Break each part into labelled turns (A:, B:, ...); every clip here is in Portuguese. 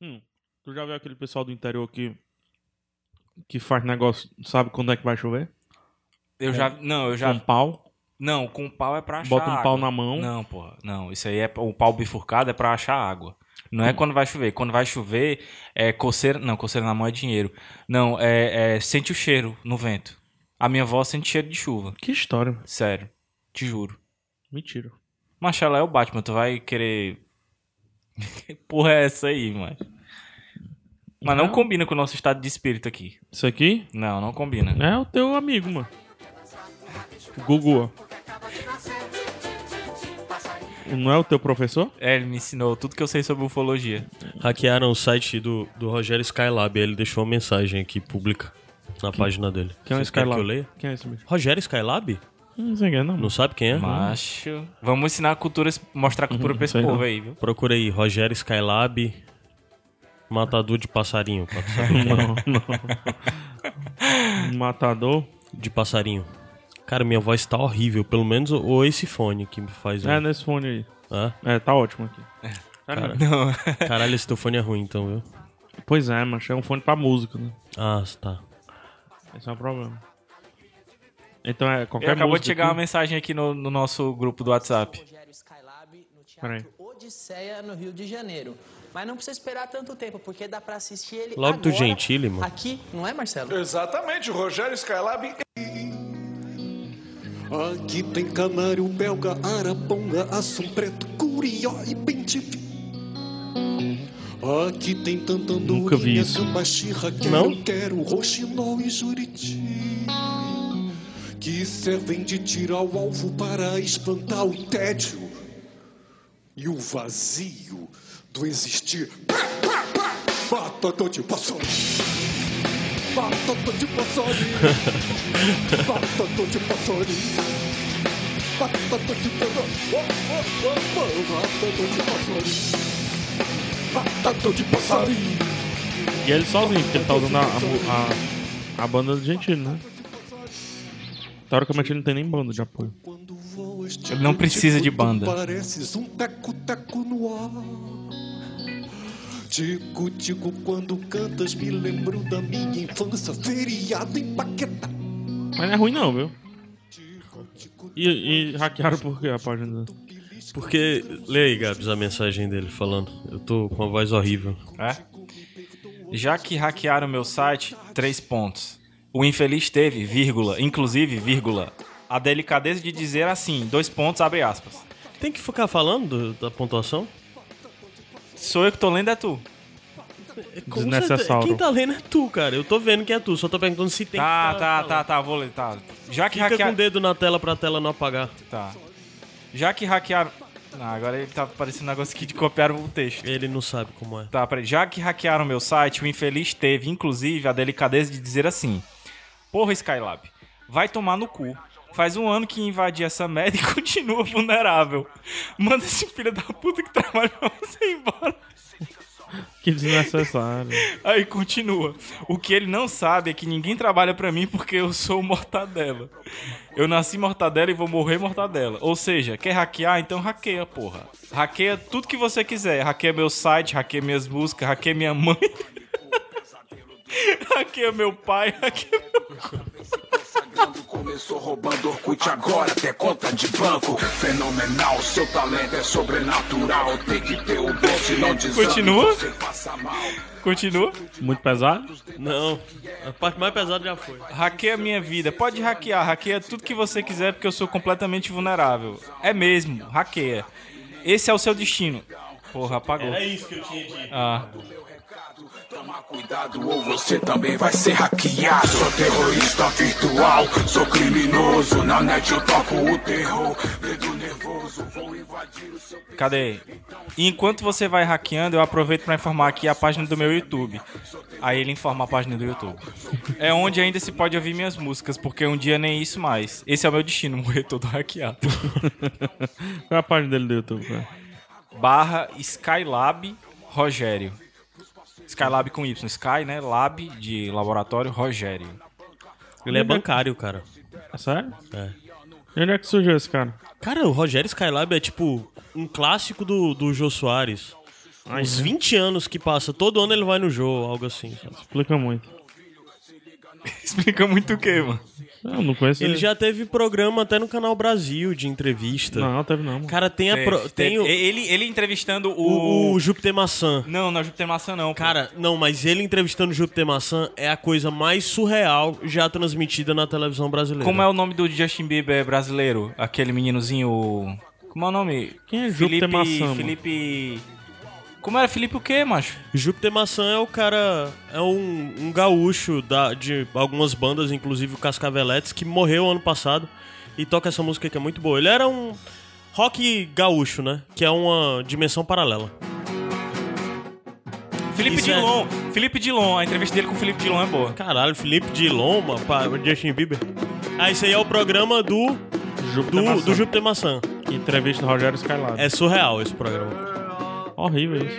A: Hum. Tu já viu aquele pessoal do interior que, que faz negócio, sabe quando é que vai chover?
B: Eu já. Não, eu já.
A: É. Com pau,
B: Não, com pau é pra achar.
A: bota um pau
B: água.
A: na mão.
B: Não, porra. Não, isso aí é. O pau bifurcado é pra achar água. Não
A: Hum.
B: é quando vai chover. Quando vai chover, é coceira. Não, coceira na mão é dinheiro. Não, é. é sente o cheiro no vento. A minha avó sente cheiro de chuva.
A: Que história, velho.
B: Sério. Te juro.
A: Mentira.
B: Mas ela é o Batman, tu vai querer. Que porra é essa aí, mano? Mas não
A: Não.
B: combina com o nosso estado de espírito aqui.
A: Isso aqui
B: Não, não combina.
A: é o teu amigo, mano. O Gugu, ó. Não é o teu professor?
B: É, ele me ensinou tudo que eu sei sobre ufologia.
C: Hackearam o site do, do Rogério Skylab. Ele deixou uma mensagem aqui pública na página dele.
A: Quem é o
C: Vocês querem
A: Skylab?
C: que eu leia?
A: Quem é esse bicho?
C: Rogério Skylab?
A: Não sei quem é, não.
C: Não
A: mano.
C: sabe quem é?
B: Macho. Vamos ensinar a cultura, mostrar a cultura pra esse
A: sei
B: povo
A: Uhum, não.
B: aí, viu?
C: Procura aí, Rogério Skylab, matador de passarinho. pra tu saber quem é.
A: Não, não. Um Matador.
C: De passarinho. Cara, minha voz tá horrível. Pelo menos o- ou esse fone que me faz...
A: É
C: É,
A: nesse fone aí. É, tá ótimo aqui. Sério mesmo.
B: Não.
C: Caralho, esse teu fone é ruim, então, viu?
A: Pois é, mas é um fone pra música, né?
C: Ah, tá.
A: Esse é o problema. Então é qualquer
B: Acabou
A: música
B: de chegar
A: aqui-
B: uma mensagem aqui no, no nosso grupo do WhatsApp.
D: Rogério Skylab no
A: Peraí.
D: Teatro Odisseia, no Rio de Janeiro. Mas não precisa esperar tanto tempo, porque dá pra assistir ele
C: Logo do
D: agora,
C: Gentili, mano.
D: Aqui, não é, Marcelo?
E: Exatamente, o Rogério Skylab. Aqui tem canário, belga, araponga, assum preto, curió e pentife. Aqui tem tantanduinha,
A: Nunca vi isso.
E: gamba, xirra, quero,
C: Não?
E: quero, roxinol e juriti. Que servem de tirar o alvo para espantar o tédio e o vazio do existir. Pá, pá, pá! Batata de paçoca. Batata de paçoca. Batata de paçoca. Batata de paçoca. Batata de passarinho.
B: né?
A: E ele sozinho, porque ele tá usando a, a, a, a banda do Gentili, né? Teoricamente ele não tem nem banda de apoio.
E: Quando voas de
B: Ele não
E: noite,
B: precisa de
E: quando
B: banda.
E: Pareces um teco-teco no ar. Tico-tico, quando cantas, me lembro da minha infância, feriado em Paquetá.
A: Mas não é ruim não, viu?
E: Tico-tico,
A: E, e hackearam por quê a página? do-
C: Porque... Lê aí, Gabs, a mensagem dele falando. Eu tô com a voz horrível.
B: É? Já que hackearam meu site, três pontos. O infeliz teve, vírgula, inclusive, vírgula, a delicadeza de dizer assim, dois pontos, abre aspas.
C: Tem que ficar falando do- da pontuação?
B: Sou eu que tô lendo, é tu.
C: Com
A: Desnecessário.
C: certeza. Quem tá lendo é tu, cara. Eu tô vendo que é tu, só tô perguntando se tem
B: tá,
C: que
B: tá,
C: ficar
B: tá, tá, vou ler, tá. Já que
C: Fica com o
B: hackearam...
C: dedo na tela pra tela não apagar.
B: Tá. Já que hackearam... Ah, agora ele tá parecendo um negócio aqui de copiar o texto.
C: Ele não sabe como é.
B: Tá, peraí. Já que hackearam meu site, o infeliz teve, inclusive, a delicadeza de dizer assim: Porra, Skylab, vai tomar no cu. Faz um ano que invadi essa merda e continua vulnerável. Manda esse filho da puta que trabalha pra você embora.
A: Que desnecessário.
B: Aí continua. O que ele não sabe é que ninguém trabalha pra mim porque eu sou mortadela. Eu nasci mortadela e vou morrer mortadela. Ou seja, quer hackear? Então hackeia, porra. Hackeia tudo que você quiser. Hackeia meu site, hackeia minhas músicas, hackeia minha mãe. hackeia meu pai, hackeia meu...
F: Sagrando começou roubando Orkut, agora até conta de banco. Fenomenal, seu talento é sobrenatural. Tem que ter o dom, se não desame,
B: Continua?
F: você passa mal.
B: Continua.
A: Muito pesado?
C: Não. A parte mais pesada já foi.
B: Hackeia minha vida. Pode hackear, hackeia tudo que você quiser porque eu sou completamente vulnerável. É mesmo, hackeia. Esse é o seu destino. Porra, apagou.
C: isso que eu tinha dito.
B: Ah.
F: Toma cuidado ou você também vai ser hackeado. Sou terrorista virtual, sou criminoso. Na net eu toco o terror, dedo nervoso, vou invadir o seu
B: Cadê? E enquanto você vai hackeando, eu aproveito pra informar aqui a página do meu YouTube. Aí ele informa a página do YouTube. É onde ainda se pode ouvir minhas músicas, porque um dia nem isso mais. Esse é o meu destino, morrer todo hackeado.
A: Qual é a página dele do YouTube, cara?
B: Barra Skylab Rogério. Skylab com Y. Sky, né? Lab de laboratório Rogério.
C: Ele é bancário, cara.
A: É sério?
C: É.
A: E onde é que surgiu esse cara?
C: Cara, o Rogério Skylab é tipo um clássico do, do Jô Soares. Uns 20 anos que passa, todo ano ele vai no jogo, algo assim. sabe?
A: Explica muito.
B: Explica muito o que, mano.
A: Eu não conheço
C: Ele já teve programa até no Canal Brasil de entrevista.
A: Não, teve não. mano.
C: Cara, tem, a pro- tem o,
B: É, ele, ele entrevistando
C: o,
B: o.
C: o Júpiter Maçã.
B: Não, não é Júpiter Maçã, não. pô.
C: Cara, não, mas ele entrevistando o Júpiter Maçã é a coisa mais surreal já transmitida na televisão brasileira.
B: Como é o nome do Justin Bieber brasileiro? Aquele meninozinho. o- Como é o nome?
A: Quem é
B: Felipe,
A: Júpiter Maçã, mano?
B: Felipe. Como era Felipe o quê, macho?
C: Júpiter Maçã é o cara. É um, um gaúcho da- de algumas bandas, inclusive o Cascaveletes, que morreu ano passado e toca essa música que é muito boa. Ele era um rock gaúcho, né? Que é uma dimensão paralela.
B: Felipe
C: Isso é-
B: Dilon. Felipe Dilon. A entrevista dele com o Felipe Dilon é boa.
C: Caralho, Felipe Dilon, mano, pá, Justin Bieber. Ah, isso aí é o programa do.
A: Júpiter
C: Do,
A: Maçã.
C: do Júpiter Maçã.
A: Entrevista do Rogério Skylab.
C: É surreal esse programa.
A: horrível isso.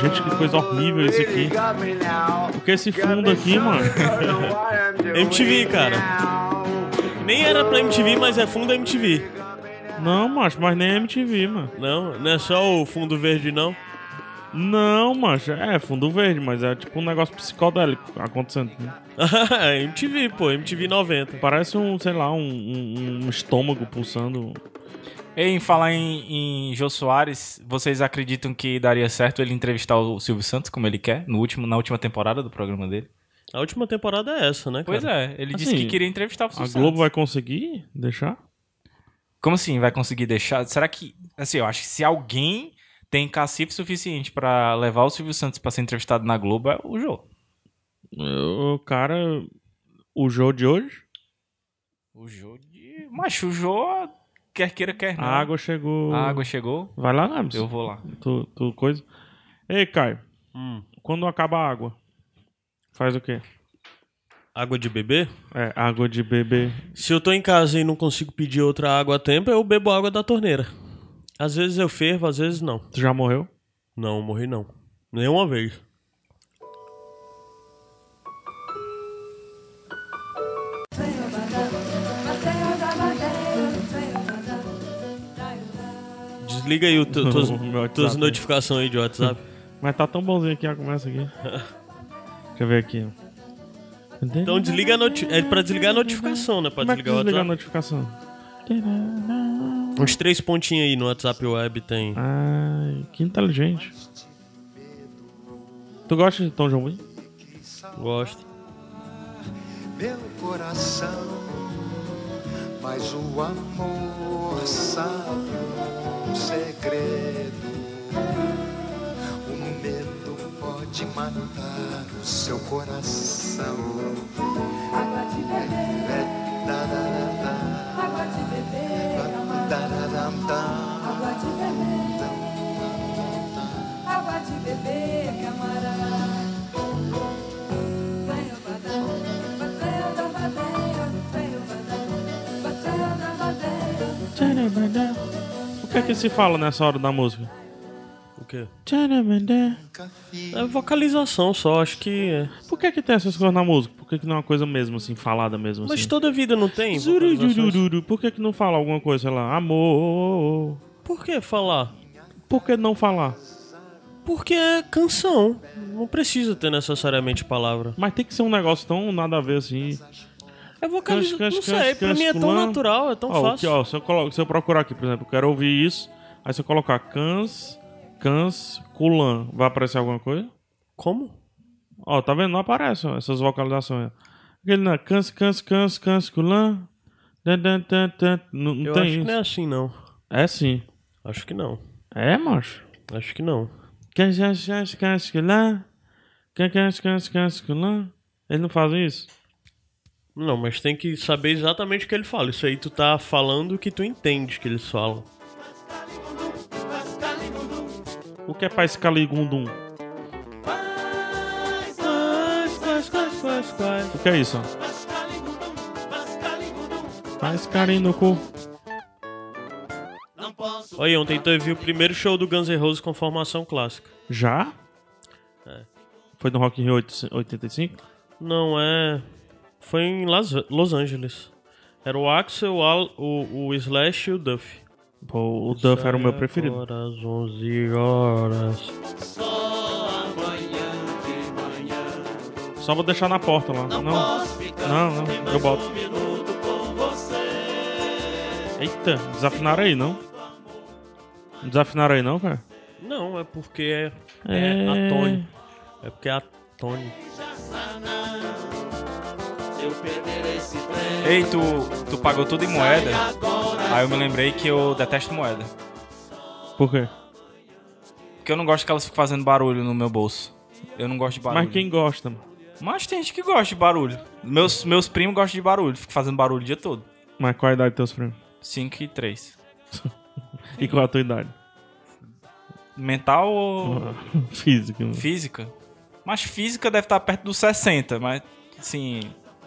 A: Gente, que coisa horrível esse aqui. Porque esse fundo aqui, mano.
C: MTV, cara. Nem era pra MTV, mas é fundo MTV.
A: Não, macho, mas nem é MTV, mano.
C: Não, não é só o fundo verde, não.
A: Não, macho, é fundo verde, mas é tipo um negócio psicodélico acontecendo. né?
C: é MTV, pô, MTV 90.
A: Parece um, sei lá, um, um- um estômago pulsando.
B: Em falar em, em Jô Soares, vocês acreditam que daria certo ele entrevistar o Silvio Santos como ele quer, no último, na última temporada do programa dele?
C: A última temporada é essa, né, cara?
B: Pois é, ele disse
A: Assim,
B: que queria entrevistar o Silvio
A: A
B: Santos.
A: Globo vai conseguir deixar?
B: Como assim, vai conseguir deixar? Será que, assim, eu acho que se alguém tem cacife suficiente pra levar o Silvio Santos pra ser entrevistado na Globo, é o Jô.
A: O cara. O jogo de hoje?
B: O Jô de... Mas o Jô, quer queira, quer não.
A: A água chegou.
B: É. A água chegou,
A: Vai lá, Nabs.
B: eu vou lá.
A: Tu, tu coisa. Ei, Caio.
B: Hum.
A: Quando acaba a água, faz o quê?
C: Água de bebê?
A: É, água de bebê.
C: Se eu tô em casa e não consigo pedir outra água a tempo, eu bebo água da torneira. Às vezes eu fervo, às vezes não.
A: Tu já morreu?
C: Não, morri não. Nenhuma vez. Desliga aí o tu- tuas,
A: O meu WhatsApp,
C: tuas
A: né?
C: notificações aí de WhatsApp.
A: Mas tá tão bonzinho aqui a conversa aqui. Deixa eu ver aqui.
C: Então desliga a noti É pra desligar a notificação, né? Pra
A: Como é que
C: desligar o
A: desliga a
C: WhatsApp.
A: notificação?
C: Uns três pontinhos aí no WhatsApp Web tem.
A: Ai, que inteligente. Tu gosta de Tom Jobim?
C: Gosto.
G: meu coração, mas o amor sabe um segredo. O medo pode matar o seu coração. É, é, da, da, da, da. Da, da, da, da.
H: Água de bebê, camarada. Vem o badão, bateu na madeira. Vem o badão, bateu na madeira.
A: O que é que se fala nessa hora da música?
C: O quê?
G: Nunca fiz.
C: É vocalização só, acho que. É.
A: Por que é que tem essas coisas na música? Por que, que não é uma coisa mesmo assim, falada mesmo
C: Mas
A: assim?
C: toda vida não tem. vocalizações?
A: Zururururu, Por que, é que não fala alguma coisa, sei lá, amor?
C: Por que falar?
A: Por que não falar?
C: Porque é canção. Não precisa ter necessariamente palavra.
A: Mas tem que ser um negócio tão nada a ver assim.
C: É vocalização.
A: Cante,
C: Não
A: cante,
C: sei,
A: cante,
C: pra
A: cante,
C: mim é tão
A: fulano.
C: natural, é tão
A: Ó,
C: fácil.
A: aqui, Ah, ó, se, eu colo- se eu procurar aqui, por exemplo, eu quero ouvir isso, aí se eu colocar cans, cans, culan, vai aparecer alguma coisa?
C: Como?
A: Ó, tá vendo? Não aparecem ó, essas vocalizações. Aquele né, na cans, cans, cans, cans, culan. Tan, tan, tan, tan. Não, não
C: Eu
A: tem
C: acho
A: isso.
C: que não é assim, não.
A: É sim.
C: Acho que não.
A: É, macho.
C: Acho que não.
A: Cans, cans, cans, cans, culan. Cans, cans, cans, cans, culan. Eles não fazem isso?
C: Não, mas tem que saber exatamente o que ele fala. Isso aí tu tá falando o que tu entende que eles falam.
A: O que é pra escaligundum? O que é isso? Faz carinho no cu.
C: Olha, ontem tu viu o primeiro show do Guns N' Roses com formação clássica.
A: Já? Foi no Rock in Rio 8- 85?
C: Não é. Foi em Las- Los Angeles. Era o Axel, o, Al- o, o Slash e o Duff.
A: Pô, o Duff era o meu preferido.
C: Agora às 11 horas.
A: Só vou deixar na porta lá. Não, não, não eu boto. Eita, desafinaram aí, não? Desafinaram aí, não, cara?
C: Não, é porque é,
A: É.
C: é atônico. É porque é atônico.
B: Ei, tu, tu pagou tudo em moeda? Aí eu me lembrei que eu detesto moeda.
A: Por quê?
B: Porque eu não gosto que elas fiquem fazendo barulho no meu bolso. Eu não gosto de barulho.
A: Mas quem gosta, mano?
B: Mas tem gente que gosta de barulho. Meus, meus primos gostam de barulho, ficam fazendo barulho o dia todo.
A: Mas qual a idade dos teus primos?
B: 5 e 3.
A: E qual a tua idade?
B: Mental ou
A: Física, mano.
B: física? Mas física deve estar perto dos 60, mas assim,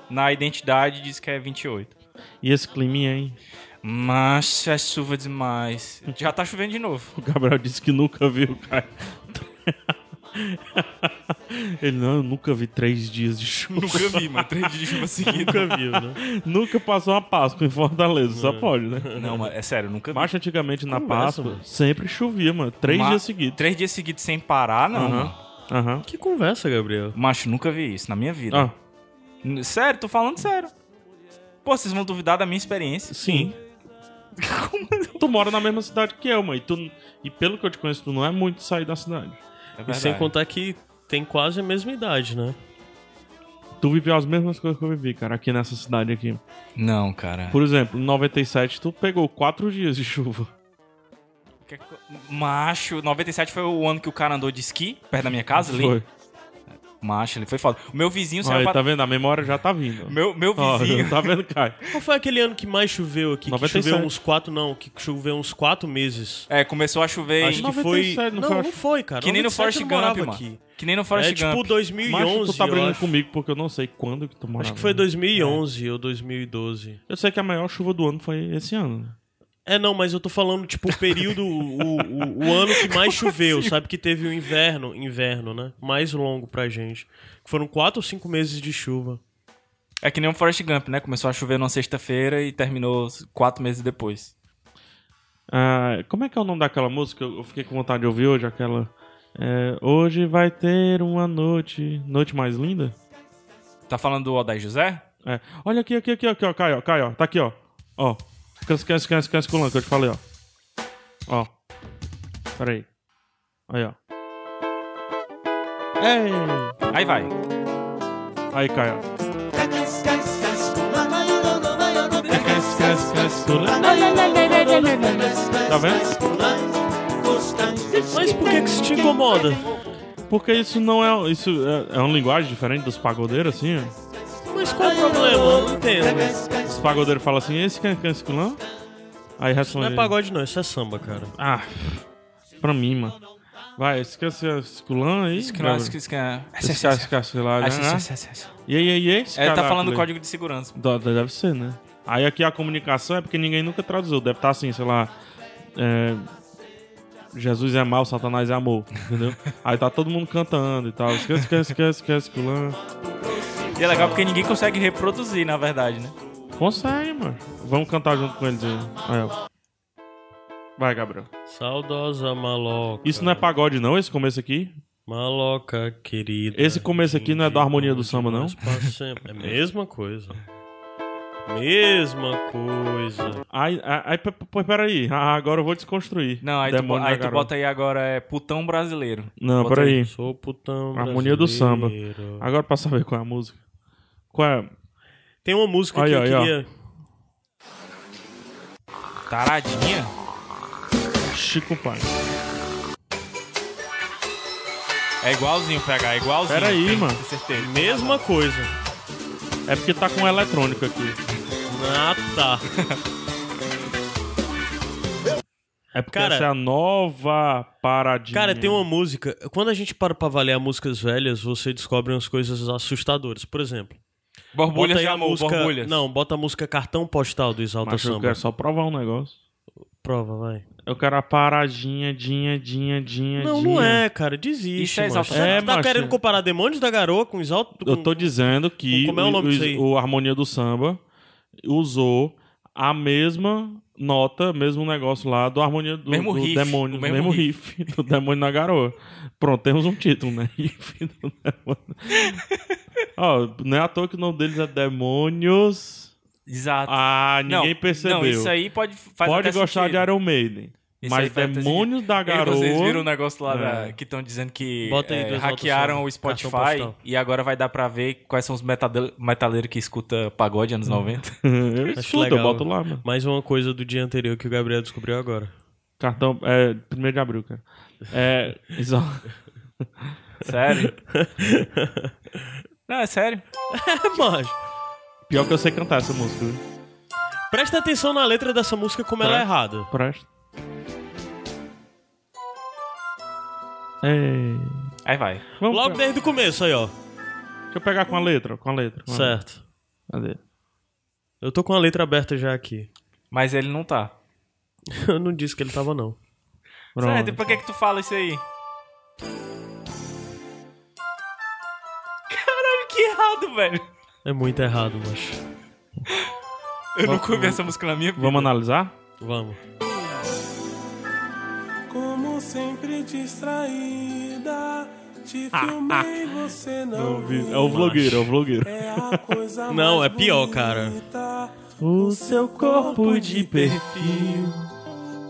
B: na identidade diz que é 28.
A: E esse climinha, hein?
B: Mas é chuva demais. Já tá chovendo de novo.
A: O Gabriel disse que nunca viu, cara. Ele, não, eu nunca vi três dias de chuva.
B: Nunca vi, mano. Três dias de chuva seguida.
C: Nunca viu, né?
A: Nunca passou uma Páscoa em Fortaleza, só pode, né?
B: Não, mano, é sério, nunca vi.
A: Mas antigamente na
C: Conversa,
A: Páscoa
C: mano.
A: sempre chovia, mano. Três
B: Ma-
A: dias seguidos.
B: Três dias seguidos sem parar, não.
A: Aham.
B: mano.
A: Aham.
C: Que conversa, Gabriel.
B: Macho, nunca vi isso na minha vida.
A: Ah,
B: N- Sério, tô falando sério. Pô, vocês vão duvidar da minha experiência?
A: sim.
C: Hum.
A: tu mora na mesma cidade que eu, mãe. Tu... E pelo que eu te conheço, tu não é muito de sair da cidade.
B: É
C: E
B: verdade.
C: sem contar que tem quase a mesma idade, né?
A: Tu viveu as mesmas coisas que eu vivi, cara, aqui nessa cidade aqui.
B: Não, cara.
A: Por exemplo, em 97 tu pegou quatro dias de chuva.
B: Que é co- Macho, 97 foi o ano que o cara andou de esqui perto da minha casa ali.
A: Foi.
B: Macho, ele foi foda. O meu vizinho saiu
A: Aí,
B: pra...
A: tá vendo? A memória já tá vindo.
B: Meu, meu
A: Ó,
B: vizinho...
A: tá vendo, cara?
C: Qual foi aquele ano que mais choveu aqui? Que
A: 97.
C: choveu uns quatro, não, que choveu uns quatro meses.
B: É, começou a chover
C: Acho
B: em...
C: que
A: 97,
C: foi.
A: não
C: Não,
A: foi?
C: não foi, cara.
B: Que nem no
C: 97 eu
B: Forrest
C: não
B: Gump,
C: morava
B: mano.
C: aqui.
B: Que nem no Forrest
C: é tipo
B: Gump.
C: 2011.
A: Mas tu tá
C: eu
A: brigando
C: acho.
A: comigo porque eu não sei quando que tu morava.
C: Acho que foi 2011 ou 2012.
A: Eu sei que a maior chuva do ano foi esse ano.
C: É, não, mas eu tô falando, tipo, o período, o, o, o ano que mais choveu,
A: assim?
C: sabe? Que teve o inverno, inverno, né? Mais longo pra gente. Que foram quatro ou cinco meses de chuva.
B: É que nem o Forrest Gump, né? Começou a chover numa sexta-feira e terminou quatro meses depois.
A: Ah, como é que é o nome daquela música? Eu eu fiquei com vontade de ouvir hoje, aquela. é, hoje vai ter uma noite. Noite mais linda?
B: Tá falando do Odair José?
A: É. Olha aqui, aqui, aqui, aqui, ó. Cai, ó, cai, ó. Tá aqui, ó. Ó. Cansa, cansa, cansa, cansa com que eu te falei, ó. Ó. Pera aí. Aí, ó. Ei!
B: Aí vai.
A: Aí, cai, ó. Tá vendo?
C: Mas por que que isso te incomoda?
A: Porque isso não é. Isso é, é uma linguagem diferente dos pagodeiros, assim, ó.
C: Mas qual o problema? Eu não entendo.
A: é Os pagodeiros falam assim, esse can, can, can, Aí responde.
C: Não é pagode não, isso é samba, cara.
A: Ah, pra mim, mano. Vai, esquece as culã aí.
B: Que não, que, que é...
A: Esquece as
B: Acho-
A: canceladas.
B: acho- acho- acho- acho.
A: né? E aí, e aí, e aí, esse
B: É, tá
A: caraca,
B: falando do
A: né?
B: código de segurança.
A: Do- do- Deve ser, né? Aí aqui a comunicação é porque ninguém nunca traduziu. Deve estar assim, sei lá. é, Jesus é mal, Satanás é amor. Entendeu? aí tá todo mundo cantando e tal. Esquece, esquece, esquece, esquece, culã.
B: E é legal porque ninguém consegue reproduzir, na verdade, né?
A: Consegue, mano. Vamos cantar junto com eles aí. Aí, ó. Vai, Gabriel.
C: Saudosa maloca.
A: Isso não é pagode, não, esse começo aqui?
C: Maloca, querida.
A: Esse começo aqui não é da harmonia do samba, não?
C: É a mesma coisa. Mesma coisa.
A: Aí, aí, aí pe- pe- peraí, Ah, agora eu vou desconstruir.
B: Não, aí, tu, bo-
A: Demônio da
B: aí tu
A: Garoa.
B: bota aí agora é putão brasileiro.
A: Não,
B: bota
A: peraí.
C: Sou putão
A: Harmonia do samba.
C: brasileiro.
A: Agora pra saber qual é a música. Qual é?
C: Tem uma música
A: Aí,
C: que eu
A: aí, ó.
C: queria...
B: Taradinha?
A: Chico Pai.
B: É igualzinho, PH, é igualzinho.
A: Pera aí,
B: Tem-
A: mano.
B: tem certeza.
C: Mesma coisa.
A: É porque tá com um eletrônico aqui.
C: Ah, tá.
A: É porque
C: Cara-
A: essa é a nova paradinha.
C: Cara, tem um uma música... Quando a gente para pra avaliar músicas velhas, você descobre umas coisas assustadoras. Por exemplo...
B: Borbulhas
C: bota aí
B: de
C: a
B: amor,
C: música...
B: borbulhas.
C: Não, bota a música Cartão Postal do Exalta
A: Mas eu
C: Samba.
A: quero só provar um negócio.
C: Prova, vai.
A: Eu quero a paradinha, dinha, dinha, dinha,
C: Não,
A: dinha.
C: não é, cara. Desiste,
B: Isso é
C: macho.
B: Exalta
C: Você
A: Samba.
C: tá
A: É, macho.
C: querendo comparar Demônios da Garoa com Exalta...
A: Eu tô
C: com-
A: dizendo que
C: Como é o nome disso aí?
A: o Harmonia do Samba usou a mesma nota, mesmo negócio lá do harmonia do,
B: Mesmo
A: do
B: riff,
A: demônio,
B: o mesmo
A: mesmo riff do demônio na garoa. Pronto, temos um título, né? Riff do demônio. Ó, não é à toa que o nome deles é Demônios.
B: Exato.
A: Ah,
B: Não,
A: ninguém percebeu.
B: Não, isso aí pode faz
A: Pode
B: até
A: gostar de
B: sentido.
A: Iron Maiden.
B: Isso aí
A: mas
B: faz até
A: Demônios da
B: E aí
A: Garoa.
B: Vocês viram o negócio lá
A: É.
B: da- que estão dizendo que
C: Bota aí
B: é,
C: duas notas
B: hackearam
C: só,
B: o
C: cartão
B: Spotify
C: postal.
B: e agora vai dar pra ver quais são os metade- metaleiros que escuta pagode anos
C: Hum.
B: 90.
A: eu escuto, eu
C: legal.
A: boto lá, mano.
C: Mais uma coisa do dia anterior que o Gabriel descobriu agora.
A: Cartão. É, 1 de abril, cara. É. Isso,
B: Sério? Não, é sério.
C: Mas
A: pior que eu sei cantar essa música. viu?
C: presta atenção na letra dessa música como ela é
A: Presta.
C: errada.
A: Presta. Ei.
B: Aí vai.
A: Vamos
C: Logo
A: Logo
C: desde o começo aí, ó.
A: Deixa eu pegar com a letra, com a letra. com a letra.
C: Certo.
A: Cadê?
C: Eu tô com a letra aberta já aqui.
B: Mas ele não tá.
C: Eu não disse que ele tava, não.
B: Certo, e
A: Pronto.
B: por que que tu fala isso aí? Caralho, que errado, velho.
C: É muito errado, mas.
B: Eu nunca
C: um.
B: ouvi essa música na minha vida.
A: Vamos analisar?
C: Vamos.
I: Como sempre distraída, te filmei, você não viu.
A: É o vlogueiro, é o vlogueiro.
I: É a coisa
C: Não,
I: mais
C: é pior, cara.
I: bonita.
A: O seu corpo de
I: perfil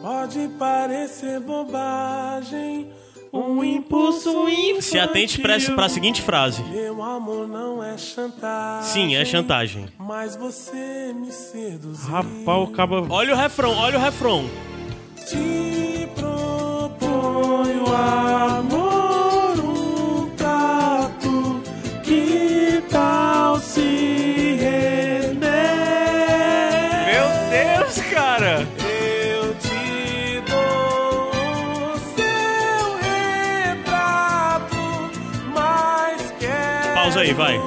I: Pode parecer bobagem, um impulso infantil.
C: Se atente pra, pra seguinte frase.
I: Meu amor não é chantagem.
C: Sim, é chantagem.
I: Mas você me seduziu.
A: Rapaz, o cabo.
C: Olha o refrão, olha o refrão.
I: Te proponho amor, um trato. Que tal se render?
B: Meu Deus, cara.
I: Eu te dou o seu retrato, mas quero.
C: Pausa aí, vai.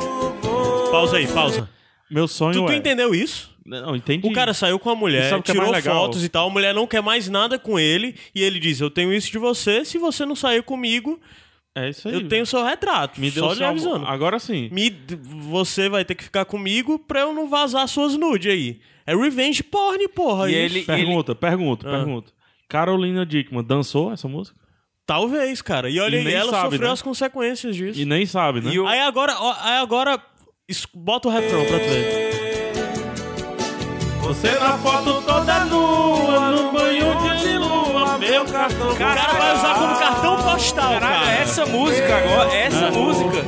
C: Pausa aí, pausa.
A: Meu sonho
C: Tu, tu
A: é.
C: entendeu isso?
A: Não, entendi.
C: O cara saiu com a
A: E
C: mulher,
A: sabe o que é mais
C: tirou
A: legal?
C: fotos e tal, a mulher não quer mais nada com ele, e ele diz, eu tenho isso de você, se você não sair comigo,
A: É isso aí.
C: eu tenho seu retrato.
A: Me deu
C: só
A: seu
C: lhe
A: amor.
C: avisando.
A: Agora sim.
C: Me, d- você vai ter que ficar comigo pra eu não vazar suas nudes aí. É revenge porn, porra.
B: E
C: isso.
B: ele-
A: Pergunta, pergunta, pergunta. Carolina Dickman dançou essa música?
C: Talvez, cara. E olha,
A: E
C: aí,
A: nem
C: ela
A: sabe,
C: sofreu
A: né?
C: as consequências disso.
A: E nem sabe, né?
B: E o-
C: Aí agora, ó, aí agora, es- bota o refrão pra tu ver.
A: Você na foto toda nua, no banho de lua, meu cartão.
C: O cara vai usar como cartão postal,
B: Caralho,
C: cara.
A: é
B: essa música agora, essa
C: Ah.
B: música.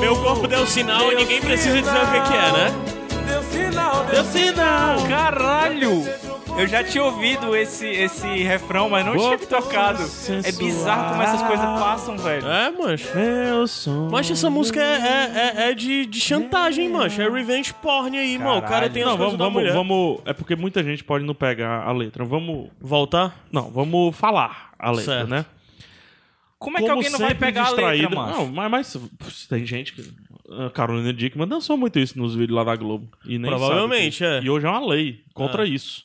C: Meu corpo deu sinal e ninguém precisa dizer o que, que é, né?
I: Deu sinal,
C: Deu sinal.
B: Caralho! Eu já tinha ouvido esse, esse refrão, mas não tinha me tocado. É bizarro como essas coisas passam, velho.
C: É, mancho.
A: Meu sonho.
C: Mas essa música é, é, é- é de, de chantagem, mancho. É revenge porn aí, mano. O cara
B: Caralho.
C: tem as
A: Não,
C: coisas
A: vamos,
C: da
A: vamos,
C: mulher.
A: vamos. É porque muita gente pode não pegar a letra. Vamos.
C: Voltar?
A: Não, vamos falar a letra,
C: Certo.
A: né?
B: Como é que alguém não vai
A: sempre,
B: pegar a letra,
A: distraído-
B: mano?
A: Não, mas, mas, pff, tem gente que. A Carolina Dickman dançou muito isso nos vídeos lá da Globo. E nem
C: Provavelmente,
A: sabe o que-
C: é.
A: E hoje é uma lei contra isso.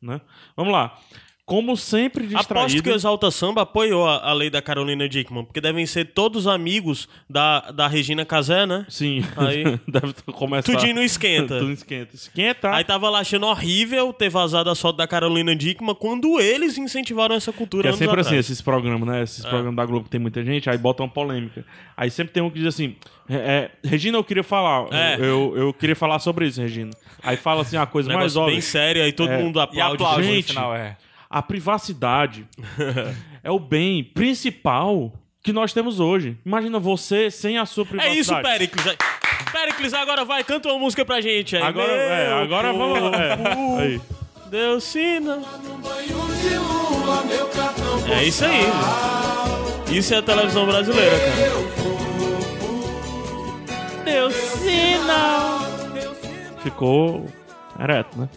A: Né? Vamos lá. Como sempre distraído.
C: Aposto que o Exalta Samba apoiou a, a lei da Carolina Dickman, porque devem ser todos amigos da, da Regina Casé, né?
A: Sim,
C: Aí.
A: deve começar.
C: Tudinho no esquenta.
A: Tudo esquenta. Esquenta.
C: Aí tava lá achando horrível ter vazado a foto da Carolina Dickman quando eles incentivaram essa cultura
A: Porque é
C: anos
A: sempre assim,
C: atrás. É.
A: esses programas, né? Esses programas da Globo que tem muita gente, aí botam uma polêmica. Aí sempre tem um que diz assim: é, é, Regina, eu queria falar.
C: É.
A: Eu, eu, eu queria falar sobre isso, Regina. Aí fala assim: a coisa
C: Um
A: mais
C: negócio
A: óbvia.
C: bem sério, aí todo
A: É.
C: mundo
B: E
C: aplaude.
B: aplaude no
A: gente.
B: final, é.
A: A privacidade é o bem principal que nós temos hoje. Imagina você sem a sua
C: É
A: privacidade.
C: isso, Pericles. Aí- Pericles, agora vai, canta uma música pra gente. Aí.
A: Agora, é,
C: Meu
A: agora vamos. É, aí.
C: cu, Deus sina.
I: meu cartão.
C: É isso aí. Isso é a televisão brasileira, cara. Deus sina.
A: Ficou ereto, né?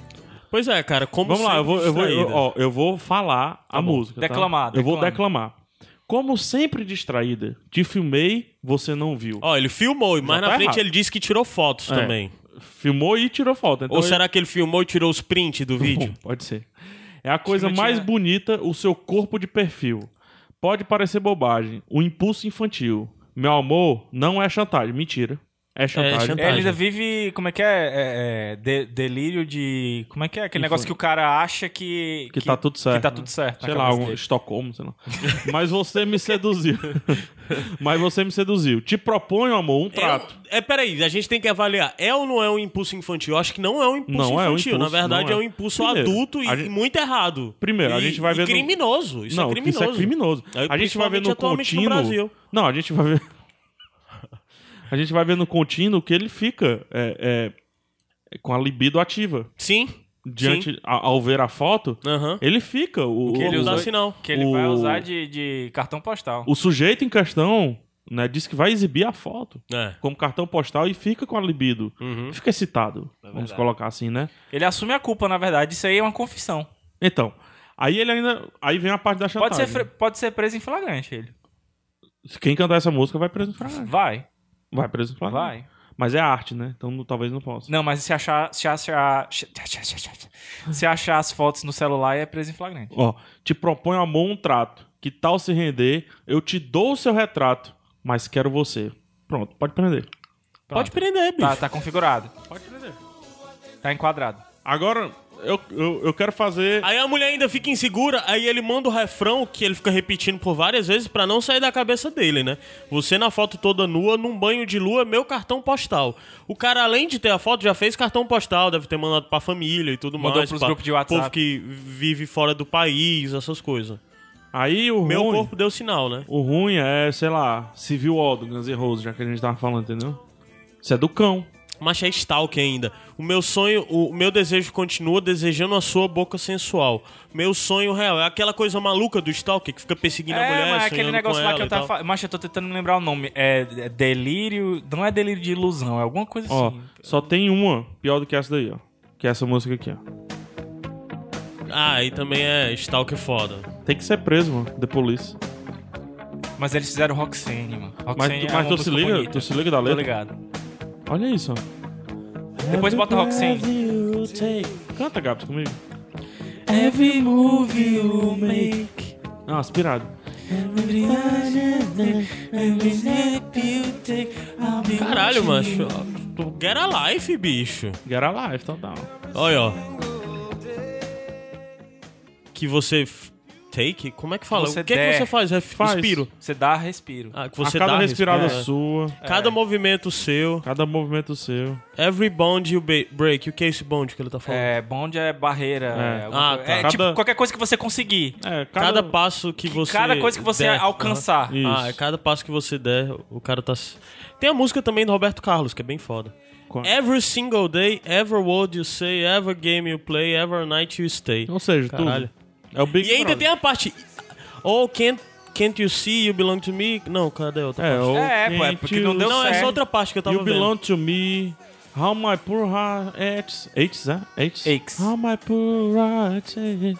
C: Pois é, cara, como
A: Vamos lá,
C: sempre
A: eu vou, eu vou, eu-
C: distraída.
A: ó, eu vou falar a
B: bom.
A: música. tá?
B: Declamar,
A: Eu vou
B: declama.
A: declamar. Como sempre distraída, te filmei, você não viu.
C: Ó, ele filmou, e mais
A: tá
C: na frente
A: errado.
C: ele disse que tirou fotos
A: É.
C: também.
A: Filmou e tirou foto. Então
C: Ou será que ele filmou e tirou os prints do
A: ele-
C: vídeo?
A: Pode ser. É a coisa
B: não tinha-
A: mais bonita, o seu corpo de perfil. Pode parecer bobagem, o impulso infantil. Meu amor, não é chantagem. Mentira. É
C: É
A: chantagem.
C: chantagem.
B: É, ele ainda vive. Como é que é? é, é, de- delírio de. Como é que é? Aquele negócio que o cara acha que.
A: Que tá tudo certo.
B: Que tá tudo certo. na
A: Sei lá,
B: cabeça
A: algum,
B: dele.
A: Estocolmo, sei lá. Mas você me seduziu. Mas você me seduziu. Te proponho, amor, um trato.
C: É, é, peraí, a gente tem que avaliar. É ou não é um impulso infantil? Eu acho que não é um impulso
A: Não é um
C: infantil.
A: impulso,
C: Na verdade,
A: não
C: é.
A: é.
C: um impulso
A: Primeiro,
C: adulto e
A: a gente-
C: muito errado.
A: Primeiro, a
C: E-
A: gente vai
C: e
A: ver no-
C: criminoso. Isso
A: não,
C: é
A: que
C: criminoso.
A: isso é criminoso.
C: Aí,
A: a gente vai ver no
C: principalmente atualmente no
A: contínuo.
C: Brasil.
A: Não, a gente vai ver. a gente vai ver no contínuo que ele fica é, é, com a libido ativa.
C: Sim.
A: Diante, a- ao ver a foto,
C: Aham.
A: ele fica. O,
B: Que ele
A: o-
C: Não dá
B: usa-
C: sinal.
B: Que ele vai
A: O-
B: usar de, de cartão postal.
A: o sujeito em questão né, diz que vai exibir a foto
C: É.
A: como cartão postal e fica com a libido.
C: Uhum.
A: Fica excitado, vamos colocar assim, né?
B: Ele assume a culpa, na verdade. Isso aí é uma confissão.
A: Então, aí ele ainda. tá Aí vem a parte da chantagem.
B: Pode ser, fre- pode ser preso em flagrante, ele.
A: Quem cantar essa música vai preso em flagrante.
B: Vai,
A: Vai preso em flagrante.
B: vai.
A: Mas é arte, né? Então não- talvez não possa.
B: Não, mas se achar, se achar. Se achar as fotos no celular, é preso em flagrante.
A: Ó, te proponho amor um trato. Que tal se render? Eu te dou o seu retrato, mas quero você. Pronto, pode prender.
C: Pode prender, bicho.
B: Tá, tá configurado.
A: Pode prender.
B: Tá enquadrado.
A: Agora, eu, eu, eu quero fazer.
C: Aí a mulher ainda fica insegura, aí ele manda o refrão que ele fica repetindo por várias vezes pra não sair da cabeça dele, né? Você na foto toda nua, num banho de lua, meu cartão postal. O cara, além de ter a foto, já fez cartão postal, deve ter mandado pra família e tudo
B: Mandou
C: mais.
B: pros
C: pra
B: grupos de WhatsApp.
C: Povo que vive fora do país, essas coisas.
A: Aí o
C: Meu
A: ruim.
C: corpo deu sinal, né?
A: O ruim é, sei lá, Civil War do Guns N' Roses, já que a gente tava falando, entendeu? Isso é do cão.
C: Mas é stalk ainda. O meu sonho, o meu desejo continua desejando a sua boca sensual. Meu sonho real é aquela coisa maluca do stalker que fica perseguindo a mulher,
B: É, mas
C: sonhando
B: aquele
C: com
B: negócio lá
C: ela
B: que eu
C: e
B: tava
C: tal.
B: falando. Mas eu tô tentando me lembrar o nome. É, é delírio. Não é delírio de ilusão, é alguma coisa
A: Ó,
B: assim.
A: só tem uma pior do que essa daí, ó. Que é essa música aqui, ó.
C: Ah, aí também é stalker foda.
A: Tem que ser preso, mano, The Police.
B: Mas eles fizeram Roxane, mano. Roxane
A: Mas,
B: é
A: tu,
B: uma
A: mas tu se
B: música
A: liga,
B: bonita.
A: tu se liga da
B: Tô
A: letra.
B: ligado.
A: Olha isso, ó.
B: Depois bota Roxane.
A: Canta, Gabs, comigo.
B: Every move you make,
A: Ah, aspirado.
B: every step you take, I'll be
C: Caralho, macho. Tu Get a life, bicho.
A: Get Alive, total.
C: Olha, ó. Que você. f- Take? Como é que fala?
B: Você
C: o que, é que
B: der.
C: você faz? É
A: Faz.
C: Respiro.
B: Você dá respiro.
C: Ah, que
A: A
C: você
A: cada
C: dá
A: respirada
C: respiro.
A: sua,
C: É. Cada movimento seu.
A: cada movimento seu.
C: Every bond you ba- break. O que é esse bond que ele tá falando?
B: É, bonde é barreira.
A: É.
B: É, alguma coisa-
C: Ah, tá.
B: é
A: Cada-
B: tipo qualquer coisa que você conseguir.
A: É,
C: Cada passo que você.
B: Cada coisa que você
C: der.
B: alcançar.
A: Isso.
C: Ah, é cada passo que você der, o cara tá. s- Tem a música também do Roberto Carlos, que é bem foda.
A: Qual?
C: Every single day, every word you say, every game you play, every night you stay.
A: Ou seja,
C: Caralho.
A: tudo. É o Big
C: E ainda tem
A: Brother.
C: a parte. Oh, can't, can't you see you belong to me? Não, cadê a outra
A: É,
C: parte?
A: ou
B: É, pô, é porque não deu
C: Não, é
B: certo.
C: só outra parte que eu tava
A: You
C: vendo.
A: belong to me. How my poor heart aches. Aches, é? Aches.
B: Aches.
A: How my poor heart aches.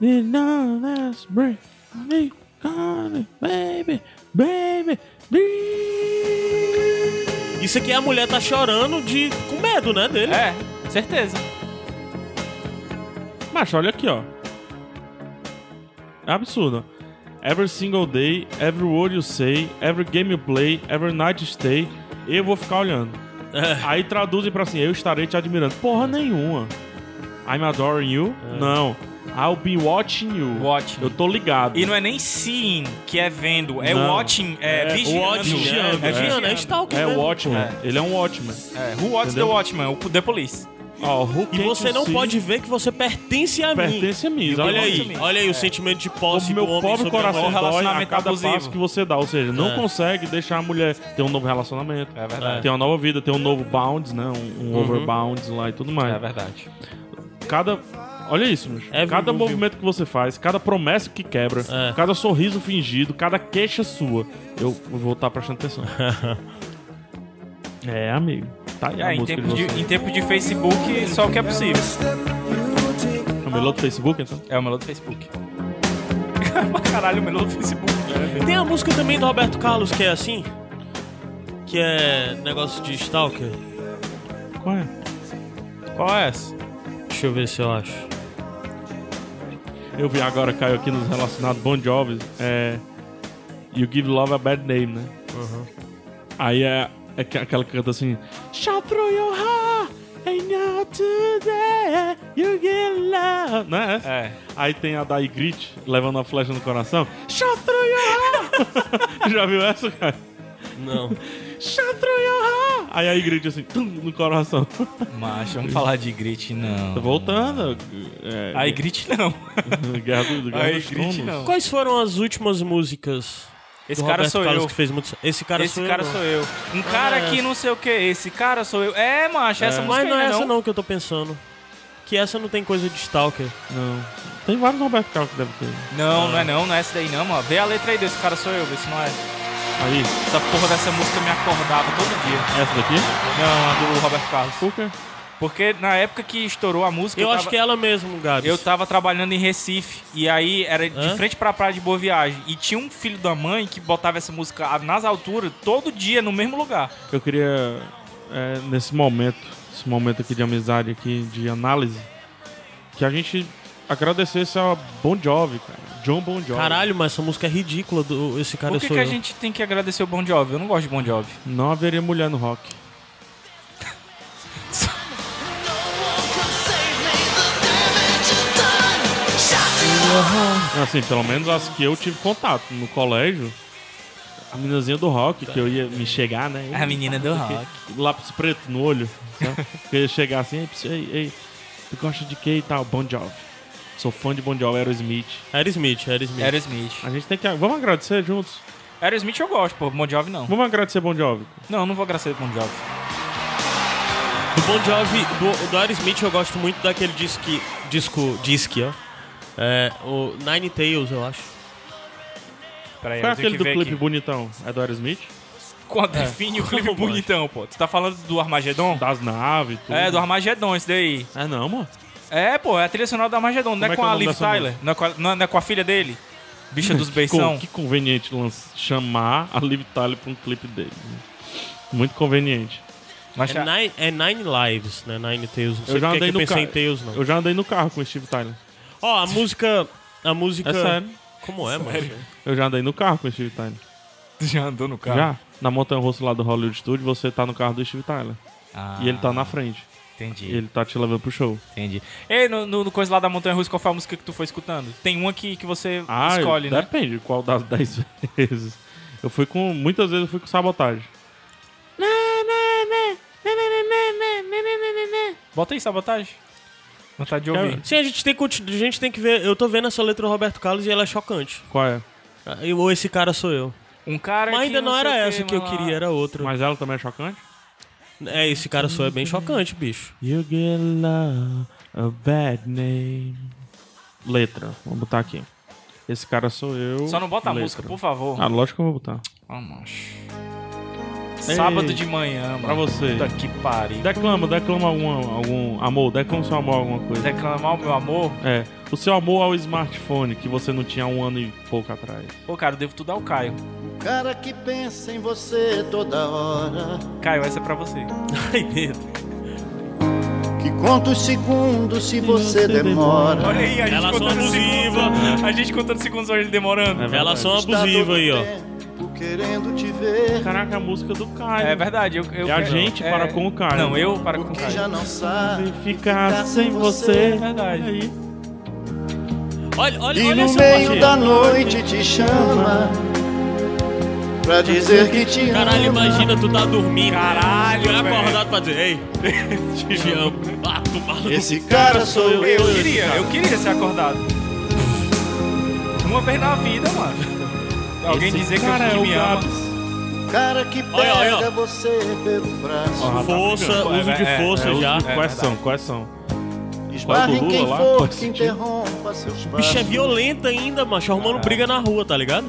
A: Did not last break. Me, God, baby, baby, baby.
C: Isso aqui é a mulher tá chorando de com medo, né, dele.
B: É, certeza.
A: Macho, olha aqui, ó. É absurdo. Every single day, every word you say, every game you play, every night you stay, eu vou ficar olhando. Aí traduzem pra assim, eu estarei te admirando. Porra nenhuma. I'm adoring you?
C: É.
A: Não. I'll be watching you.
B: Watching.
A: Eu tô ligado.
B: E não é nem seeing, que é vendo, é
A: Não.
B: watching, é,
A: É
B: vigiando.
A: watching,
C: Vigiando,
A: é,
C: é, vigiando, é, stalker
A: É
C: mesmo.
A: Watchman. Ele é um Watchman.
B: É, who watches the
A: Entendeu?
B: watchman? O The Police.
A: Ó, who
C: E
A: can't
C: você
A: you
C: não
A: see
C: pode ver que você pertence a mim.
A: Pertence a mim.
C: Olha
A: exatamente.
C: aí, olha aí o sentimento de posse
A: Como meu
C: do homem
A: pobre
C: sobre a
A: coração
C: mulher.
A: dói a
B: relacionamento
A: cada
B: abusivo.
A: passo que você dá. Ou seja, não
C: É.
A: consegue deixar a mulher ter um novo relacionamento.
B: É verdade. Uhum.
A: Ter uma nova vida, ter um novo bounds, né? Um, um overbounds lá e tudo mais.
B: É verdade. É
A: Cada... Olha isso, bicho.
C: Every
A: cada
C: move.
A: movimento que você faz, cada promessa que quebra,
C: É.
A: cada sorriso fingido, cada queixa sua. Eu vou estar prestando atenção. é, amigo. Tá aí a
B: É, em
A: música de
B: tempo de,
A: você.
B: em tempo de Facebook, só o que é possível.
A: É o melô do Facebook, então?
B: É o melô do Facebook. Pra Caralho, o melô do Facebook.
C: Tem a música também do Roberto Carlos que é assim, que é negócio de stalker.
A: Qual é?
B: Qual é essa?
C: Deixa eu ver se eu acho.
A: Eu vi agora, caiu aqui nos relacionados Bon Jovi, é... You Give Love a Bad Name, né? Aí é... É que- aquela que canta assim. Shout through your heart, ain't not today, you get love. Não é? essa?
B: É.
A: Aí tem a da Igrit, levando a flecha no coração. Shout through your heart. Já viu essa, cara?
C: Não.
A: Shout through your heart. Aí a Igrit assim, tum, no coração.
B: Mas vamos falar de Grit, não.
A: Voltando. É,
B: Aí Grit não.
A: Guerra do Guerra
B: Aí
A: dos
B: Grit
A: Tronos.
B: não.
C: Quais foram as últimas músicas? do
B: Esse cara
C: Roberto
B: sou
C: Carlos
B: eu.
C: Que fez muito... Esse cara
B: Esse
C: sou
B: cara
C: eu. não.
B: sou eu. Um cara que não sei o que, esse cara sou eu. É, macho, essa
C: É.
B: música
C: Mas não é
B: aí, né,
C: essa não que eu tô pensando. Que essa não tem coisa de Stalker.
A: Não. Tem vários Roberto Carlos que deve ter.
B: Não, não é não, não é essa daí não, mano. Vê a letra aí desse cara sou eu, vê se não é.
A: Aí,
B: Essa porra dessa música me acordava todo dia.
A: essa daqui.
B: Não, a do Roberto Carlos.
A: Por quê?
B: Porque na época que estourou a música,
C: Eu,
B: eu
C: acho
B: tava-
C: que é ela mesmo, Gabs.
B: Eu tava trabalhando em Recife e aí era de
C: Hã?
B: frente pra praia de Boa Viagem. E tinha um filho da mãe que botava essa música nas alturas todo dia no mesmo lugar.
A: Eu queria, é, nesse momento, esse momento aqui de amizade, aqui, de análise, que a gente agradecesse a Bon Jovi, cara. John Bon Jovi.
C: Caralho, mas essa música é ridícula do Esse Cara
B: Por que,
C: Sou
B: que a
C: Eu.
B: gente tem que agradecer o Bon Jovi? Eu não gosto de Bon Jovi.
A: Não haveria mulher no rock. Assim, pelo menos as que eu tive contato no colégio. A meninazinha do rock, que eu ia me chegar, né?
B: A menina do rock.
A: um Lápis preto no olho. sabe? Que eu ia chegar assim, ei, ei, ei, tu gosta de que e tal? Bon Jovi. Sou fã de Bon Jovi, Aerosmith.
C: Aerosmith, Aerosmith.
B: Aerosmith.
A: A gente tem que. Vamos agradecer juntos?
B: Aerosmith eu gosto, pô. Bon Jovi não.
A: Vamos agradecer Bon Jovi.
B: Não, não vou agradecer o Bon Jovi.
C: Do Bon Jovi, do, do Aerosmith eu gosto muito daquele disco, disco, disque, ó. É, o Nine Tails, eu acho.
B: Peraí,
A: Qual é
B: eu tenho
A: aquele
B: que
A: do
B: ver
A: clipe
B: aqui.
A: bonitão? É do Aerosmith?
C: É,
B: Quando define o clipe bonitão, pô. Tu tá falando do Armagedon?
A: Das naves e tudo.
B: É, do Armagedon, esse daí.
A: É não, mano.
B: É, pô, é a trilha sonora do Armagedon. Não
A: Como
B: é
A: é que
B: com
A: é o
B: a
A: nome
B: Liv
A: dessa
B: Tyler? Não é, com a, não é- não é com a filha dele? Bicha dos
A: Que, con-
B: beição.
A: que conveniente lan- chamar a Liv Tyler pra um clipe dele. Muito conveniente.
B: Mas
C: É
B: tá-
C: nine, é Nine Lives, né? Nine Tails. Não sei
A: Eu já
C: por que
A: andei
C: que eu
A: no
C: pensei
A: carro.
C: em Tails, não.
A: Eu já andei no carro com o Steve Tyler.
C: Ó, a música... A música...
A: É sério.
C: Como é, mano?
A: Eu já andei no carro com o Steve Tyler.
B: Tu já andou no carro?
A: Já? Na montanha russa lá do Hollywood Studio, você tá no carro do Steve Tyler. E ele tá na frente. E
B: Ah, Entendi,
A: ele tá te levando pro show.
B: entendi. Ei, no, no, no coisa lá da Montanha Russa, qual foi a música que tu foi escutando? Tem uma que, que você
A: Ah,
B: escolhe, né?
A: depende qual das 10 vezes. Eu fui com. Muitas vezes eu fui com sabotagem.
B: Bota aí, sabotagem. Vontade de ouvir.
C: Sim, a gente, tem, que continu- a gente tem que ver... Eu tô vendo essa letra do Roberto Carlos e ela é chocante.
A: Qual é?
C: Eu, ou esse cara sou eu.
B: Um cara
C: Mas
B: que
C: ainda não
B: sei
C: era
B: o quê,
C: essa que eu
B: mas lá-
C: queria, era outra.
A: Mas ela também é chocante?
C: É, esse cara sou eu é bem chocante, bicho.
A: You get love, a bad name. Letra, vou botar aqui. Esse cara sou eu.
B: Só não bota a
A: letra.
B: música, por favor.
A: Ah, lógico que eu vou botar.
B: Ah, macho. Sábado de manhã, mano.
A: Pra você.
B: Puta que pariu.
A: Declama, declama algum, algum amor, declama seu amor a alguma coisa.
B: Declamar o meu amor?
A: É, o seu amor ao smartphone que você não tinha há um ano e pouco atrás.
B: Pô, cara, eu devo tudo ao Caio.
G: Cara que pensa em você toda hora,
B: Caio, essa é pra você.
C: Ai, Pedro.
G: que conta os segundos se você demora.
B: Olha aí, a gente
C: Relação
B: contando
C: abusiva.
B: segundos. A gente contando segundos hoje ele demorando.
A: É
C: Relação
I: Tá
C: abusiva aí, ó.
G: ó. Querendo te ver,
A: Caraca, a música do Caio.
B: É verdade, eu, eu
A: É a
B: quero-
A: gente para com o Caio.
B: Não, eu para com o
G: que
B: Caio.
G: já não sabe.
A: Ficar sem você.
B: É verdade.
A: Aí.
C: Olha, olha,
G: E
C: olha
G: no
C: essa
G: meio
C: batida.
G: da noite te chama pra dizer que te
C: Caralho,
G: ama.
C: imagina tu tá dormindo.
B: Caralho,
C: Tu é
B: velho.
C: acordado pra dizer, ei, te amo. Ah, tu maluco.
G: Esse cara sou eu.
B: Eu queria, eu queria ser acordado. Uma vez na vida, mano. Alguém
A: Esse
B: dizer que, eu,
A: cara
B: que
A: é o
B: me ama.
A: Gabs.
G: Cara que
C: Olha, olha,
G: pega você pelo
I: é um
G: braço.
A: Ó,
C: Força,
A: tá
C: uso de
B: é,
C: força
A: É,
C: já.
A: já. Quais são? Quais são?
G: Esbarre em
A: Lula
G: quem
A: lá?
G: for
A: Pode
G: que
A: sentir.
G: interrompa seus
C: Bicho, é
G: passos.
C: violenta ainda, macho. Arrumando briga na rua, tá ligado?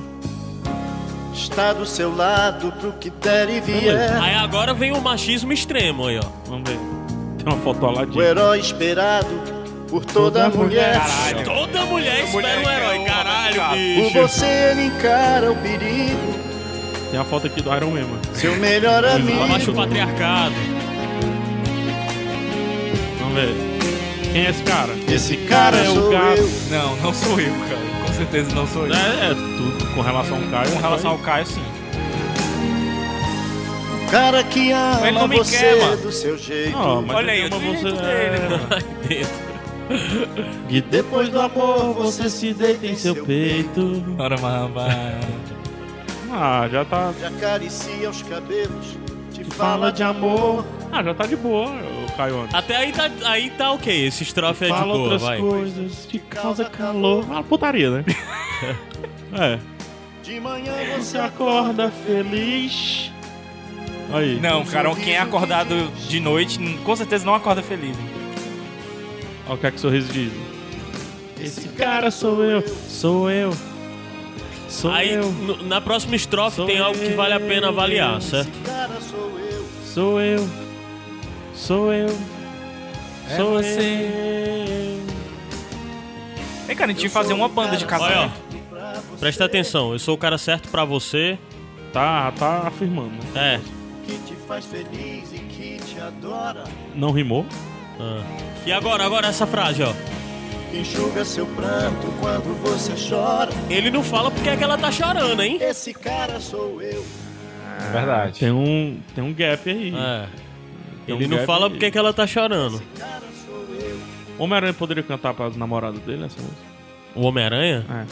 G: Está do seu lado pro que der e
I: É.
G: vier.
C: Aí agora vem o machismo extremo aí, ó.
A: Vamos ver. Tem uma foto
G: O
A: aladinha.
G: herói esperado por toda mulher.
C: Toda mulher espera
B: É. mulher
C: um
B: quer
C: herói,
B: um
C: caralho,
B: abacate.
G: Por
C: bicho.
G: você ele encara o perigo.
A: Tem a foto aqui do Iron Man, mano.
G: Seu melhor
C: Abaixa o
G: amigo.
C: patriarcado.
A: Vamos ver. Quem é esse cara?
G: Esse cara
A: é o
G: sou
A: gato.
G: eu.
B: Não, não sou eu, cara. Com certeza não sou eu.
A: É, é tudo com relação ao Caio.
B: Com relação ao Caio, sim.
J: cara que ama
B: Ele não
A: é
B: me
J: você
B: quer, mano.
J: do seu jeito.
A: Não, mas
B: Olha aí,
A: eu
B: o
A: tenho
B: jeito
A: você-
B: dele,
A: é.
B: mano.
C: Dentro.
A: E depois do amor você se deita em seu peito.
B: Bora, mamba.
A: Ah, já tá.
J: Te acaricia os cabelos, te
A: Fala de amor. Ah, já tá de boa, o Caio Anderson.
C: Até aí tá, aí tá ok, esse estrofe é de
A: Fala
C: boa,
A: outras
C: vai.
A: coisas, te causa calor. Ah, putaria, né? é.
J: De manhã
A: Você
J: você
A: acorda feliz. Aí.
B: Não, cara, quem é acordado de noite com certeza não acorda feliz.
A: Olha o que é que o sorriso diz. Esse cara sou eu, sou eu. Sou
C: Aí
A: eu,
C: no- na próxima estrofe
A: Sou
C: tem algo que vale a pena avaliar, certo?
J: cara sou eu.
A: sou eu, sou eu.
B: É
A: sou
B: você.
A: eu.
B: Vem, cara, a gente ia fazer uma banda de
C: Olha,
B: casamento.
C: ó. Presta atenção, eu sou o cara certo pra você.
A: Tá, tá afirmando. né?
C: É.
J: Que te faz feliz e que te adora.
A: Não rimou?
C: Ah. E agora, agora essa frase, ó.
J: Enxuga seu pranto quando você chora.
C: Ele não fala porque é que ela tá chorando, hein?
J: Esse cara sou eu.
B: Verdade.
A: Tem um, tem um gap aí.
C: É.
A: Tem
C: Ele
A: um
C: não
A: gap
C: fala
A: aí.
C: porque é que ela tá chorando.
A: Homem-Aranha poderia cantar para as namoradas dele essa música?
C: O Homem-Aranha?
A: É.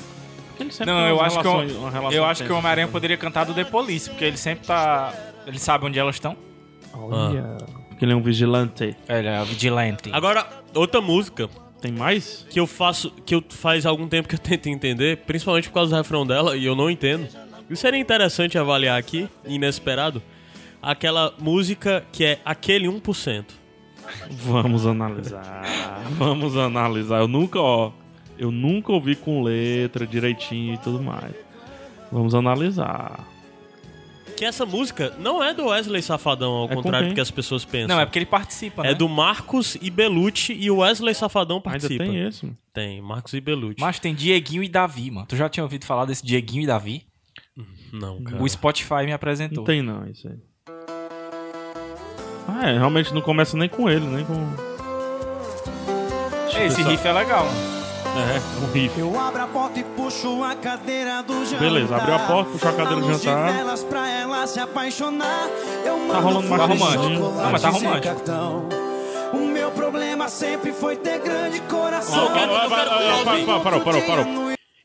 A: Porque ele sempre
B: Não,
A: tem
B: eu
A: umas
B: acho que eu,
A: relações- uma relação
B: eu acho que
A: tensa. assim.
B: o Homem-Aranha poderia cantar do The Police, porque ele sempre tá. Ele sabe onde elas estão.
A: Olha. Porque ele é um vigilante.
B: Ele é vigilante.
C: Agora, outra música
A: Tem mais?
C: que eu faço, que eu faz algum tempo que eu tento entender, principalmente por causa do refrão dela, e eu não entendo. Isso seria interessante avaliar aqui, inesperado, aquela música que é aquele 1%.
A: Vamos analisar. Vamos analisar. Eu nunca, ó. Eu nunca ouvi com letra direitinho e tudo mais. Vamos analisar.
C: Que essa música não é do Wesley Safadão, ao
A: É com
C: contrário
A: quem?
C: do que as pessoas pensam.
B: Não, é porque ele participa, né?
C: É do Marcos e Belucci e o Wesley Safadão participa.
A: Ainda tem esse.
C: Tem, Marcos e Belucci.
B: Mas tem Dieguinho e Davi, mano. Tu já tinha ouvido falar desse Dieguinho e Davi?
C: Não,
A: É.
C: cara.
B: O Spotify me apresentou.
A: Não tem não, isso aí. Ah, é, realmente não começa nem com ele, nem com.
B: Esse riff é legal.
A: É, um riff.
I: Eu abro a porta e puxo a cadeira do jantar.
A: Beleza, abriu a porta, puxou a cadeira do
I: Luz Tá, de
A: jantar. Tá
I: velas pra ela se apaixonar. Eu mando
A: rolando uma romântica.
I: flores, chocolates
B: Não, mas tá
I: e
B: romântico.
I: cartão. O meu problema sempre foi ter grande coração.
C: Eu quero- eu quero- eu quero-
A: Parou, parou, parou.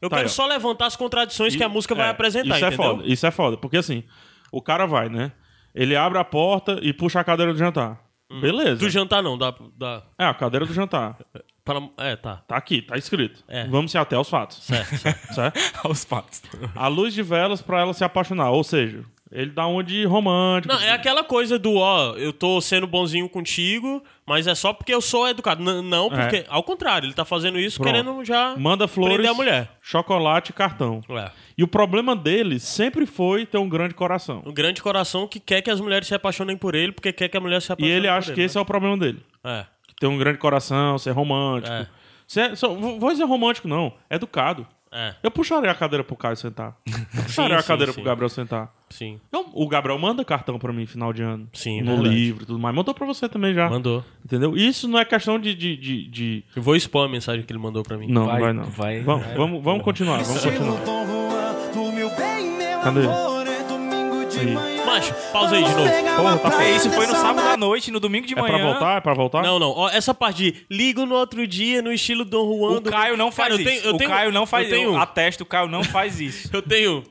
C: Eu
A: Tá
C: quero
A: aí, ó.
C: só levantar as contradições que a música vai
A: É,
C: apresentar,
A: isso
C: entendeu?
A: é foda, isso é foda. Porque assim, o cara vai, né? Ele abre a porta e puxa a cadeira do jantar. Beleza.
C: Hum. Do jantar não, dá... dá
A: É, a cadeira do jantar.
C: pra, é, tá.
A: Tá aqui, tá escrito.
C: É.
A: Vamos se até aos fatos.
C: Certo, certo.
A: Certo?
B: Aos fatos.
A: A luz de velas pra ela se apaixonar. Ou seja, ele dá uma de romântico.
C: Não, é aquela coisa do, ó, eu tô sendo bonzinho contigo, mas é só porque eu sou educado. N- não, porque... Ao contrário, ele tá fazendo isso
A: É. Pronto.
C: querendo já...
A: Manda flores,
C: prender a mulher.
A: chocolate e cartão.
C: É.
A: E o problema dele sempre foi ter um grande coração.
C: Um grande coração que quer que as mulheres se apaixonem por ele, porque quer que a mulher
A: E
C: se apaixone
A: ele
C: por
A: acha que
C: né?
A: esse é o problema dele.
C: É.
A: Que ter um grande coração, ser romântico.
C: É.
A: Ser, só- vou dizer romântico, não. Educado.
C: É,
A: Eu puxaria a cadeira pro Caio sentar. Eu puxaria
C: Sim,
A: a
C: sim,
A: cadeira
C: sim.
A: pro Gabriel sentar.
C: sim.
A: Eu- o Gabriel manda cartão pra mim final de ano.
C: Sim,
A: No
C: verdade.
A: livro e tudo mais. Mandou pra você também já.
C: Mandou.
A: Entendeu? Isso não é questão de. de, de, de-
C: Eu vou expor a mensagem que ele mandou pra mim.
A: Não,
B: Vai,
A: não vai não.
B: vai,
A: vamos,
B: vai.
A: vamos, vamos continuar, vamos continuar.
I: Dom Juan, do meu bem, meu
A: Cadê?
I: amor, é domingo de
A: Aí.
I: manhã.
C: Macho, pausa aí de novo.
A: Porra, tá
B: É,
A: feio.
B: isso foi no sábado à noite, no domingo de
A: É
B: manhã.
A: pra voltar? É pra voltar?
C: Não, não. Ó, essa parte de ligo no outro dia, no estilo Dom Juan.
B: O
C: do-
B: Caio não faz
C: Cara, eu
B: isso.
C: tenho- eu
B: o
C: tenho-
B: Caio não faz
C: Eu tenho, um.
B: isso. Atesto, o Caio não faz isso.
C: eu tenho.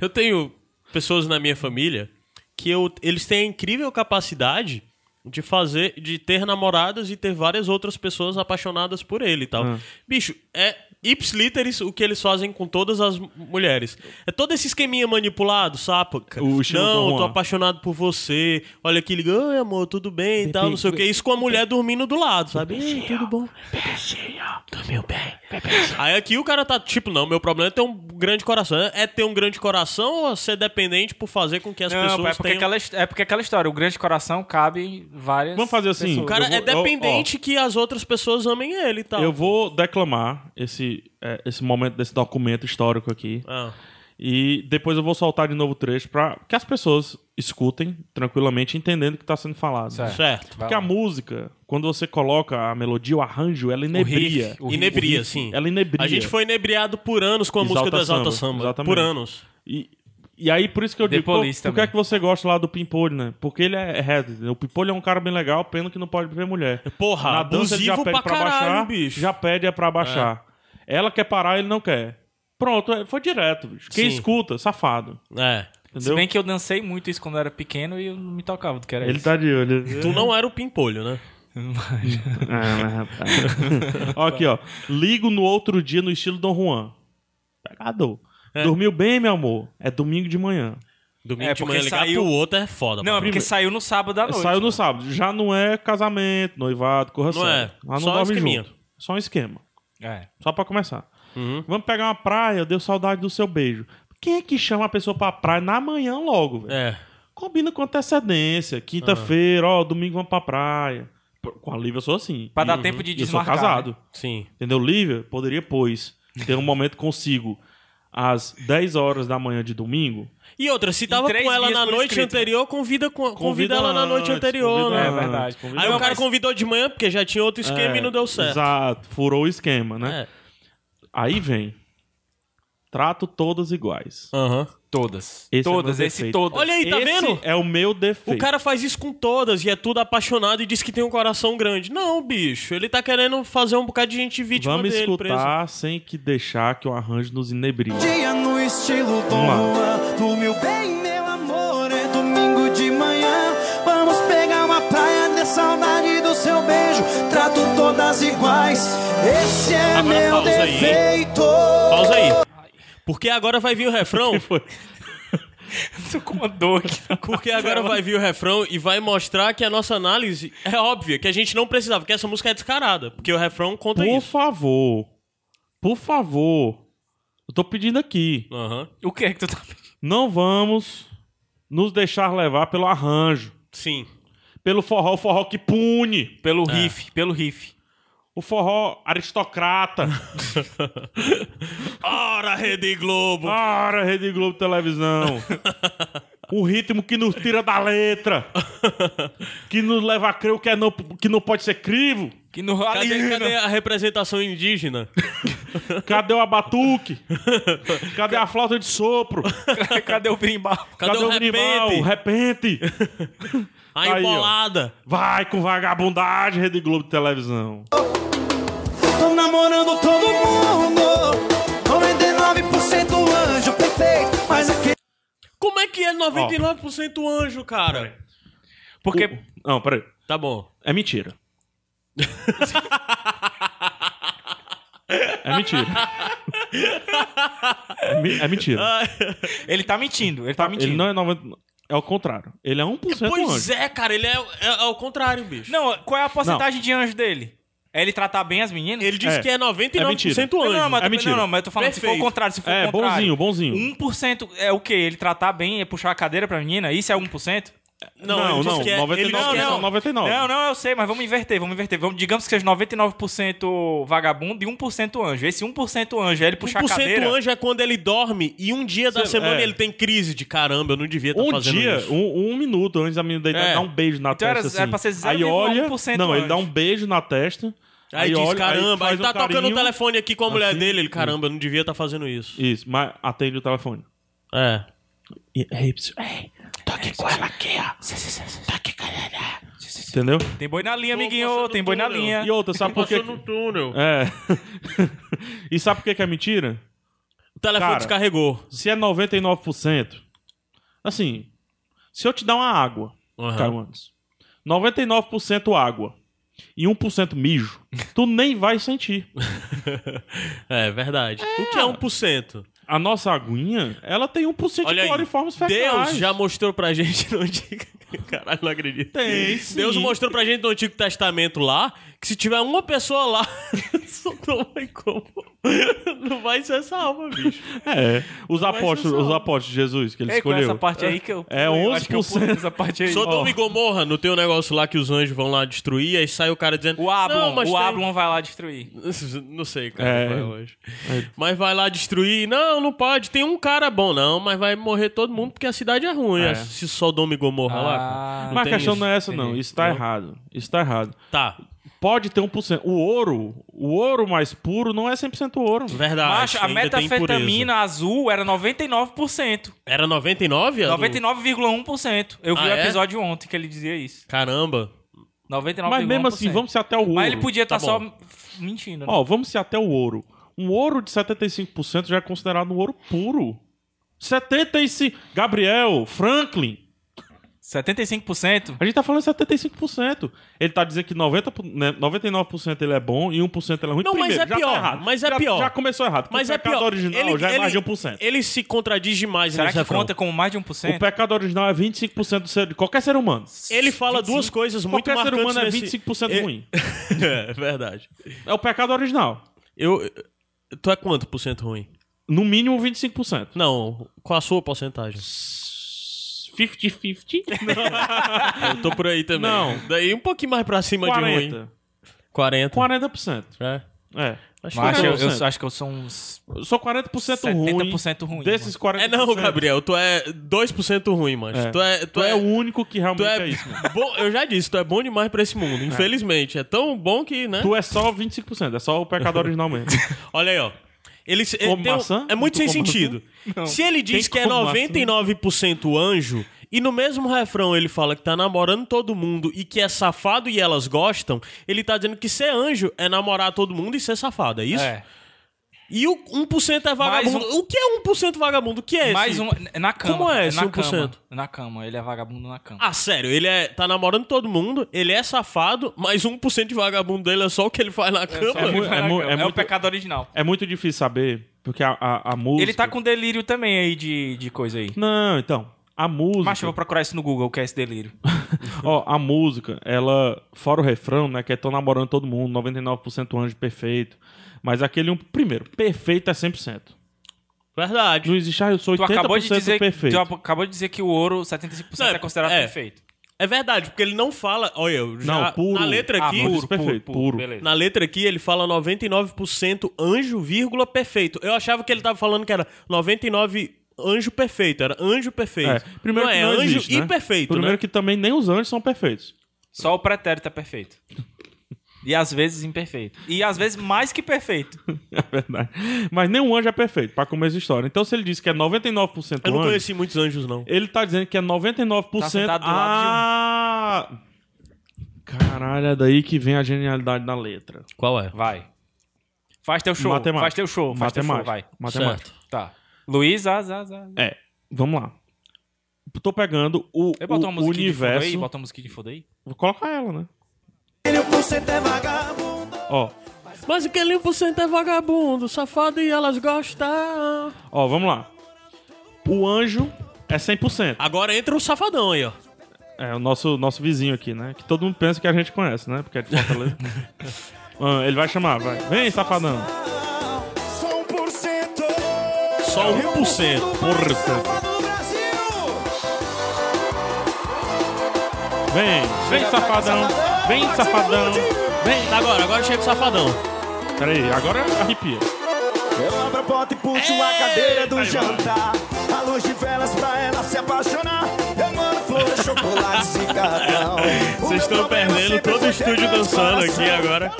C: Eu tenho pessoas na minha família que eu, eles têm a incrível capacidade de fazer. de ter namoradas e ter várias outras pessoas apaixonadas por ele e tal.
A: Hum.
C: Bicho, é. Ips literis, o que eles fazem com todas as m- mulheres. É todo esse esqueminha manipulado, sapo.
A: O estilo Dom
C: não,
A: Juan.
C: tô apaixonado por você. Olha aqui, liga, oi amor, tudo bem e tal, não sei o que. Isso com a mulher dormindo do lado, sabe? Ei, tudo bom? Dormiu bem. Aí aqui o cara tá tipo, não, meu problema é ter um grande coração. É ter um grande coração ou ser dependente por fazer com que as
B: não,
C: pessoas um-
B: é porque,
C: tenham...
B: aquela, é porque aquela história, o grande coração cabe em várias.
A: Vamos fazer assim.
C: O cara
A: Eu vou-
C: é
A: eu- ó,
C: dependente que as outras pessoas amem ele e tal.
A: Eu vou declamar esse, é, esse momento desse documento histórico aqui.
C: Ah,
A: E depois eu vou soltar de novo o trecho pra que as pessoas escutem tranquilamente, entendendo o que tá sendo falado.
B: Certo.
C: certo.
B: Vai
A: Porque
B: lá.
A: a música, quando você coloca a melodia, o arranjo, ela
B: O riff,
A: inebria.
B: o riff,
C: Inebria,
B: o riff.
C: sim.
A: Ela inebria.
C: A gente foi inebriado por anos com a
A: Exalta
C: música do Exalta
A: Samba,
C: Samba.
A: exatamente.
C: Por anos.
A: E E aí, por isso que eu
B: The
A: digo, pô,
B: Police
A: por que
B: também.
A: é que você gosta lá do Pimpolho, né? Porque ele é reto. entendeu? O Pimpolho é um cara bem legal, pena que não pode ver mulher.
C: Porra,
A: Na dança ele já
C: abusivo
A: pede pra,
C: pra caralho,
A: baixar,
C: bicho. É.
A: já pede é pra baixar. Ela quer parar, ele não quer. Pronto, é- foi direto, bicho. Quem
C: Sim.
A: escuta, safado.
C: É.
B: Se
A: Entendeu?
B: bem que eu dancei muito isso quando eu era pequeno e eu não me tocava do que era
A: Ele
B: isso.
A: tá de olho.
C: Tu não era o pimpolho, né?
A: Ah, mas rapaz. Ó, aqui, ó. Ligo no outro dia no estilo Dom Juan. Pegador.
C: É.
A: Dormiu bem, meu amor? É domingo de manhã.
C: Domingo
B: É,
C: de
B: porque
C: manhã ligar
B: saiu-
C: pro outro é foda.
B: Não, é
C: papai.
B: porque saiu no sábado à noite.
A: Saiu no sábado. Já não é casamento, noivado, corra
C: né? Não
A: séria.
C: é.
A: Lá não
C: Só um
A: dorme
C: esqueminha. Uhum.
A: junto. Só um esquema.
B: É.
A: Só pra começar. Vamos pegar uma praia, deu saudade do seu beijo. Quem é que chama a pessoa pra praia na manhã logo, velho?
C: É.
A: Combina com antecedência. Quinta-feira, ó, domingo vamos pra praia. Pô, Com a Lívia eu sou assim.
B: Pra
C: Uhum.
B: dar tempo de
A: E eu sou
B: desmarcar,
A: casado.
B: né?
C: Sim.
A: Entendeu? Lívia poderia, pois, ter um momento consigo às 10 horas da manhã de domingo.
C: E outra, se tava
B: três
C: com ela
B: dias
C: na
B: por
C: noite
B: escrito, né?
C: anterior, convida, com- convida, ela na noite
A: antes,
C: anterior,
A: convida
C: né?
B: É
A: antes,
B: verdade.
A: convida
C: Aí
B: Não,
C: o cara
B: mas-
C: convidou de manhã porque já tinha outro
A: É,
C: esquema e não deu certo.
A: Exato, furou o esquema, né?
C: É.
A: Aí vem. Trato todas iguais.
C: Aham.
B: Todas.
A: Esse é
B: todas,
A: meu
B: esse
A: defeito.
B: todas.
C: Olha aí, tá
A: Esse
C: vendo?
A: É o meu defeito.
C: O cara faz isso com todas e é tudo apaixonado e diz que tem um coração grande. Não, bicho, ele tá querendo fazer um bocado de gente vítima
A: Vamos
C: dele, preso.
A: escutar sem que deixar que o arranjo nos inebrie.
I: Dia no estilo
A: Vamos lá.
I: boa. Dormiu bem, meu amor, é domingo de manhã. Vamos pegar uma praia de saudade do seu beijo. Trato todas iguais. Esse é
C: Agora
I: meu
C: pausa aí, hein?
I: defeito.
C: Pausa aí. Porque agora vai vir o refrão.
B: Tô com uma dor aqui.
C: Porque agora vai vir o refrão e vai mostrar que a nossa análise é óbvia, que a gente não precisava, porque essa música é descarada. Porque o refrão conta
A: Por
C: isso.
A: favor. Por favor. Eu tô pedindo aqui.
C: Aham.
B: O que é que tu tá
A: Não vamos nos deixar levar pelo arranjo.
C: Sim.
A: Pelo forró, o forró que pune.
B: Pelo riff, pelo riff.
A: O forró aristocrata.
C: Ora, Rede Globo!
A: Ora, Rede Globo Televisão. Um ritmo que nos tira da letra. Que nos leva a crer o que, é não, que não pode ser crivo.
B: Que no
C: Cadê, cadê a representação indígena?
A: Cadê o abatuque? Cadê a flauta de sopro?
B: cadê, o brimbal?
A: Cadê, o animal? O repente? Aí, ó.
C: A embolada.
A: Vai com vagabundagem, Rede Globo Televisão.
I: Tô namorando todo mundo. 99% anjo perfeito, mas aquele.
C: Como é que é 99% anjo, cara?
B: Porque
A: O- Não, peraí.
C: Tá bom.
A: É mentira. é mentira. É, mi- é mentira.
B: ele tá mentindo, ele tá mentindo.
A: Ele não é 90... É o contrário. Ele é 1%
C: Pois
A: anjo.
C: é, cara, ele é, é, é o contrário, bicho.
B: Não, qual é a porcentagem de anjo dele? É ele tratar bem as meninas?
C: Ele disse
A: É.
C: que é 99%
A: mentira.
C: anjo.
B: Não, não, mas,
A: É
B: eu tô-
A: mentira.
B: não, não, mas eu tô falando, se for
C: Perfeito.
B: o contrário, se for
A: É,
B: o
A: bonzinho,
B: contrário.
A: bonzinho.
B: 1% é o quê? Ele tratar bem, é puxar a cadeira pra menina? Isso é 1%?
A: Não,
C: Não, ele disse
A: não,
C: que é, ele
A: 99,
C: disse que é-
A: não, 99.
B: Não, não, eu sei, mas vamos inverter, vamos inverter. Vamos, digamos que seja 99% vagabundo e 1% anjo. Esse 1% anjo é ele
A: Um
B: puxar a
C: 1%
B: cadeira.
C: anjo é quando ele dorme e um dia da
A: Sei-
C: semana
A: é.
C: ele tem crise de caramba, eu não devia estar
A: Um
C: tá fazendo
A: dia,
C: isso.
A: um, um minuto antes da menina deitar,
C: É.
A: dá um beijo na
B: Então era-
A: testa.
B: era
A: assim.
B: pra ser
A: Aí olha.
B: 0,1%
A: Não, ele
B: anjo.
A: dá um beijo na testa.
C: Aí, diz,
A: olha,
C: caramba, aí,
A: faz um
C: tá tocando o
A: carinho.
C: telefone aqui com a mulher
A: assim,
C: dele, ele, caramba, eu não devia estar fazendo isso.
A: Isso, mas atende o telefone.
C: É.
A: E- Ei, psiu, ei, tô aqui com ela aqui, ó. Tô aqui com ela. Entendeu?
B: Tem boi na linha,
C: Tô né?
B: amiguinho,
C: passando
B: tem boi na
C: túnel.
B: linha.
A: E outra, sabe por que... que-
C: túnel.
A: É. e sabe por que que é mentira?
C: O telefone
A: Cara.
C: descarregou.
A: Se é 99%, assim, se eu te dar uma água,
C: Aham.
A: Caio Andes, 99% água e 1% mijo, tu nem vai sentir.
C: É, verdade. O que é 1%?
A: A nossa aguinha, ela tem 1%
C: Olha
A: de
C: aí.
A: cloriformes fecais.
C: Deus já mostrou pra gente no Antigo... Caralho, não acredito.
A: Tem, sim.
C: Deus mostrou pra gente no Antigo Testamento lá que se tiver uma pessoa lá, isso não vai como. Não vai ser salva, bicho.
A: É, os
C: ser
A: apóstolos,
C: salvo.
A: os apóstolos de Jesus que ele
B: Ei, com
A: escolheu.
B: essa parte aí que eu.
A: É
B: eu acho que eu
A: 11%.
B: pulo essa parte aí.
C: Sodoma e Gomorra, não tem um negócio lá que os anjos vão lá destruir, aí sai o cara dizendo...
B: O Ablon,
C: "Não, mas
B: o
C: tem-
B: Ablon vai lá destruir.
C: Não sei, cara,
A: É.
C: qual é hoje. Mas vai lá destruir. Não, não pode. Tem um cara bom, não, mas vai morrer todo mundo porque a cidade é ruim.
A: É.
C: Se Sodoma e Gomorra lá.
B: Ah,
C: cara.
A: Mas a
C: tem
A: questão é-
C: isso.
A: não é essa, não. Isso tá errado. Isso tá errado.
C: Tá.
A: pode ter 1%. O ouro, o ouro mais puro não é 100% ouro. mano.
B: Macho, a metafetamina azul era 99%.
C: Era 99? a É, do-
B: 99,1%. Eu vi
C: Ah,
B: o
C: é?
B: episódio ontem que ele dizia isso.
C: Caramba.
B: 99,1%.
A: Mas mesmo assim, vamos se até o ouro.
B: Mas ele podia
A: Tá
B: estar só
A: bom.
B: mentindo. né?
A: Ó, vamos se até o ouro. Um ouro de 75% já é considerado um ouro puro. 75%. Gabriel, Franklin.
B: 75%?
A: A gente tá falando de 75%. Ele tá dizendo que 90, po- né, 99% ele é bom e 1% ele é ruim.
C: Não, mas
A: Primeiro, já
C: é
A: tá
C: pior,
A: errado.
C: mas é
A: já,
C: pior.
A: Já começou errado. porque
C: Mas
A: o
C: é
A: pecado
C: pior.
A: original
C: ele,
A: já é
C: ele-
A: mais de 1%.
C: Ele se contradiz demais
B: Será
C: nesse
B: que
C: refrão.
B: conta como mais de
A: é O
B: 1%?
A: pecado original é 25% do ser, de qualquer ser humano.
C: Ele fala duas coisas muito
A: qualquer ser
C: marcantes
A: humano é
C: nesse-
A: 25%
C: É-
A: ruim.
C: é verdade.
A: É o pecado original.
C: Eu... Tu é quanto por cento ruim?
A: No mínimo 25%.
C: Não, qual a sua porcentagem?
A: 50-50?
C: Eu tô por aí também.
A: Não.
C: Daí um pouquinho mais pra cima de ruim.
A: 40.
C: 40.
A: 40%.
C: É.
A: É.
C: Acho
B: Macho,
C: que
B: Tipo,
C: um
B: eu,
A: 40%.
B: eu acho que eu sou uns
A: Eu sou 40% é ruim.
B: 70% ruim.
A: Desses
B: mano.
A: 40%.
C: É não, Gabriel, tu é 2% ruim, mano.
A: É.
C: Tu é,
A: Tu é o único que realmente
C: tu é,
A: é isso, mano.
C: bom, eu já disse, tu é bom demais pra esse mundo, infelizmente. É, tão bom que, né?
A: Tu é só 25%, é só o pecado original mesmo.
C: Olha aí, ó. Ele, se-
A: Como
C: tem um-
A: maçã?
C: é muito
A: Tu
C: sem
A: como
C: sentido. Se ele diz
A: Tem
C: que é
A: como maçã?
C: 99% anjo e no mesmo refrão ele fala que tá namorando todo mundo e que é safado e elas gostam, ele tá dizendo que ser anjo é namorar todo mundo e ser safado, é isso?
B: É.
C: E o 1% é vagabundo.
B: um-
C: O que é 1% vagabundo? O que é
B: Mais
C: esse?
B: um. Na cama.
C: Como é esse
B: na
C: 1%?
B: cama. Na cama. Ele é vagabundo na cama.
C: Ah, sério, ele é, tá namorando todo mundo, ele é safado, mas 1% de vagabundo dele é só o que ele faz na cama.
A: é mu- é mu- é
B: É, o
A: muito-
B: pecado original.
A: É muito difícil saber, porque a, a, a música.
B: Ele tá com delírio também aí de, de coisa aí.
A: Não, então. A música.
B: Macho, eu vou procurar isso no Google, o que é esse delírio.
A: Ó, a música, ela, fora o refrão, né, que é tão namorando todo mundo, 99% anjo perfeito. Mas aquele um. Primeiro, perfeito é 100%.
C: Verdade.
A: Não existe, ah, eu sou
B: Tu acabou
A: 80%
B: de dizer,
A: é perfeito.
B: tu ab- acabou de dizer que o ouro, 75%
C: Não,
B: é considerado
C: é.
B: perfeito.
C: É verdade, porque ele não fala. Olha, eu já,
A: Não, puro.
C: na letra
A: Ah,
C: aqui.
A: puro, perfeito, puro.
B: Beleza.
C: Na letra aqui, ele fala 99% anjo, vírgula, perfeito. Eu achava que ele tava falando que era 99 anjo perfeito. Era anjo perfeito.
A: É, primeiro
C: não,
A: que
C: é
A: não
C: anjo
A: existe,
C: e
A: né?
C: perfeito,
A: Primeiro
C: né?
A: que também nem os anjos são perfeitos.
B: Só o pretérito é perfeito. E às vezes imperfeito. E às vezes mais que perfeito.
A: É verdade. Mas nenhum anjo é perfeito, pra começo de história. Então, se ele diz que é 99%
C: Eu não
A: anjo,
C: conheci muitos anjos, não.
A: Ele tá dizendo que é 99%.
B: Tá sentado do um.
A: ah... Caralho, é daí que vem a genialidade da letra.
C: Qual é?
B: Vai. Faz teu show.
A: Matemática.
B: Faz teu show. Faz
A: Matemática.
B: teu show, vai.
A: Matemática.
B: Tá. Luiz, az, az, az.
A: É, vamos lá. Tô pegando o,
B: Eu boto
A: o-
B: uma
A: o
B: musiquinha de
A: universo.
B: fundo aí, bota uma musiquinha de fundo aí.
A: Vou colocar ela, né?
G: um é
A: Ó,
C: Mas aquele 1% é vagabundo, safado e elas gostam.
A: ó, vamos lá. O anjo é 100%.
C: Agora entra o safadão aí, ó.
A: É o nosso, nosso vizinho aqui, né? Que todo mundo pensa que a gente conhece, né? Porque é de Fortaleza. Ah, Ele vai chamar, vai. Vem, safadão.
G: Só 1%.
C: Só 1%. Porra.
A: Vem, vem, safadão. Vem, safadão.
C: Vem, tá agora, agora chega o safadão.
A: Pera aí, agora arrepia.
G: Eu abro a porta e puxo a cadeira do jantar. A luz de velas pra ela se apaixonar. Eu mando flores, chocolates e cartão.
C: Vocês estão perdendo
G: é
C: todo o estúdio dançando aqui agora.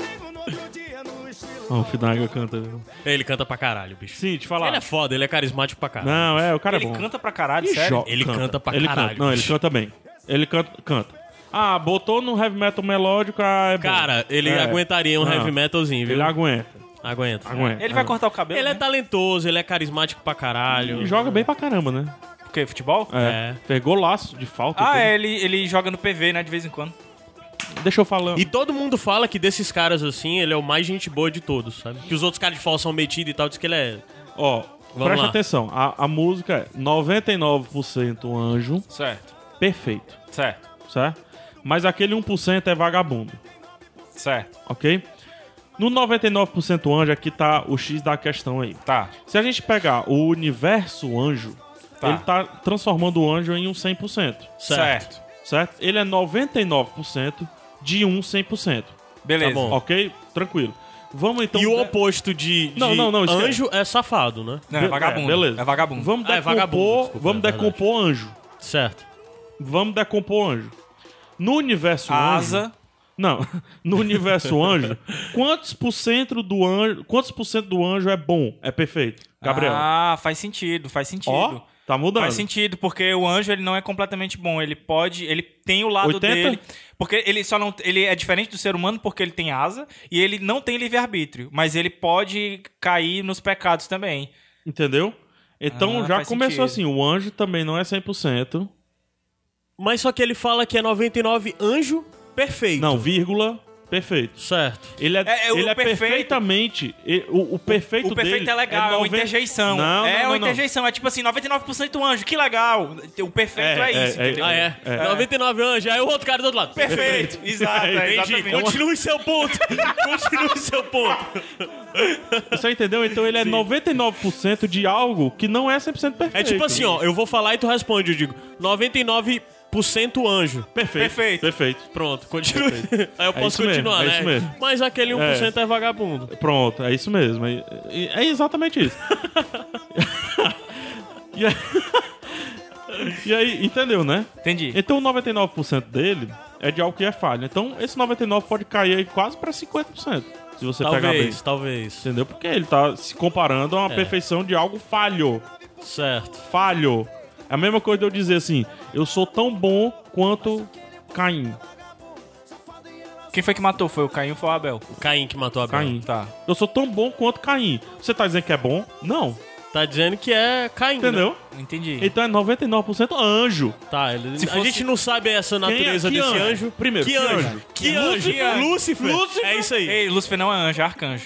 A: Ó, Ah, o Fidanga canta.
C: Ele canta pra caralho, bicho.
A: Sim, te
C: Ele
A: falar.
C: é foda, ele é carismático pra caralho.
A: Não, é, o cara
B: Ele
A: é bom.
B: canta pra caralho,
A: Ih,
B: sério.
A: jo-
C: Ele canta pra
A: ele
C: caralho,
A: Canta. Não, ele
C: bicho.
A: canta bem. Ele canta, canta. Ah, botou no heavy metal melódico, ah, é bom.
C: Cara, ele
A: É.
C: aguentaria um
A: Não,
C: heavy metalzinho, viu?
A: Ele aguenta,
C: Aguenta.
A: aguenta.
B: Ele vai cortar o cabelo,
C: Ele é
B: né?
C: talentoso, ele é carismático pra caralho.
A: E joga bem pra caramba, né?
B: Porque futebol?
A: É.
C: É.
A: Fez golaço de falta.
B: Ah,
A: tudo.
B: é, ele, ele joga no PV, né, de vez em quando.
C: é.
A: Deixa eu falar.
C: E todo mundo fala que desses caras assim, ele é o mais gente boa de todos, sabe? Que os outros caras de fala são metidos e tal, diz que ele é.
A: Ó, presta
C: lá.
A: atenção. A, a música é 99% anjo,
B: Certo.
A: perfeito,
B: Certo.
A: certo? Mas aquele 1% é vagabundo,
B: Certo.
A: ok? No 99% anjo aqui tá o X da questão aí.
B: Tá.
A: Se a gente pegar o universo anjo,
B: Tá.
A: ele tá transformando o anjo em um 100%,
C: Certo.
B: Certo.
A: certo? Ele é 99% de um 100%,
B: Beleza.
C: Tá bom.
A: ok? Tranquilo. Vamos então...
C: e o
A: de-
C: oposto de, de
A: Não, não, não, esquece.
C: anjo é safado, né?
B: Não,
A: Be-
B: é vagabundo. É,
A: beleza.
B: vagabundo.
A: Vamos
C: Ah, é
A: decompor,
C: vagabundo, desculpa,
A: vamos
C: é verdade.
A: decompor anjo.
C: Certo.
A: Vamos decompor o anjo. No universo
B: Asa.
A: anjo, Não, no universo anjo, quantos por cento do anjo, quantos por cento do anjo é bom, é perfeito? Gabriel.
B: Ah, faz sentido, faz sentido.
A: Ó, tá mudando.
B: Faz sentido, porque o anjo ele não é completamente bom. Ele pode. Ele tem o lado
A: 80?
B: dele. Porque ele só não. Ele é diferente do ser humano porque ele tem asa e ele não tem livre-arbítrio. Mas ele pode cair nos pecados também.
A: Entendeu? Então
B: Ah,
A: já
B: faz
A: começou
B: sentido.
A: assim, o anjo também não é 100%.
C: Mas só que ele fala que é 99 anjo perfeito.
A: Não, vírgula, perfeito.
C: Certo.
A: Ele é,
B: É, é o
A: ele é
B: perfeito-
A: perfeitamente. e- O, o perfeito
B: O perfeito
A: dele
B: é legal, é, uma
A: noven-
B: interjeição.
A: Não,
B: é
A: não,
B: uma
A: não, não.
B: interjeição. É tipo assim, 99% anjo, que legal. O perfeito é,
A: É, é,
B: isso.
A: é.
B: entendeu?
C: Ah, é?
A: É.
C: 99 anjo. Aí o outro cara do outro lado.
B: Perfeito, exato, é,
C: Entendi.
B: exatamente.
C: Continue seu ponto. Continue seu ponto.
A: Você entendeu? Então ele é 99% de algo que não é 100% perfeito.
C: É tipo assim, ó. Eu vou falar e tu responde. Eu digo 99% anjo.
A: Perfeito.
B: Perfeito.
A: Perfeito.
C: Pronto, continue. Aí eu
A: É
C: posso
A: isso mesmo,
C: continuar,
A: é
C: né?
A: isso mesmo.
C: Mas aquele 1% é, vagabundo.
A: Pronto, é isso mesmo. É, é- é exatamente isso. e, aí, e aí, entendeu, né?
B: Entendi.
A: Então 99% dele é de algo que é falha. Então esse 99% pode cair aí quase pra 50%. Se você pegar bem.
C: Talvez, talvez.
A: Entendeu? Porque ele tá se comparando a uma
C: É.
A: perfeição de algo falho.
C: Certo.
A: Falho. É a mesma coisa de eu dizer assim, eu sou tão bom quanto Caim.
B: Quem foi que matou? Foi o Caim ou foi o Abel?
C: Caim que matou a
A: Caim.
B: Tá.
A: Eu sou tão bom quanto Caim. Você tá dizendo que é bom? Não.
C: Tá dizendo que é Caim. né?
A: Entendeu?
B: Entendi.
A: Então é 99% anjo.
C: Tá, ele-
B: Se
C: a
B: fosse-
C: gente não sabe essa
A: é?
C: natureza
A: Que
C: desse
A: anjo?
C: anjo.
A: Primeiro,
C: que,
A: que
C: anjo?
A: anjo?
C: Que anjo?
B: Lúcifer.
C: Lúcifer.
A: Lúcifer.
C: É isso aí.
B: Ei, Lúcifer não é anjo, é arcanjo.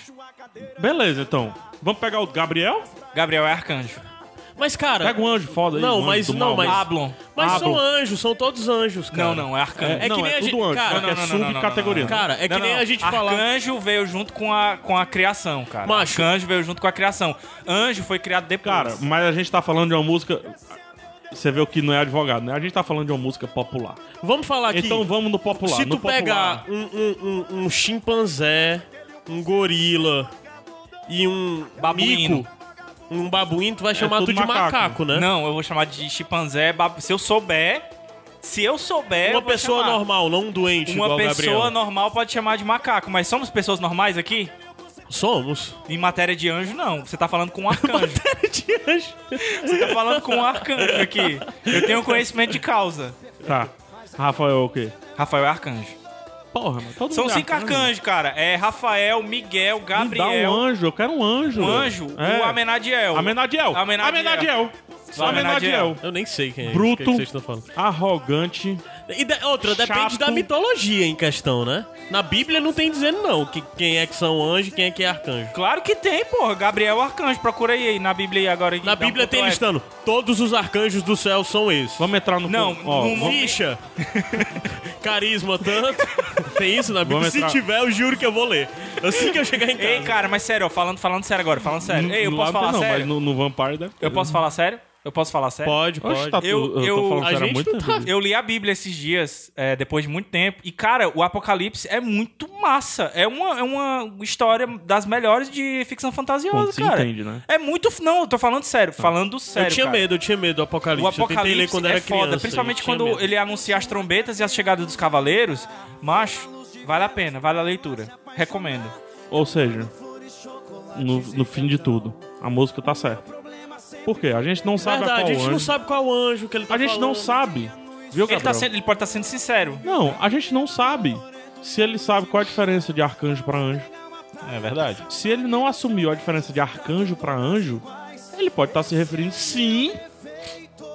A: Beleza, então. Vamos pegar o Gabriel?
B: Gabriel é arcanjo.
C: Mas, cara.
A: Pega um anjo foda aí.
C: Não,
A: um anjo
C: mas-
A: do
C: não,
A: mal.
C: Mas-
B: Ablon.
C: Mas
A: Ah,
C: são
A: bom.
C: anjos, são todos anjos, cara.
B: Não, não, é arcanjo.
A: É,
C: que
A: não,
C: nem
A: é
C: a
A: tudo
C: gente-
A: anjo,
C: cara,
A: só que
B: não, não,
A: é
B: não, não, não,
A: subcategoria.
B: não, não.
C: Cara, é que
B: Não,
C: nem
B: não.
C: a gente
B: arcanjo
C: falar.
B: veio junto com a, com a criação, cara.
C: Macho.
B: Arcanjo veio junto com a criação. Anjo foi criado depois.
A: Cara, mas a gente tá falando de uma música. Você vê o que não é advogado, né? A gente tá falando de uma música popular.
C: Vamos falar aqui.
A: Então vamos no popular.
C: Se
A: no
C: tu
A: popular.
C: pegar um, um- um- um chimpanzé, um gorila e um
B: Babuíno.
C: mico, um babuíno, tu vai chamar
A: É tudo
C: tudo de macaco,
A: macaco.
C: né?
B: Não, eu vou chamar de chimpanzé. bab- Se eu souber. Se eu souber. eu
C: Uma
B: vou
C: pessoa
B: chamar.
C: normal, não um doente
B: Uma
C: igual o
B: pessoa
C: Gabriel.
B: normal pode chamar de macaco, mas somos pessoas normais aqui?
C: Somos.
B: Em matéria de anjo, não. Você tá falando com um arcanjo.
C: De anjo.
B: Você tá falando com um arcanjo aqui. Eu tenho conhecimento de causa.
A: Tá. Rafael, o quê?
B: Rafael é arcanjo.
A: Porra, mano. Todo
B: São
A: mundo é
B: cinco
A: arcanjo.
B: arcanjos, cara. É Rafael, Miguel,
A: Me dá um
B: Gabriel,
A: anjo, eu quero um anjo.
B: um anjo,
A: É.
B: o Amenadiel.
A: Amenadiel.
B: Amenadiel.
A: Amenadiel.
B: Só Amenadiel.
A: Amenadiel.
C: Eu nem sei quem é
A: Bruto.
C: isso, o que, é que vocês estão falando.
A: Arrogante.
C: E de- outra, depende
A: Chato.
C: da mitologia em questão, né? Na Bíblia não tem dizendo, não, que, quem é que são anjos e quem é que é arcanjo.
B: Claro que tem, porra. Gabriel arcanjo. Procura aí, aí na Bíblia aí agora.
C: Na Bíblia tem
B: listão.
C: listando, todos os arcanjos do céu são esses.
A: Vamos entrar no.
B: Não,
A: ó,
B: no
A: vamos-
C: Ficha. Carisma tanto. Tem isso na Bíblia?
A: Vamos
C: Se
A: entrar.
C: tiver, eu juro que eu vou ler. Assim que eu chegar em casa.
B: Ei, cara, mas sério, ó, falando, falando sério agora, falando sério.
A: no-
B: Ei, eu
A: no
B: posso
A: Lázaro
B: falar
A: não,
B: sério?
A: Mas no, no Vampire deve ter.
B: Eu posso falar sério? Eu posso falar sério?
C: Pode, pode.
A: Oxe, tá, eu,
B: Eu-
A: eu,
B: eu-
A: tô falando
C: a
A: sério há
C: gente
A: muito
C: não tá-
A: tempo.
B: Eu li a Bíblia esses dias, é, depois de muito tempo, e cara, o Apocalipse é muito massa. É uma, é uma história das melhores de ficção fantasiosa,
A: Quando se
B: cara.
A: entende, né?
B: É muito. f- Não, eu tô falando sério, falando sério.
C: Tá. eu tinha
B: cara.
C: medo, eu tinha medo do Apocalipse.
B: O
C: eu tentei ler
B: Apocalipse
C: quando
B: é
C: era
B: foda,
C: criança.
B: principalmente
C: eu tinha
B: quando
C: medo.
B: ele anuncia as trombetas e a chegada dos cavaleiros. Macho, vale a pena, vale a leitura. Recomendo.
A: Ou seja, no, no fim de tudo, a música tá certa. Por quê? A gente não sabe
B: é
C: Verdade, a,
A: a qual
C: gente
A: anjo.
C: não sabe qual anjo que ele tá
A: A gente não
C: falando.
A: sabe. Viu, Gabriel?
B: Ele, tá sendo, ele pode estar sendo sincero.
A: Não, a gente não sabe se ele sabe qual a diferença de arcanjo pra anjo.
B: É verdade.
A: Se ele não assumiu a diferença de arcanjo pra anjo, ele pode estar se referindo sim,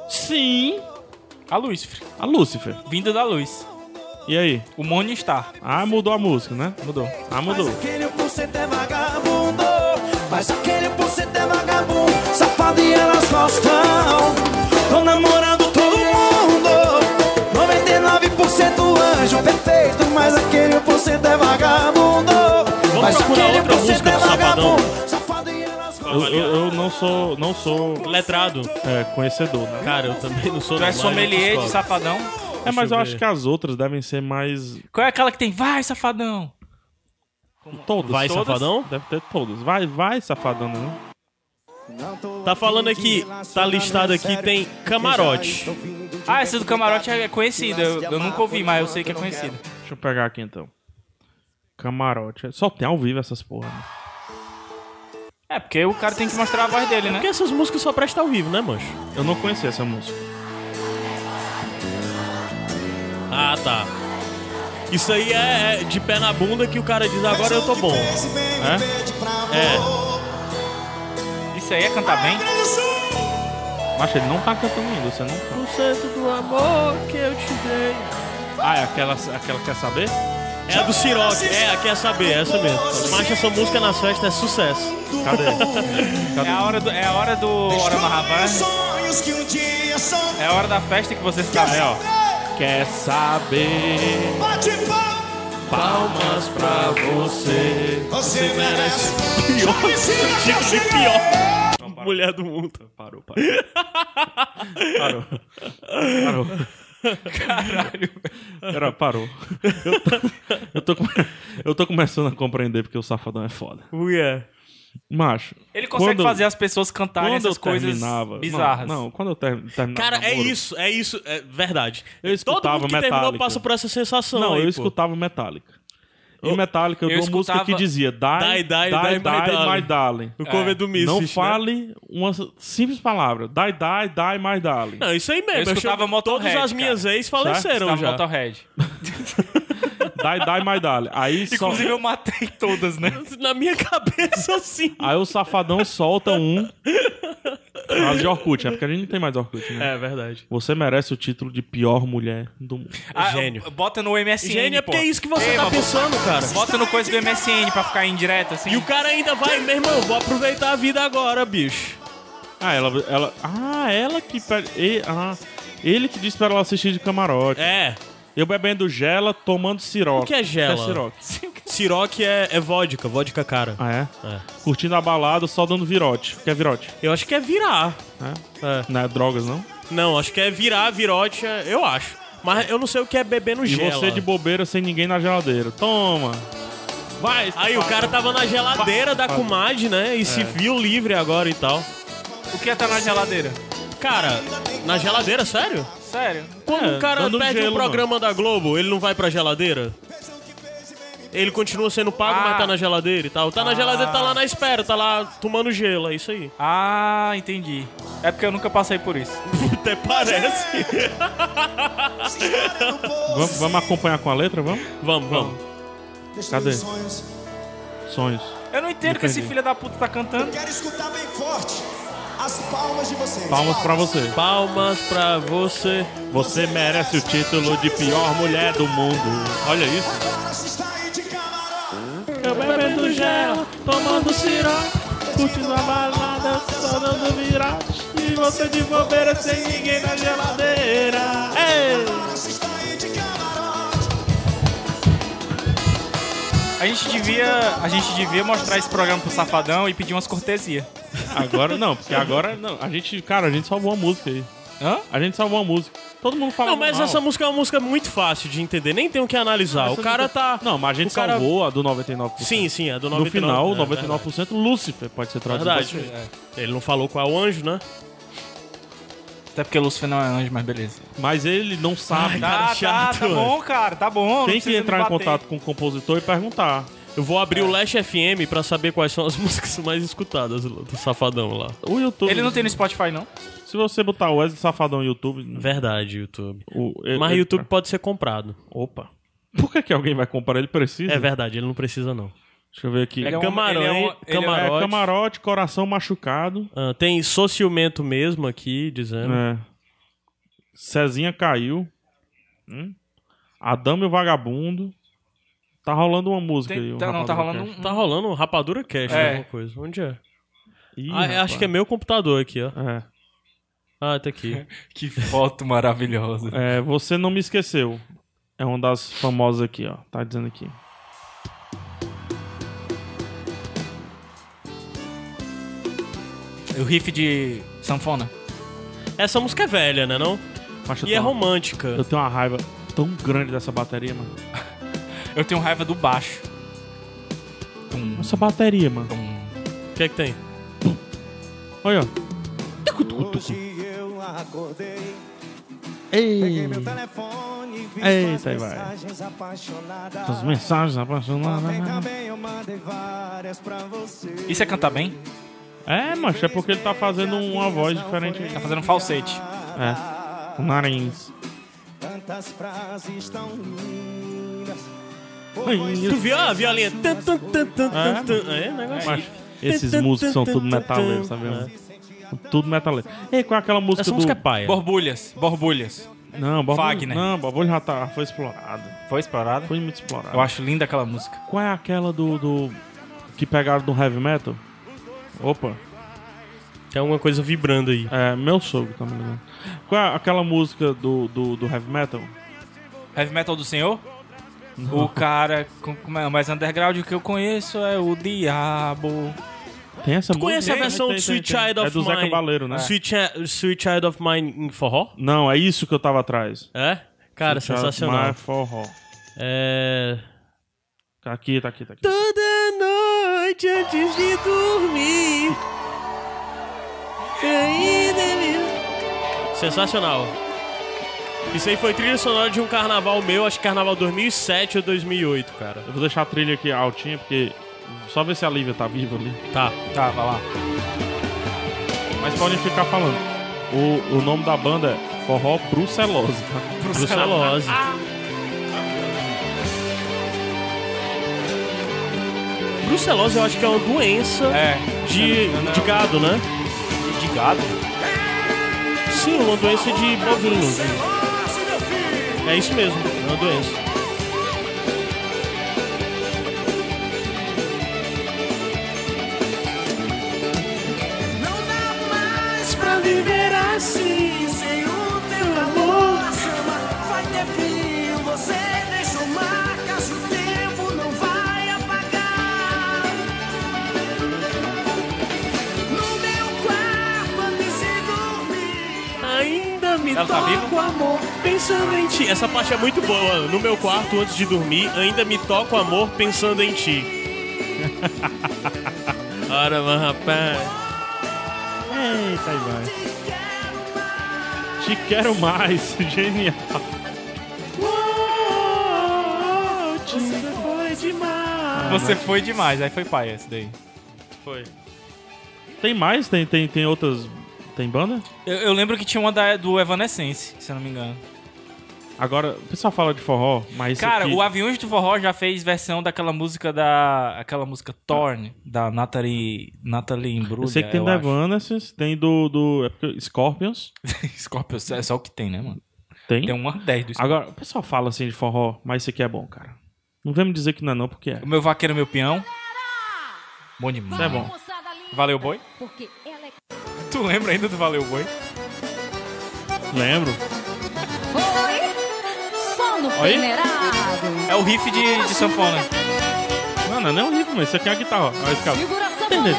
A: sim,
B: A Lúcifer.
A: a Lúcifer.
B: Vindo da luz.
A: E aí?
B: O Morningstar.
A: Ah, mudou a música, né?
B: Mudou.
A: Ah, mudou.
I: Mas aquele por cento é vagabundo. Mas aquele por cento é vagabundo. Safado e elas gostam. Tô namorando todo mundo. 99% anjo perfeito. Mas aquele por cento é vagabundo. mas
C: procurar
I: aquele
C: outra
I: por cento
C: música
I: é
C: do Safadão.
I: vagabundo. Safado e elas gostam.
A: Eu, eu- eu não sou, não sou
C: Letrado.
A: é, conhecedor, né?
C: Cara, eu também não sou
B: Tu é
C: normal,
B: sommelier de
C: desculpa.
B: safadão.
A: É, mas
C: eu
A: eu
C: ver.
A: acho que as outras devem ser mais.
B: Qual é aquela que tem? Vai, safadão!
A: Todas.
C: Vai,
A: todas?
C: safadão?
A: Deve ter todas. Vai, vai, safadão, né?
C: Tá falando aqui, tá listado aqui, tem camarote.
B: Ah, essa do camarote é conhecida. Eu, eu nunca ouvi, mas eu sei que é conhecida.
A: Deixa eu pegar aqui então. Camarote. Só tem ao vivo essas porra. né?
B: É, porque o cara tem que mostrar a voz dele, né?
C: Porque essas músicas só prestam ao vivo, né, mancho?
A: Eu não conhecia essa música.
C: Ah, tá. Isso aí é, é de pé na bunda que o cara diz, agora eu tô bom. É.
B: Isso aí é cantar bem?
A: Mas ele não tá cantando ainda, você não sabe.
C: O centro um do amor que eu te dei.
A: Ah, é aquela, aquela quer saber?
C: É a do Ciroc, é a Quer Saber, é essa mesmo. Mas essa música nas festas é sucesso.
A: Cadê?
B: É a hora do. É a hora do. Hora na Havana.
G: Sonhos que um dia são.
B: É a hora da festa que você fica bem, ó.
A: Quer saber?
G: Bate palma,
A: Palmas pra você.
G: você merece.
C: Tinha que ser pior. Mulher do mundo.
A: Parou, parou. Parou. Parou. Caralho. Era, parou. Eu tô, eu, tô, come- eu tô começando a compreender porque o safadão é foda.
C: Mulher.
A: Macho.
B: Ele consegue
A: quando-
B: fazer as pessoas cantarem
A: quando
B: essas
A: eu
B: coisas
A: terminava-
B: bizarras.
A: Não, não, quando eu ter- terminava.
C: Cara,
A: o
C: é
A: namoro-
C: isso, é isso, é verdade.
A: Eu
C: Todo
A: escutava
C: mundo que terminou
A: Metallica.
C: passa por essa sensação.
A: Não,
C: aí,
A: eu
C: pô.
A: escutava Metallica. E Metallica, eu,
B: eu
A: dou uma música que
B: escutava-
A: dizia Die,
C: Die,
A: die,
C: die,
A: die, die,
C: die, my darling.
A: my darling. É.
C: O cover do Misfits,
A: Não
C: né?
A: fale uma simples palavra. Die, die, die, my darling.
C: Não, isso aí mesmo.
B: Eu escutava
C: chamo-
B: Motorhead,
C: Todas as minhas
B: cara.
C: ex faleceram
B: Tava
C: já.
B: Motorhead.
A: Die, die, my darling. Aí só...
B: Inclusive eu matei todas, né?
C: Na minha cabeça, assim.
A: Aí o safadão solta um. Frase de Orkut, é porque a gente não tem mais Orkut, né?
C: É verdade.
A: Você merece o título de pior mulher do mundo.
B: Ah,
C: Gênio.
B: Bota no MSN,
C: É Gênio, é porque
B: pô.
C: é isso que você
B: Ei,
C: tá
B: mas
C: pensando, cara.
B: Bota no coisa do MSN pra ficar indireto, assim.
C: E o cara ainda vai, meu irmão, vou aproveitar a vida agora, bicho.
A: Ah, ela. ela ah, ela que. pe- e- ah, ele que disse pra ela assistir de camarote.
C: É,
A: Eu bebendo gela, tomando siroque.
C: O que é gela?
A: O que é siroque?
C: Siroc é, é vodka, vodka cara.
A: Ah, é? Curtindo a balada, só dando virote. O que é virote?
C: Eu acho que é virar.
A: É.
C: É.
A: Não é drogas, não?
C: Não, acho que é virar, virote, é- eu acho. Mas eu não sei o que é beber no
A: E
C: gelo.
A: você de bobeira sem ninguém na geladeira. Toma! Vai! tá
C: Aí o cara tava na geladeira da comadre, né? E
A: É.
C: se viu livre agora e tal.
B: O que ia tá na geladeira?
C: Cara, na geladeira, sério?
B: Sério?
C: Quando
A: É,
C: o cara
A: dando
C: perde o
A: gelo,
C: programa da Globo, ele não vai pra geladeira? Ele continua sendo pago,
B: Ah.
C: mas tá na geladeira e tal. Tá na geladeira, tá lá na espera, tá lá tomando gelo, é isso aí.
B: Ah, entendi. É porque eu nunca passei por isso.
C: Até parece.
A: Vamos, vamos acompanhar com a letra, vamos?
C: Vamos, vamos.
A: Cadê? Sonhos.
B: Eu não entendo que esse
A: Entendi.
B: filho da puta tá cantando.
G: Quero escutar bem forte as palmas de vocês.
A: Palmas pra você.
C: Palmas pra você.
A: Você merece o título de pior mulher do mundo. Olha isso.
G: Agora se está aí de camarada.
A: Eu bebendo gelo, É, tomando sirope, curtindo a balada, só dando virote. E você de bobeira sem ninguém na geladeira. Ei!
G: Agora se está aí de camarote.
B: A gente devia, a gente devia mostrar esse programa pro Safadão e pedir umas cortesias.
A: Agora não, porque agora não. A gente, cara, a gente salvou uma música aí.
B: Hã?
A: A gente salvou uma música. Todo mundo fala
C: Não, mas
A: mal. Ah,
C: essa música é uma música muito fácil de entender, nem tem o que analisar. O
A: Essa é
C: cara
A: música-
C: tá.
A: Não, mas a gente
C: o cara-
A: salvou a do 99%.
C: Sim, sim, é do 99%.
A: No final,
C: é,
A: 99% Lúcifer pode ser traduzido.
C: Verdade.
A: assim.
C: verdade. Ele não falou qual é o anjo, né?
B: Até porque Lúcifer não é anjo, mas beleza.
A: assim. Mas ele não sabe.
B: Tá, tá,
C: chato,
B: tá
C: mano.
B: bom, cara, tá bom. não
A: Tem que
B: precisa
A: entrar
B: me
A: em
B: bater.
A: contato com o compositor e perguntar.
C: Eu vou abrir
A: É.
C: o Lash FM pra saber quais são as músicas mais escutadas do Safadão lá.
A: O YouTube.
B: Ele não tem no Spotify, não?
A: Se você botar o Wesley Safadão no YouTube.
C: Verdade, YouTube.
A: O,
C: Mas o
A: ele-
C: YouTube pode ser comprado.
A: Opa. Por que, que alguém vai comprar? Ele precisa. né?
C: É verdade, ele não precisa não.
A: Deixa eu ver aqui.
B: Ele é um-
C: camarão,
B: ele é um-
C: hein?
B: ele é um-
C: Camarão.
A: É,
C: camarote.
A: camarote, coração machucado.
C: Ah, tem sociumento mesmo aqui, dizendo.
A: É. Cezinha caiu. Hum? Adame o vagabundo. Tá rolando uma música
B: Tem-
A: aí. o
B: tá- não, tá
A: Rapadura
B: rolando um.
C: Tá rolando um Rapadura Cash,
B: É.
C: alguma coisa. Onde é?
A: Cast. Ih,
C: Ah, acho que é
A: rapaz.
C: meu computador aqui, ó.
A: É.
C: Ah, tá aqui.
B: Que foto maravilhosa.
A: É, você não me esqueceu. É uma das famosas aqui, ó. Tá dizendo aqui.
B: O riff de sanfona.
C: Essa música é velha, né não?
A: Mas eu
C: E é
A: tenho uma-
C: romântica.
A: tá. Eu tenho uma raiva tão grande dessa bateria, mano.
B: Eu tenho raiva do baixo. Tum,
A: Essa bateria, mano.
B: tum.
C: O que é que tem?
A: Olha, ó.
J: Hoje eu acordei
A: Ei.
I: telefone, vi
A: Eita, aí
I: suas
A: vai.
I: mensagens apaixonadas.
A: Suas mensagens né? apaixonadas.
I: Ontem também eu mandei várias pra você.
B: Isso é cantar bem?
A: É, macho, é porque ele tá fazendo uma voz diferente. um
B: Tá fazendo falsete.
A: É. O nariz.
I: Tantas frases tão lindas.
C: Tu viu a violinha? Tan, tan, tan, tan,
A: É.
C: tan, tan. É, negócio.
A: Macho, esses músicos são tudo metaleiros, sabe? Tudo metaleiro. Ei, qual é aquela música
C: Essa
A: do...
C: música é paia.
B: Borbulhas, borbulhas.
A: Não, Borbulho...
B: Fagner.
A: Não, Borbulho já tá, foi explorado.
B: Foi explorada?
A: Foi muito explorado.
B: Eu acho linda aquela música.
A: Qual é aquela do... do... Que pegaram do heavy metal? Opa.
C: Tem alguma coisa vibrando aí.
A: É, meu sogro, tá me ligando. Qual é aquela música do, do, do heavy metal?
B: Heavy Metal do Senhor? O cara com- como é, mais underground que eu conheço é o Diabo.
A: Tem essa música?
C: Conhece a
A: Tem,
C: versão
A: tem, tem,
C: Sweet
A: tem.
C: Child of Mine?
A: É do Zeca Baleiro, né?
C: Sweet, Chi- Sweet Child of Mine em forró?
A: Não, é isso que eu tava atrás.
C: É? Cara,
A: Sweet Child of
C: sensacional.
A: Mine, forró.
C: É...
A: Tá aqui, tá aqui, tá aqui.
C: Toda noite antes de dormir. é ainda me- Sensacional. Isso aí foi trilha sonora de um carnaval meu, acho que carnaval 2007 ou 2008, cara.
A: Eu vou deixar a trilha aqui altinha, porque. Só ver se a Lívia tá viva ali.
C: Tá.
B: Tá, vai lá.
A: Mas podem ficar falando. O, o nome da banda é Forró Brucelose, tá?
C: Brucelose.
B: Ah.
C: Brucelose eu acho que é uma doença
B: É.
C: de, de gado, né?
B: De gado?
C: Sim, uma doença de bovino. É isso mesmo, é uma doença.
I: Não dá mais pra viver assim sem o teu amor. A chama vai ter fim, você deixou marcas, o tempo não vai apagar. No meu quarto antes de dormir.
C: Ainda me
B: Ela tá
C: toca
B: viva?
C: o amor pensando em ti. Essa parte é muito boa. No meu quarto, antes de dormir, ainda me toca o amor pensando em ti. Ora, mas rapaz.
A: Eita, aí vai. Te quero mais, genial.
C: Você foi demais.
B: Você foi demais, aí foi pai esse daí.
C: Foi.
A: Tem mais? Tem, tem, tem outras. Tem banda?
B: Eu, eu lembro que tinha uma da, do Evanescence, se eu não me engano.
A: Agora, o pessoal fala de forró, mas.
B: Cara,
A: aqui...
B: o Aviões do Forró já fez versão daquela música da. aquela música Torn, da Natalie. Natalie Imbruglia.
A: Eu sei que tem do
B: acho.
A: Evanescence, tem do. do é porque Scorpions.
B: Scorpions, é só o que tem, né, mano?
A: Tem.
B: Tem uma 10 do Scorpions.
A: Agora, o pessoal fala assim de forró, mas isso aqui é bom, cara. Não vem me dizer que não é, não, porque é.
B: O meu vaqueiro, meu peão. Bom demais.
A: Isso é bom.
B: Valeu, boi?
H: Porque ela é.
B: Tu lembra ainda do Valeu, boi?
A: Lembro.
H: Oi! Som do
B: Oi?
H: peneirado.
B: É o riff de, de sanfona.
A: Não, não, não é um riff, mas isso aqui é a guitarra. Olha esse cara.
H: Segura essa bandeira.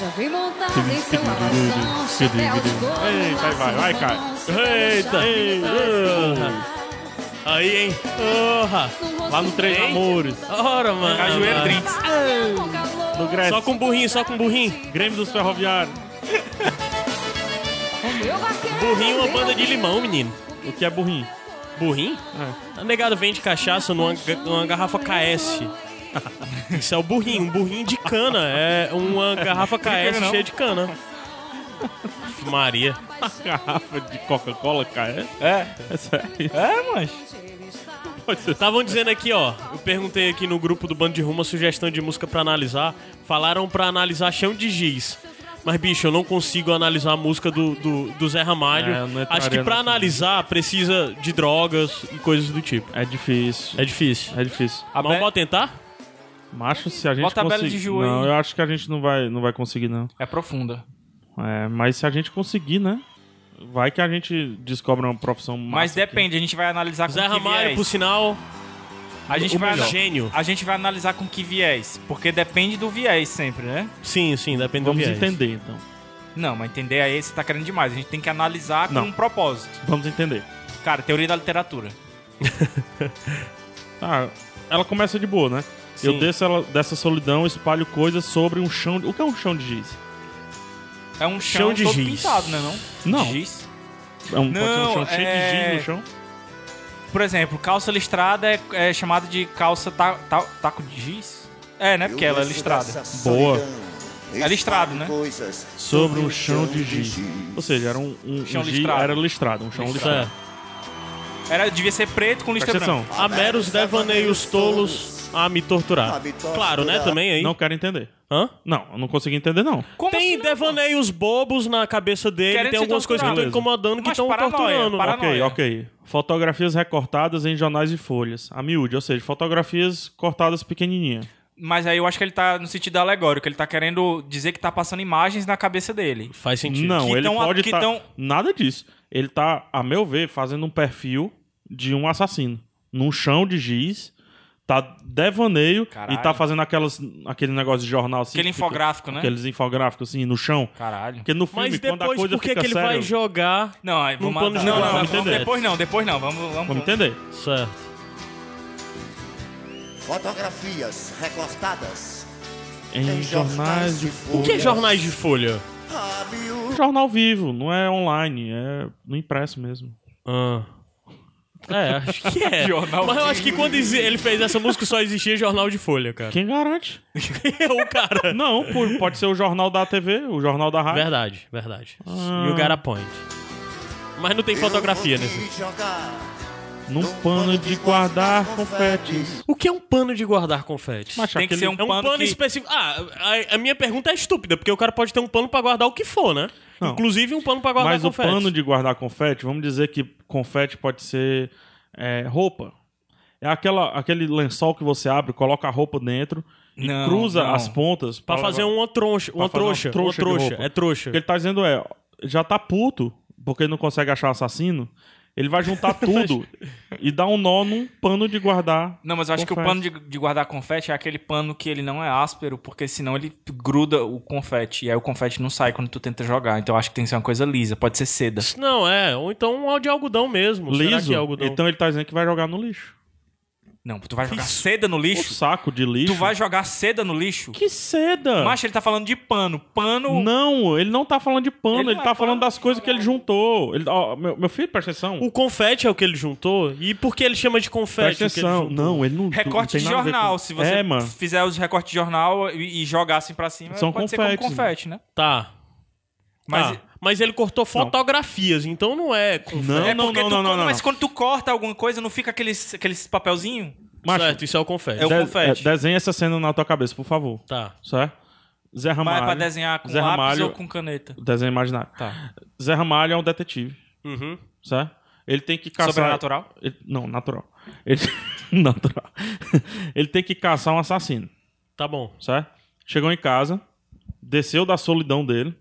H: Já vem é montado em seu arrasão, chapéu de couro,
A: Eita,
H: laço
A: vai, vai,
H: no
A: cara.
H: bolso,
C: Eita.
H: chave de braço,
C: Aí, hein? Porra.
H: num
A: Lá no
H: rosto
A: Um Três
H: bem,
A: Amores.
C: Ora, mano.
B: Cajueiro Drinks.
H: cabelo com calor.
A: No Grécia.
C: Só com burrinho, só com burrinho.
A: Grêmio dos Ferroviários.
H: O meu vaqueiro,
C: Burrinho é uma
H: meu
C: banda de limão, menino.
A: O que é burrinho?
C: Burrinho?
A: É.
C: A negada Tá vende cachaça numa, ga- numa garrafa KS. Isso é o burrinho, um burrinho de cana. É uma garrafa
A: Brincadeira,
C: KS
A: não.
C: cheia de cana. Maria.
A: Garrafa de Coca-Cola, cara. É?
B: É,
A: É sério?
B: é, mas.
A: Pode ser.
C: Estavam dizendo aqui, ó. Eu perguntei aqui no grupo do Bando de Rumo a sugestão de música pra analisar. Falaram pra analisar Chão de Giz. Mas, bicho, eu não consigo analisar a música do, do, do Zé Ramalho.
A: É, eu não entraria
C: Acho que pra
A: nessa.
C: analisar precisa de drogas e coisas do tipo.
A: É difícil.
C: É difícil.
A: É difícil.
C: Mas
B: Be-
C: pode tentar?
A: Macho, se a gente
B: Bota a Bela de
A: conseguir...
B: Ju aí.
A: não, eu acho que a gente não vai, não vai conseguir, não.
B: É profunda.
A: É, mas se a gente conseguir, né? Vai que a gente descobre uma profissão
B: Mas
A: massa aqui.
B: depende, a gente vai analisar com
C: Zé
B: que
C: Ramalho,
B: viés.
C: por sinal,
B: a gente
C: o
B: vai
C: melhor.
B: ana-
C: gênio.
B: A gente vai analisar com que viés. Porque depende do viés sempre, né?
C: Sim, sim, depende
A: Vamos
C: do viés.
A: entender, então.
B: Não, mas entender aí você tá querendo demais. A gente tem que analisar com
A: Não.
B: um propósito.
A: Vamos entender.
B: Cara, teoria da literatura.
A: Tá, ela começa de boa, né?
C: Sim.
A: Eu desço ela, dessa solidão, espalho coisas sobre um chão. De... O que é um chão de giz?
B: É um
C: Chão
B: chão,
C: de
B: todo
C: giz.
B: pintado, né não?
A: Não.
B: De Giz.
A: É um, pode ser um
B: Não,
A: chão cheio de
B: é-
A: giz no chão?
B: Por exemplo, calça listrada é, é chamada de calça ta, ta- taco de giz. É, né? Porque ela é listrada.
A: Boa.
B: É listrado, né?
A: Sobre um chão de giz. Ou seja, era um, um,
B: Chão
A: um giz,
B: listrado.
A: era listrado, um chão
C: é.
A: listrado.
B: Era, devia ser preto com listra
A: Presta
B: branca.
A: atenção.
C: A meros devaneios tolos a me torturar. Claro, né? Também aí.
A: Não quero entender.
C: Hã?
A: Não, eu não consegui entender, não.
B: Como
C: tem
B: assim não?
C: devaneios bobos na cabeça dele,
B: Querendo
C: tem
B: se
C: algumas coisas que estão
A: torturar.
C: incomodando que
B: Mas
C: estão
B: paranoia,
C: torturando.
B: paranoia.
A: Ok, ok. Fotografias recortadas em jornais e folhas. A miúde, ou seja, fotografias cortadas pequenininha.
B: Mas aí eu acho que ele tá no sentido alegórico. Ele tá querendo dizer que tá passando imagens na cabeça dele.
C: Faz sentido.
A: Não,
B: Que
A: ele
B: tão-
A: pode
B: que
A: tá...
B: tão-
A: Nada disso. Ele tá, a meu ver, fazendo um perfil de um assassino. Num chão de giz, tá devaneio
B: Caralho.
A: e tá fazendo aquelas, aquele negócio de jornal assim.
B: Aquele
A: que fica-
B: infográfico, né?
A: Aqueles infográficos assim, no chão.
B: Caralho.
A: Porque no filme,
C: Mas
A: quando a
C: depois,
A: coisa
C: por que
A: fica
C: que ele
A: séria...
C: vai jogar?
B: Não, aí vamos
C: pano de
B: Não,
C: chão,
B: não,
C: vamos
B: não,
A: entender.
B: depois não, depois não. Vamos, vamos.
A: Vamos entender.
C: Certo.
J: Fotografias recortadas.
A: Em jornais de...
C: O que é jornais de folha?
A: É um jornal vivo, não é online, é no impresso mesmo.
C: Ah. É, acho que é.
B: Jornal
C: Mas eu acho que quando exi- ele fez essa música só existia jornal de folha, cara.
A: Quem garante?
C: o cara.
A: Não, pô, pode ser o jornal da TV, o jornal da rádio.
C: Verdade, verdade.
A: Ah.
C: You got a point. Mas não tem fotografia nesse.
A: né, Num pano de guardar confetes.
C: O que é um pano de guardar confetes?
A: Mas
B: Tem que
A: aquele-
B: ser um
C: é um pano,
B: pano que-
C: específico. Ah, a, a minha pergunta é estúpida, porque o cara pode ter um pano pra guardar o que for, né?
A: Não.
C: Inclusive um pano pra guardar
A: Mas
C: confetes.
A: o pano de guardar confete, vamos dizer que confete pode ser é, roupa. É aquela, aquele lençol que você abre, coloca a roupa dentro e
B: Não,
A: cruza
B: não.
A: as pontas.
C: Pra fazer um uma troncha, uma
A: fazer uma
C: trouxa, uma
A: trouxa de
C: trouxa,
A: roupa.
C: é
A: O
C: trouxa.
A: que ele tá dizendo é, já tá puto, porque ele não consegue achar o assassino. Ele vai juntar tudo e dar um nó num pano de guardar.
B: Não, mas eu acho que o
A: confete.
B: pano de, de guardar confete é aquele pano que ele não é áspero, porque senão ele gruda o confete. E aí o confete não sai quando tu tenta jogar. Então eu acho que tem que ser uma coisa lisa, pode ser seda.
C: Não, é, ou então um de algodão mesmo. Será
A: liso.
C: que é algodão?
A: Então ele tá dizendo que vai jogar no lixo.
B: Não, tu vai jogar seda no
A: O
B: lixo?
A: saco de lixo.
B: Tu vai jogar seda no lixo?
A: Que seda!
B: Macho, ele tá falando de pano. Pano.
A: Não, ele não tá falando de pano,
B: Ele
A: ele,
B: não é
A: tá
B: pano,
A: falando das coisas que ele juntou. Ele, ó, meu, meu filho, presta atenção.
C: O confete é o que ele juntou? E por que ele chama de confete?
A: presta
C: o que ele
A: atenção.
C: juntou?
A: não, ele não.
B: Recorte
A: não tem
B: de
A: nada a ver
B: jornal.
A: com-
B: Se você
A: É, mano.
B: fizer os recortes de jornal e, e jogar assim pra cima,
A: São
B: pode ser
A: confetes,
B: como confete, né?
C: Tá. Mas,
B: Mas.
C: mas ele cortou fotografias, então não é confete.
A: Não,
B: É
A: não,
B: porque
A: não,
B: tu,
A: não, não, não.
B: Mas quando tu corta alguma coisa, não fica aqueles, aqueles papelzinho?
A: Macho,
C: Certo, isso é o confete.
B: É o-
A: de-
B: confete.
A: é, desenha essa cena na tua cabeça, por favor.
C: Tá.
A: Certo? Zé
B: Mas é
A: Ramalho.
B: pra desenhar com
A: Zé
B: lápis
A: Ramalho,
B: ou com caneta?
A: Desenho imaginário.
B: Tá.
A: Zé Ramalho é um detetive,
C: Uhum.
A: certo? Ele tem que caçar.
B: Sobrenatural?
A: Ele- Não, natural. Ele... natural. ele tem que caçar um assassino.
C: Tá bom.
A: certo? Chegou em casa, desceu da solidão dele,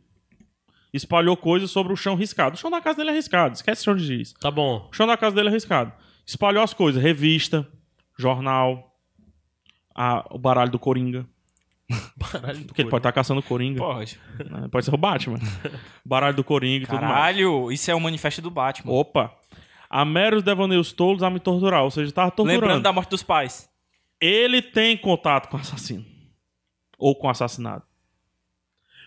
A: espalhou coisas sobre o chão riscado. O chão da casa dele é riscado, esquece o chão de giz.
C: Tá bom.
A: O chão da casa dele é riscado. Espalhou as coisas, revista, jornal, a- o baralho do Coringa,
C: Caralho,
A: porque ele pode estar caçando o Coringa,
B: Pode.
A: né? pode ser o Batman. baralho do Coringa e tudo mais.
B: Caralho, isso é o manifesto do Batman.
A: Opa! A meros devaneios tolos a me torturar, ou seja, tava torturando.
B: Lembrando da morte dos pais.
A: Ele tem contato com o assassino. Ou com o assassinado.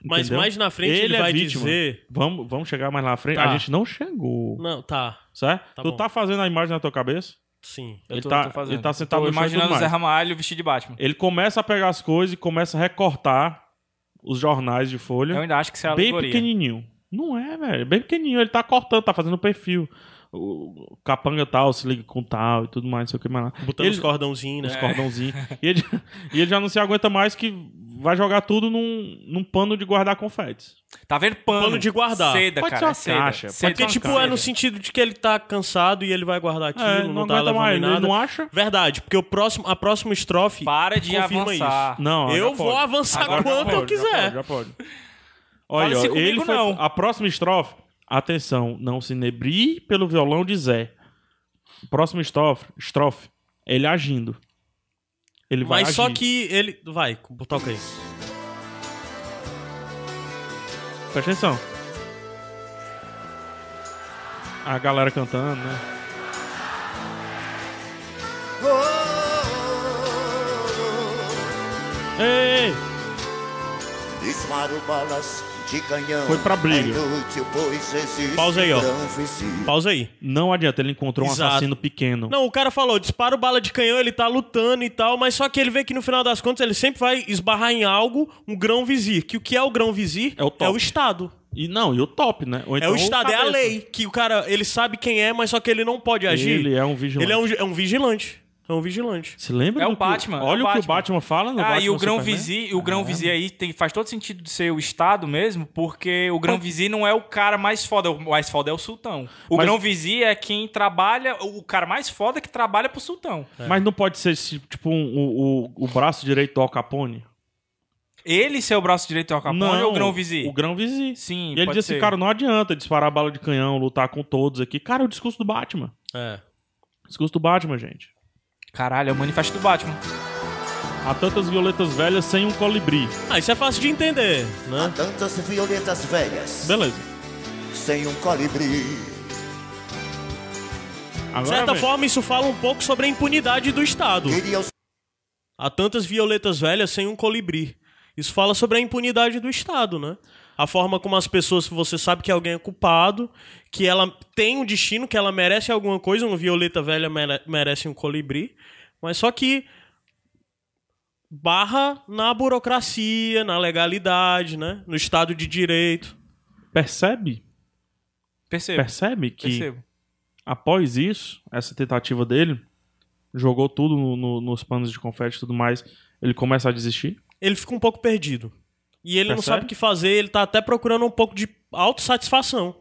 C: Mas
A: Entendeu?
C: mais na frente ele,
A: é
C: vai
A: vítima.
C: dizer...
A: Vamos, vamos chegar mais lá na frente.
C: Tá.
A: A gente não chegou.
C: Não, tá.
A: Certo?
C: Tá
A: tu
C: bom.
A: tá fazendo a imagem na tua cabeça?
C: Sim.
B: Eu
A: Ele
B: tô,
A: tá-
B: eu tô fazendo.
A: ele tá sentado
B: tô
A: no chão e
B: imaginando
A: tudo
B: o Zé
A: mais.
B: Ramalho vestido de Batman.
A: Ele começa a pegar as coisas e começa a recortar os jornais de
B: Eu
A: folha.
B: ainda acho que isso é
A: bem
B: alegoria.
A: pequenininho. Não é, velho. Bem pequenininho. Ele tá cortando, tá fazendo perfil. O o capanga tal, se liga com tal e tudo mais, não sei o que mais lá.
C: Botando
A: ele, É.
C: os cordãozinhos,
A: os
C: né?
A: cordãozinhos. E, ele, e ele já não se aguenta mais que vai jogar tudo num, num pano de guardar confetes.
B: Tá vendo pano?
C: Pano de guardar.
B: Seda,
A: Pode
B: cara. é
A: ser uma
B: seda.
A: caixa,
B: Seda,
C: Porque,
B: uma
C: tipo,
B: caixa.
C: é no sentido de que ele tá cansado e ele vai guardar aquilo,
A: É,
C: não,
A: não
C: tá
A: aguenta
C: levando
A: mais,
C: nada.
A: ele não acha?
C: Verdade, porque o próximo, a próxima estrofe
B: Para de
C: confirma
B: avançar.
C: isso.
A: Não,
C: eu
A: já
C: vou
A: pode.
C: avançar
B: Agora já
C: quanto eu
A: pode, já
C: quiser.
A: pode, Já pode. Olha,
B: Fala assim
A: ó,
B: comigo,
A: ele foi,
B: não.
A: a próxima estrofe. Atenção, não se nebri pelo violão de Zé. Próxima estrofe, estrofe ele agindo. Ele vai
C: Mas só
A: agir.
C: que ele... Vai, toca aí.
A: Presta atenção. A galera cantando, né? Ei, ei, ei.
J: Disparo balas de canhão.
A: Foi pra briga.
J: É inútil, pois existe
C: Pausa aí, ó.
J: grão vizinho.
C: Pausa aí.
A: Não adianta, ele encontrou um
C: Exato.
A: assassino pequeno.
C: Não, o cara falou, dispara o bala de canhão, ele tá lutando e tal, mas só que ele vê que no final das contas ele sempre vai esbarrar em algo, um grão vizir. Que o que é o grão vizir
A: É o top.
C: Estado.
A: E não, e o top, né? Ou
C: é
A: então
C: o Estado, é a
A: cabeça.
C: lei. Que o cara, ele sabe quem é, mas só que ele não pode agir.
A: Ele é um vigilante.
C: Ele é um, é um vigilante. É um vigilante.
A: Se lembra
B: É
A: do
B: o
A: que-
B: Batman, é
A: Olha
B: o
A: o que o Batman fala no
B: Ah,
A: Batman
B: e o Grão
A: Superman. É.
B: Vizir, o Grão Vizir aí tem- faz todo sentido de ser o Estado mesmo, porque o Grão Vizir não é o cara mais foda, o mais foda é o Sultão. O
A: Mas-
B: Grão Vizir é quem trabalha, o cara mais foda que trabalha pro Sultão.
A: Mas não pode ser esse, tipo um- o, o, o braço direito do Al Capone?
B: Ele ser o braço direito do Al Capone
A: não,
B: ou o Grão Vizir?
A: é um- O Grão Vizir.
B: Sim,
A: E ele
B: pode
A: disse assim,
B: ser.
A: cara, não adianta disparar bala de canhão, lutar com todos aqui. Cara, é o discurso do Batman.
C: É.
A: Discurso do Batman, gente.
B: Caralho, é o manifesto do Batman.
A: Há tantas violetas velhas sem um colibri.
C: Ah, isso é fácil de entender, né?
J: Tantas violetas velhas,
A: Beleza.
J: sem um colibri.
A: Agora,
C: De certa
A: vem.
C: forma, isso fala um pouco sobre a impunidade do Estado.
J: Queria os
C: Há tantas violetas velhas sem um colibri. Isso fala sobre a impunidade do Estado, né? A forma como as pessoas, você sabe que alguém é culpado, que ela tem um destino, que ela merece alguma coisa, um violeta velha mere- merece um colibri, mas só que barra na burocracia, na legalidade, né? No Estado de Direito.
A: Percebe?
B: Percebo,
A: Percebe que
B: percebo.
A: após isso, essa tentativa dele, jogou tudo no- no- nos panos de confete e tudo mais, ele começa a desistir.
C: Ele fica um pouco perdido. E ele não
A: Percebe?
C: sabe o que fazer, ele tá até procurando um pouco de autossatisfação.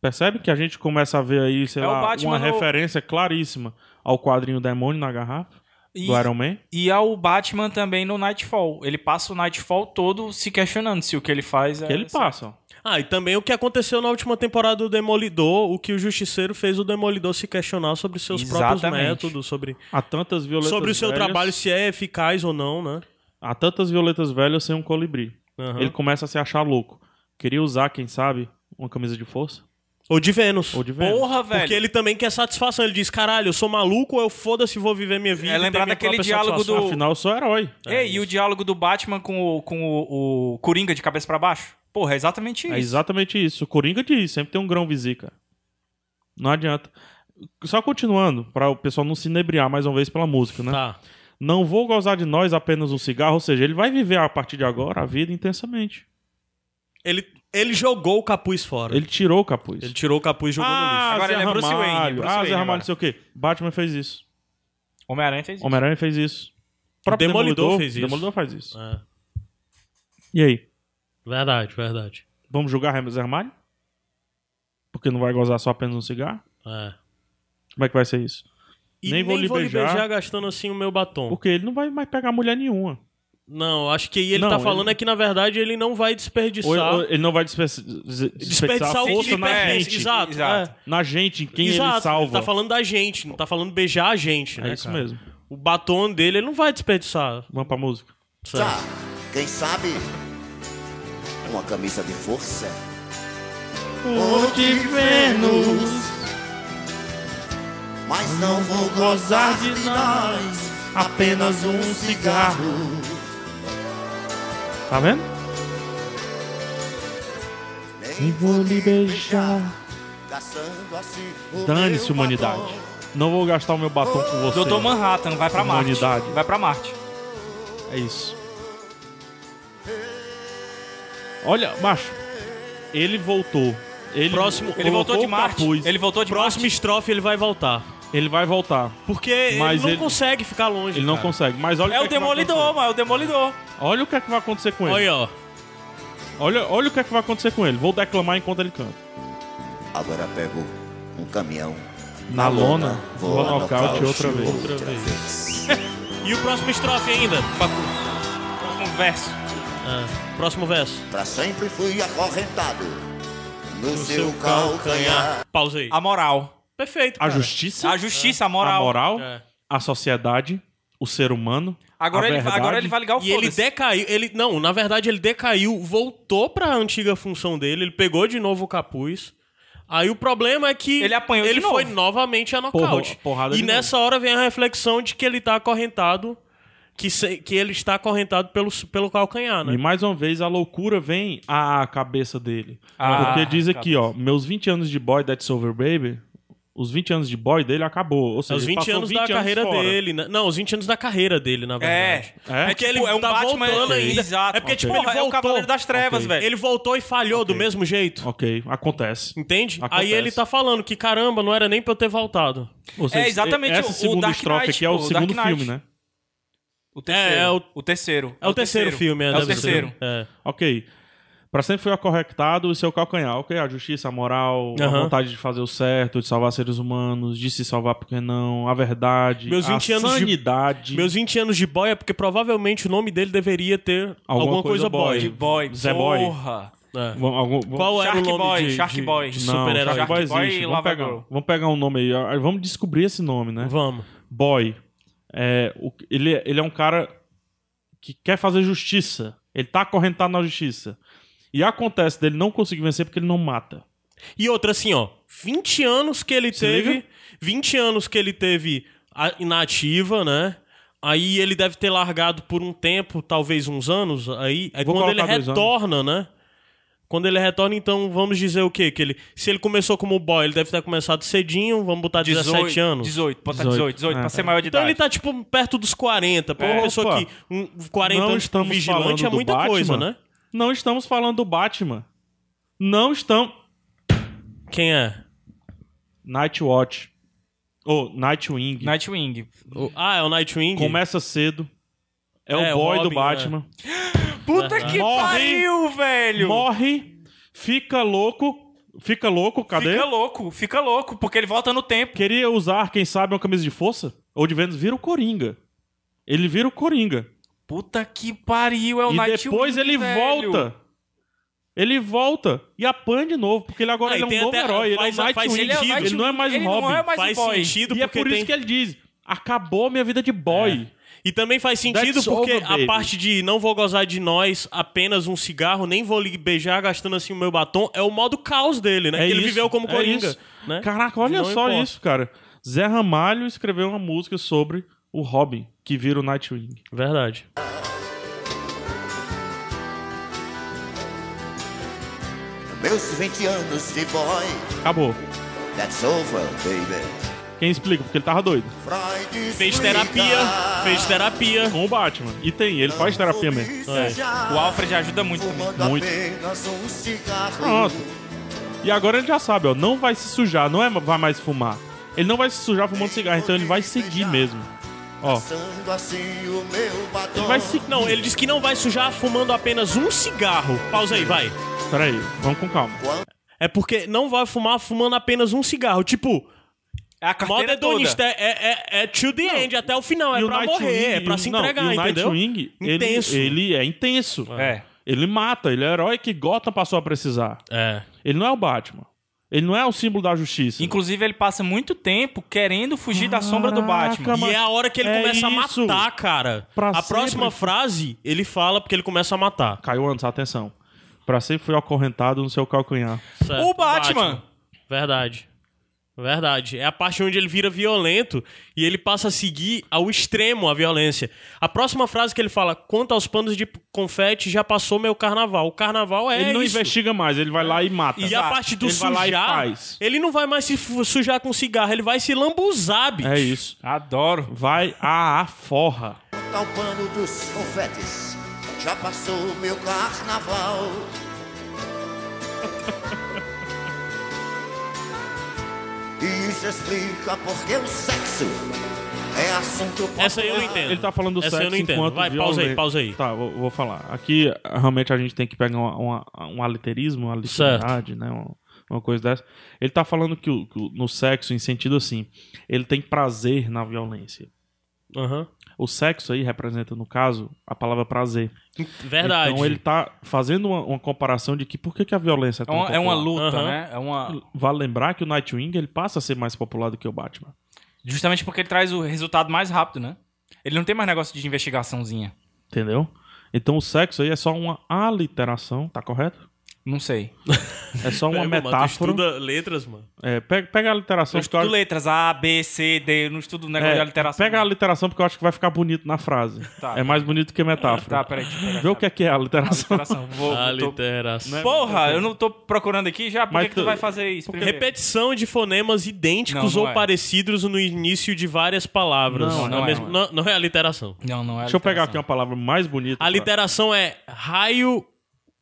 A: Percebe que a gente começa a ver aí, sei
B: É o
A: lá,
B: Batman
A: uma
B: no-
A: referência claríssima ao quadrinho Demônio na garrafa, do Iron Man.
B: E ao Batman também no Nightfall. Ele passa o Nightfall todo se questionando se o que ele faz é.
A: Que ele passa, ó.
C: Ah, e também o que aconteceu na última temporada do Demolidor, o que o Justiceiro fez o Demolidor se questionar sobre seus próprios
B: Exatamente.
C: métodos, sobre,
A: Há tantas violetas
C: sobre o seu
A: velhas-
C: trabalho, se é eficaz ou não, né?
A: Há tantas violetas velhas sem um colibri.
C: Aham.
A: Ele começa a se achar louco. Queria usar, quem sabe, uma camisa de força?
C: Ou de Vênus.
A: Ou de Vênus?
B: Porra, velho.
C: Porque ele também quer satisfação. Ele diz, caralho, eu sou maluco, eu foda-se, vou viver minha vida.
B: É
C: e
B: lembrar
C: ter minha
B: daquele
C: própria
B: diálogo
C: satisfação."
B: do-
A: Afinal, eu sou herói.
B: Ei, e o diálogo do Batman com o, com o, o Coringa de cabeça pra baixo? Porra, é exatamente isso.
A: É exatamente isso. O Coringa diz, sempre tem um grão vizir, cara. Não adianta. Só continuando, pra o pessoal não se inebriar mais uma vez pela música, né?
C: Tá.
A: Não vou gozar de nós apenas um cigarro, ou seja, ele vai viver a partir de agora a vida intensamente.
C: Ele, ele jogou o capuz fora. Ele,
A: Ele tirou o capuz.
C: tirou o capuz e jogou no lixo.
A: Ah,
B: Agora
A: Zé
B: ele é Bruce Wayne,
A: Ramalho.
B: Bruce
A: ah,
B: Wayne
A: Zé Ramalho,
B: agora.
A: não sei o quê. Batman fez isso.
B: Homem-Aranha fez isso.
A: Homem-Aranha fez isso. O
C: Demolidor fez isso.
A: Demolidor faz isso.
C: É.
A: E aí?
C: Verdade, verdade.
A: Vamos julgar Zé Ramalho? Porque não vai gozar só apenas um cigarro?
C: É.
A: Como é que vai ser isso?
C: E
A: Nem vou lhe beijar.
C: gastando assim o meu batom.
A: Porque ele não vai mais pegar mulher nenhuma.
C: Não, acho que ele
A: Não,
C: tá
A: ele-
C: falando é que, na verdade, ele não vai desperdiçar.
A: Ou ele, ou ele não vai dispersa- des- desperdiçar,
C: desperdiçar o
A: força
C: outro
A: na
B: perde.
A: gente.
C: Exato.
B: Exato.
C: é.
A: Na gente, em quem
C: Exato,
A: ele salva.
C: tá falando da gente, não tá falando beijar a gente, né?
A: é isso
C: cara?
A: mesmo.
C: O batom dele ele não vai desperdiçar.
A: Vamos pra música.
J: tá, quem sabe? Uma camisa de força. O de Vênus. Mas não vou gozar de nós. Apenas um cigarro.
A: Tá vendo?
J: Nem vou lhe beijar. Caçando assim o
A: Dane-se,
J: meu
A: humanidade.
J: batom.
A: Não vou gastar o meu batom com você.
B: Doutor Manhattan, vai pra Marte.
A: Humanidade.
B: Vai pra Marte.
A: É isso. Olha, macho. Ele voltou. Ele,
C: Próximo-
B: Ele voltou
A: colocou
B: de
A: o
B: Marte.
A: capuz.
B: Ele voltou de
C: Próxima
B: Marte.
C: estrofe ele vai voltar.
A: Ele vai voltar.
C: Porque
A: Mas
C: ele não
A: ele-
C: consegue ficar longe.
A: Ele não
C: cara.
A: consegue. Mas olha
B: É
A: o
B: o
A: que é que vai
B: Demolidor, mano, é o Demolidor.
A: acontecer. Olha o que é que vai acontecer com ele.
C: Olha, ó.
A: Olha, olha o que é que vai acontecer com ele. Vou declamar enquanto ele canta.
J: Agora pego um caminhão.
A: Na lona, vou
J: vou
A: ao nocaute
J: nocaute
A: outra vez.
J: outra vez.
C: E o próximo estrofe ainda?
B: Próximo verso.
C: É, próximo verso.
J: Pra sempre fui acorrentado no, seu calcanhar.
C: Pausa aí.
B: A moral.
C: Perfeito.
A: A
C: cara.
A: justiça,
B: A justiça, a
A: a
B: moral.
A: moral,
C: É.
A: a sociedade, o ser humano.
B: Agora,
A: a
B: ele,
A: verdade.
B: agora ele vai ligar o
C: E ele
B: foda-se.
C: decaiu, ele não, na verdade ele decaiu, voltou pra antiga função dele, ele pegou de novo o capuz. Aí o problema é que
B: Ele apanhou de
C: ele
B: novo.
C: foi novamente a
A: Porra-
C: nocaute.
A: porrada
C: e
A: de novo.
C: nessa hora vem a reflexão de que ele tá acorrentado que, se- que ele está acorrentado pelo, su- pelo calcanhar, né?
A: E mais uma vez a loucura vem à cabeça dele.
C: Ah,
A: Porque diz aqui,
C: cabeça.
A: ó, meus 20 anos de boy That's Over Baby, os 20 anos de boy dele acabou. Ou
C: É
A: seja,
C: os
A: ele
C: 20
A: passou
C: anos da carreira
A: fora.
C: dele, né? Não, os 20 anos da carreira dele, na verdade.
A: É.
C: porque
A: É
C: ele
A: tipo, é um
C: tá
A: Batman-
C: voltando ainda.
A: Exato.
C: É porque, tipo,
A: Ok.
C: ele
A: Porra, é o
C: voltou.
A: Cavaleiro das Trevas, velho.
C: Ele voltou e falhou do mesmo jeito.
A: Ok, acontece.
C: Entende? Aí
A: Acontece.
C: ele tá falando que, caramba, não era nem pra eu ter voltado.
A: Ou seja, É, exatamente, essa o- o segunda Dark estrofe Knight, aqui é o pô, o Dark segundo Knight. filme, né?
B: O terceiro.
A: É, é o-
B: o terceiro.
A: É o terceiro filme,
B: é.
A: é,
B: o
C: né?
A: deve ser.
B: terceiro.
A: Ok. Pra sempre foi acorrectado o seu calcanhar, ok? A justiça, a moral, a
C: Aham.
A: vontade de fazer o certo, de salvar seres humanos, de se salvar porque não, a verdade,
C: Meus 20
A: a
C: anos de-
A: sanidade.
C: Meus 20 anos de boy é porque provavelmente o nome dele deveria ter alguma, coisa, boy.
A: De boy, Zé Boy.
B: Porra.
C: É.
A: Vamos- algum- vamos-
C: Qual era o
B: Shark
C: nome
B: Boy,
C: de,
B: Shark
C: de-
B: Boy.
C: de
A: Não,
C: super-herói?
A: Shark Boy existe. Vamos pegar, vamos pegar um nome aí. Ah, Vamos descobrir esse nome, né?
C: Vamos.
A: Boy. É, o- ele, ele é um cara que quer fazer justiça. Ele tá acorrentado na justiça. E acontece dele não conseguir vencer porque ele não mata.
C: E outra assim, ó, 20 anos que ele teve, 20 anos que ele teve a- inativa, né? Aí ele deve ter largado por um tempo, talvez uns anos, aí, aí
A: Vou
C: quando ele
A: colocar dois
C: retorna, né? Quando ele retorna, então vamos dizer o quê? Que ele, se ele começou como boy, ele deve ter começado cedinho, vamos botar 17
B: 18,
C: anos.
B: 18, botar 18, 18,
A: É,
B: pra ser maior de
C: então
B: idade.
C: ele tá tipo perto dos 40, pra uma
A: Opa,
C: pessoa que um, 40
A: não
C: anos com
A: estamos
C: vigilante
A: falando
C: é
A: do
C: muita coisa,
A: Batman.
C: né?
A: Não estamos falando do Batman. Não estamos.
C: Quem é?
A: Nightwatch. Ou Nightwing.
B: Nightwing.
C: O- Ah, é o Nightwing.
A: Começa cedo. É,
C: É,
A: o boy
C: Robin,
A: do Batman.
B: Puta
C: Verdade.
B: que
A: É. Morre.
B: pariu, velho.
A: Morre, fica louco. Fica louco, cadê?
B: Fica louco, fica louco, porque ele volta no tempo.
A: Queria usar, quem sabe, uma camisa de força? Ou de Vênus, vira o Coringa. Ele vira o Coringa.
B: Puta que pariu, é
C: Então,
B: o
A: e
B: Nightwing,
A: depois ele
B: velho.
A: volta. Ele volta e apanha de novo, porque ele agora
C: Ah, e
A: ele é um
C: tem
A: novo
C: até-
A: herói. Ele é um
C: faz- faz
A: Nightwing. Ele,
C: sentido.
A: ele não é mais um
B: Ele não
A: Robin.
B: é mais um
C: Faz
B: boy.
C: sentido
A: E é
C: porque
A: por
C: tem- É.
A: isso que ele diz: acabou minha vida de boy.
C: E também faz sentido
A: That's
C: porque
A: over,
C: a
A: baby.
C: parte de não vou gozar de nós, apenas um cigarro, nem vou lhe beijar gastando assim o meu batom, é o modo caos dele, né?
A: É
C: que ele
A: isso,
C: viveu como
A: é
C: Coringa.
A: isso.
C: né?
A: Caraca, olha
C: Não
A: só
C: importa.
A: isso, cara. Zé Ramalho escreveu uma música sobre o Robin, que vira o Nightwing.
C: Verdade.
K: Meus 20 anos de boy,
A: Acabou.
K: that's over, baby.
A: Quem explica? Porque ele tava doido.
K: Friday
C: Fez terapia, fez terapia.
A: Com o Batman. E tem, ele faz terapia mesmo.
B: O Alfred ajuda muito também.
A: Muito.
K: apenas um cigarro.
A: Pronto. E agora ele já sabe, ó. Não vai se sujar, não é, vai mais fumar. Ele não vai se sujar fumando cigarro, então ele vai seguir mesmo. Ó,
K: Passando assim o meu batom.
A: ele vai seguir.
C: Não, ele disse que não vai sujar fumando apenas um cigarro. Pausa aí, vai.
A: Peraí, vamos com calma.
C: É porque não vai fumar fumando apenas um cigarro. Tipo,
B: É a
C: modo
B: carteira toda.
C: hedonista é, é, é to the end, até o final. É
A: E o
C: pra
A: Nightwing-
C: morrer, é
A: e
C: pra
A: o-
C: se
A: não,
C: entregar,
A: e o
C: entendeu?
A: Nightwing, ele,
C: Intenso.
A: ele é intenso.
B: É.
A: Ele mata, ele é o herói que Gotham passou a precisar.
C: É.
A: Ele não é o Batman. Ele não é o símbolo da justiça.
B: Inclusive, ele passa muito tempo querendo fugir da sombra do Batman.
A: Caraca,
C: E é a hora que ele
A: É
C: começa
A: isso.
C: a matar, cara.
A: Pra
C: a
A: sempre.
C: próxima frase, ele fala porque ele começa a matar.
A: Caiu antes, atenção. Pra sempre foi acorrentado no seu calcanhar.
C: Certo,
B: O Batman.
C: Verdade. Verdade. É a parte onde ele vira violento e ele passa a seguir ao extremo a violência. A próxima frase que ele fala, quanto aos panos de confete, já passou meu carnaval. O carnaval é
A: ele não
C: isso.
A: investiga mais, ele vai lá e mata.
C: E a parte do
A: ele
C: sujar,
A: vai lá e faz.
C: ele não vai mais se fu- sujar com cigarro, ele vai se lambuzar, bicho.
A: É isso.
B: Adoro.
A: Vai a, a forra.
K: Ao pano dos confetes, já passou o meu carnaval. E isso explica porque o sexo é assunto popular.
C: Essa aí eu entendo.
A: Ele tá falando do
C: Essa eu
A: sexo
C: não entendo.
A: enquanto
C: Vai, pausa aí,
A: violento.
C: pausa aí.
A: Tá, vou, vou falar. Aqui, realmente, a gente tem que pegar uma- uma- um aliterismo, uma literidade, né? Uma, uma coisa dessa. Ele tá falando que, o- que o- no sexo, em sentido assim, ele tem prazer na violência.
C: Aham.
A: O sexo aí representa, no caso, a palavra prazer.
C: Verdade.
A: Então ele tá fazendo uma, uma comparação de que por que, que a violência é
B: É
A: tão
B: uma, é uma
A: popular.
B: luta,
C: Aham.
B: né? É uma...
A: Vale lembrar que o Nightwing ele passa a ser mais popular do que o Batman.
B: Justamente porque ele traz o resultado mais rápido, né? Ele não tem mais negócio de investigaçãozinha.
A: Entendeu? Então o sexo aí é só uma aliteração, tá correto?
B: Não sei.
A: É só uma
C: Pega, mano, tu
A: metáfora.
C: estuda letras, mano.
A: É, pega, pega a literação.
B: Eu
A: porque eu
B: estudo
A: acho-
B: letras A, B, C, D, eu não estudo um negócio
A: É,
B: de literação.
A: Pega a literação porque eu acho que vai ficar bonito na frase.
B: Tá,
A: é
B: tá.
A: mais bonito que metáfora.
B: Tá, peraí, deixa eu pegar
A: Vê o que é que é a literação.
B: literação. Vou-
C: A
B: vou- tô-
C: literação.
B: Porra, eu não é tô procurando aqui já. Por
A: Mas
B: que, que tu
A: tu-
B: vai fazer isso? Por quê?
C: Repetição de fonemas
B: Não,
C: idênticos
B: não
C: ou
B: é.
C: parecidos no início de várias palavras.
B: Não, não
C: Na
B: é,
C: mesma-
B: não
C: não- não é aliteração.
B: Não, não é
A: Deixa eu pegar aqui
B: literação.
A: uma palavra mais bonita.
C: A literação é raio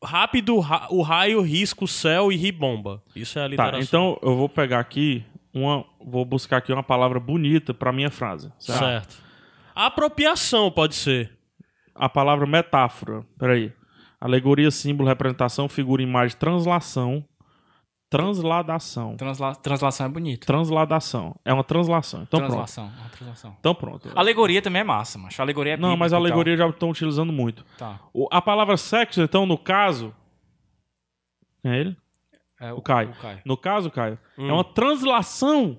C: rápido, ra- o raio, risco, céu e ribomba. Isso é a
A: Tá,
C: literação.
A: então eu vou pegar aqui uma. Vou buscar aqui uma palavra bonita pra minha frase.
B: tá.
A: certo?
C: certo. Apropriação pode ser.
A: A palavra metáfora. Peraí. Alegoria, símbolo, representação, figura, imagem, translação. Transladação.
B: Transla- Translação é bonito.
A: Transladação. É uma translação. Então pronto.
B: translação. é uma translação.
A: Então pronto.
B: Alegoria também é massa, macho. Alegoria é
A: Não,
B: bíblico
A: mas a
B: e tal.
A: alegoria já estão utilizando muito.
B: Tá.
A: O- a palavra sexo, então, no caso. É ele?
B: É
A: O Caio.
B: O Caio.
A: No caso, Caio, é uma translação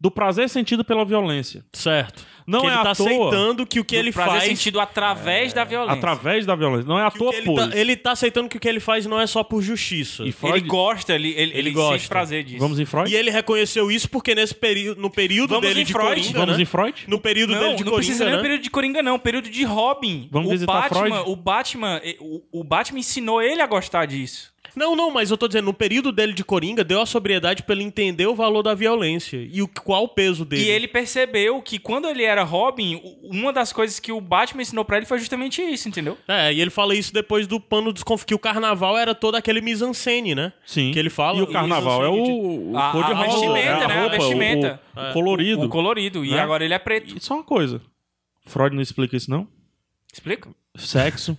A: do prazer sentido pela violência.
C: Certo.
A: Não
C: que
A: é
C: ele tá
A: à toa.
C: aceitando que o que
B: Do
C: ele
B: prazer
C: faz.
B: sentido através da violência.
A: É, Através da violência. Não é à
C: que o
A: toa,
C: que ele,
A: pois.
C: tá, ele tá aceitando que o que ele faz não é só por justiça.
A: E
C: E,
A: Freud-
B: Ele gosta, ele, ele, ele, sente
C: gosta.
B: prazer disso.
A: Vamos em Freud?
C: ele reconheceu isso porque nesse período, no período
B: Vamos
C: dele
B: em
C: de
B: Freud,
C: Coringa,
A: Vamos
C: né?
A: em Freud?
C: No período
B: Não,
C: dele
B: não
C: de
B: precisa
C: Coringa,
B: nem
C: né?
B: o período de Coringa, não. O período de Robin.
A: Vamos
B: o
A: visitar
B: Batman,
A: Freud?
B: O Batman, eh, o, o Batman ensinou ele a gostar disso.
C: Não, não, mas eu tô dizendo, no período dele de Coringa, deu a sobriedade pra ele entender o valor da violência e o, qual o peso dele.
B: E ele percebeu que quando ele era Robin, u- uma das coisas que o Batman ensinou pra ele foi justamente isso, entendeu?
C: É, e ele fala isso depois do pano desconfiado, que o carnaval era todo aquele mise-en-scène, né?
A: Sim.
C: Que ele fala.
A: E o carnaval é o, o
B: A-
A: cor de
B: a
A: rosa,
B: vestimenta,
A: é a
B: né? A
A: roupa, o-
B: vestimenta.
A: o, o colorido.
B: O colorido. E
A: Né?
B: agora ele é preto.
A: E só uma coisa. Freud não explica isso, não?
B: Explica?
A: Sexo,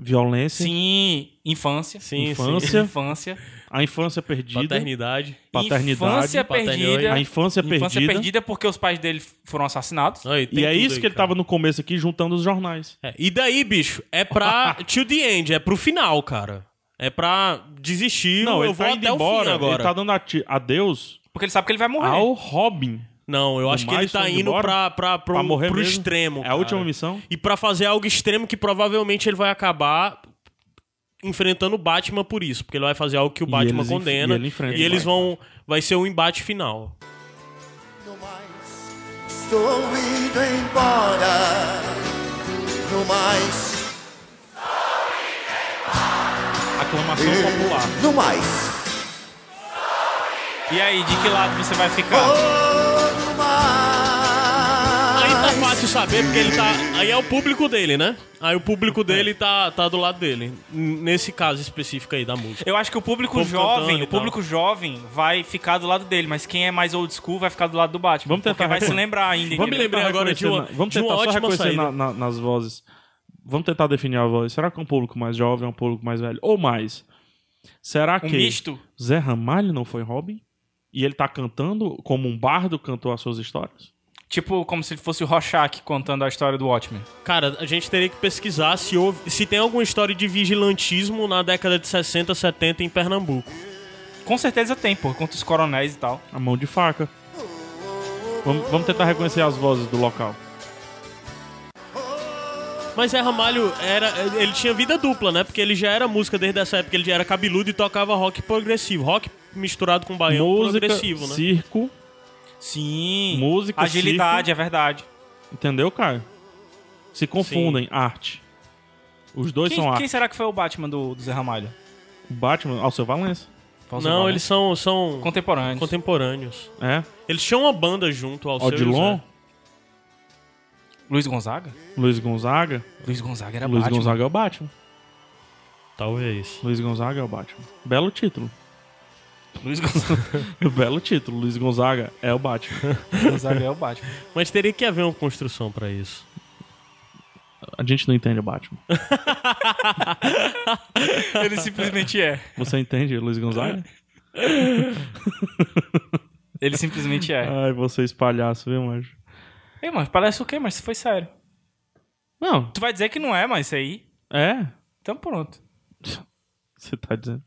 A: violência,
B: Sim. Infância.
C: Sim,
A: Infância.
B: Infância.
A: a infância perdida,
C: Paternidade.
A: paternidade,
B: Infância perdida.
A: a infância,
B: Infância
A: perdida. é
B: perdida porque os pais dele foram assassinados.
C: Aí, tem
A: E é
C: tudo
A: isso
C: aí,
A: que ele
C: cara.
A: tava no começo aqui, juntando os jornais.
C: É, e daí, bicho, é pra. to the end, é pro final, cara. É pra desistir.
A: não,
C: eu
A: ele
C: vou
A: tá indo
C: até o
A: embora.
C: fim agora.
A: Ele tá dando ati- adeus
B: Porque ele sabe que ele vai morrer.
A: ao Robin.
C: Não, eu acho que ele
A: Maestro
C: tá
A: indo
C: indo
A: embora?
C: pra, pra, pro,
A: Pra morrer
C: pro
A: mesmo?
C: extremo.
A: É a
C: cara.
A: última missão?
C: E pra fazer algo extremo que provavelmente ele vai acabar enfrentando o Batman por isso. Porque ele vai fazer algo que o
A: E
C: Batman
A: eles enf-
C: condena.
A: e ele enfrenta o
C: e eles
A: Batman.
C: vão. Vai ser o embate final.
K: Não mais estou indo embora. Não mais,
A: Aclamação popular.
K: não mais.
B: E aí, de que lado você vai
K: Oh,
B: ficar?
K: não mais.
C: Aí tá fácil saber, porque ele tá. Aí é o público dele, né? Aí o
A: É.
C: público dele tá, tá do lado dele. N- Nesse caso específico aí da música.
B: Eu acho que o público
C: Vamos cantando
B: jovem,
C: e
B: o público jovem vai ficar do lado dele, mas quem é mais old school vai ficar do lado do Batman.
A: Vamos tentar
B: porque vai se
A: reconhecer.
B: lembrar ainda. entendeu?
C: Vamos
B: Então,
C: lembrar agora de uma-
A: reconhecer na- Vamos
C: de uma
A: tentar só
C: ótima
A: reconhecer
C: saída.
A: na- na- nas vozes. Vamos tentar definir a voz. Será que é um público mais jovem, é um público mais velho? Ou mais? Será
B: Um
A: que
B: misto?
A: Zé Ramalho não foi Robin? E ele tá cantando como um bardo cantou as suas histórias?
B: Tipo, como se fosse o Rorschach contando a história do Watchmen.
C: Cara, a gente teria que pesquisar se, houve, se tem alguma história de vigilantismo na década de 60, 70 em Pernambuco.
B: Com certeza tem, pô, contra os coronéis e tal.
A: A mão de faca. Vamos, vamos tentar reconhecer as vozes do local.
C: Mas Zé Ramalho era, ele tinha vida dupla, né? Porque ele já era música desde essa época, ele já era cabeludo e tocava rock progressivo. Rock misturado com baiano
A: Música,
C: progressivo, um né?
A: circo,
B: Sim.
A: Música,
B: Agilidade, é verdade.
A: entendeu, Caio? Se confundem, arte. Os dois são
B: Quem,
A: arte.
B: quem será que foi o Batman do, do Zé Ramalho? né?
A: Batman, ao seu Valença.
C: Não, eles são, são
B: Contemporâneos.
C: contemporâneos.
A: É.
C: Eles tinham uma banda junto ao seu
A: Odilon,
B: Luiz Gonzaga?
A: Luiz Gonzaga.
B: Luiz Gonzaga era
A: Luiz
B: Batman.
A: Gonzaga é o Batman.
C: Talvez.
A: Luiz Gonzaga é o Batman. Belo título.
B: Luiz Gonzaga.
A: Belo título. Luiz Gonzaga é o Batman.
B: Gonzaga é o Batman.
C: Mas teria que haver uma construção pra isso.
A: A gente não entende o Batman.
B: Ele simplesmente é.
A: Você entende o Luiz Gonzaga?
B: Ele simplesmente é.
A: Ai, vocês palhaço, viu, macho?
B: Ei, mas parece o quê? Mas foi sério.
A: Não,
B: Tu vai dizer que não é, mas isso aí.
A: é.
B: Então pronto.
A: Você tá dizendo.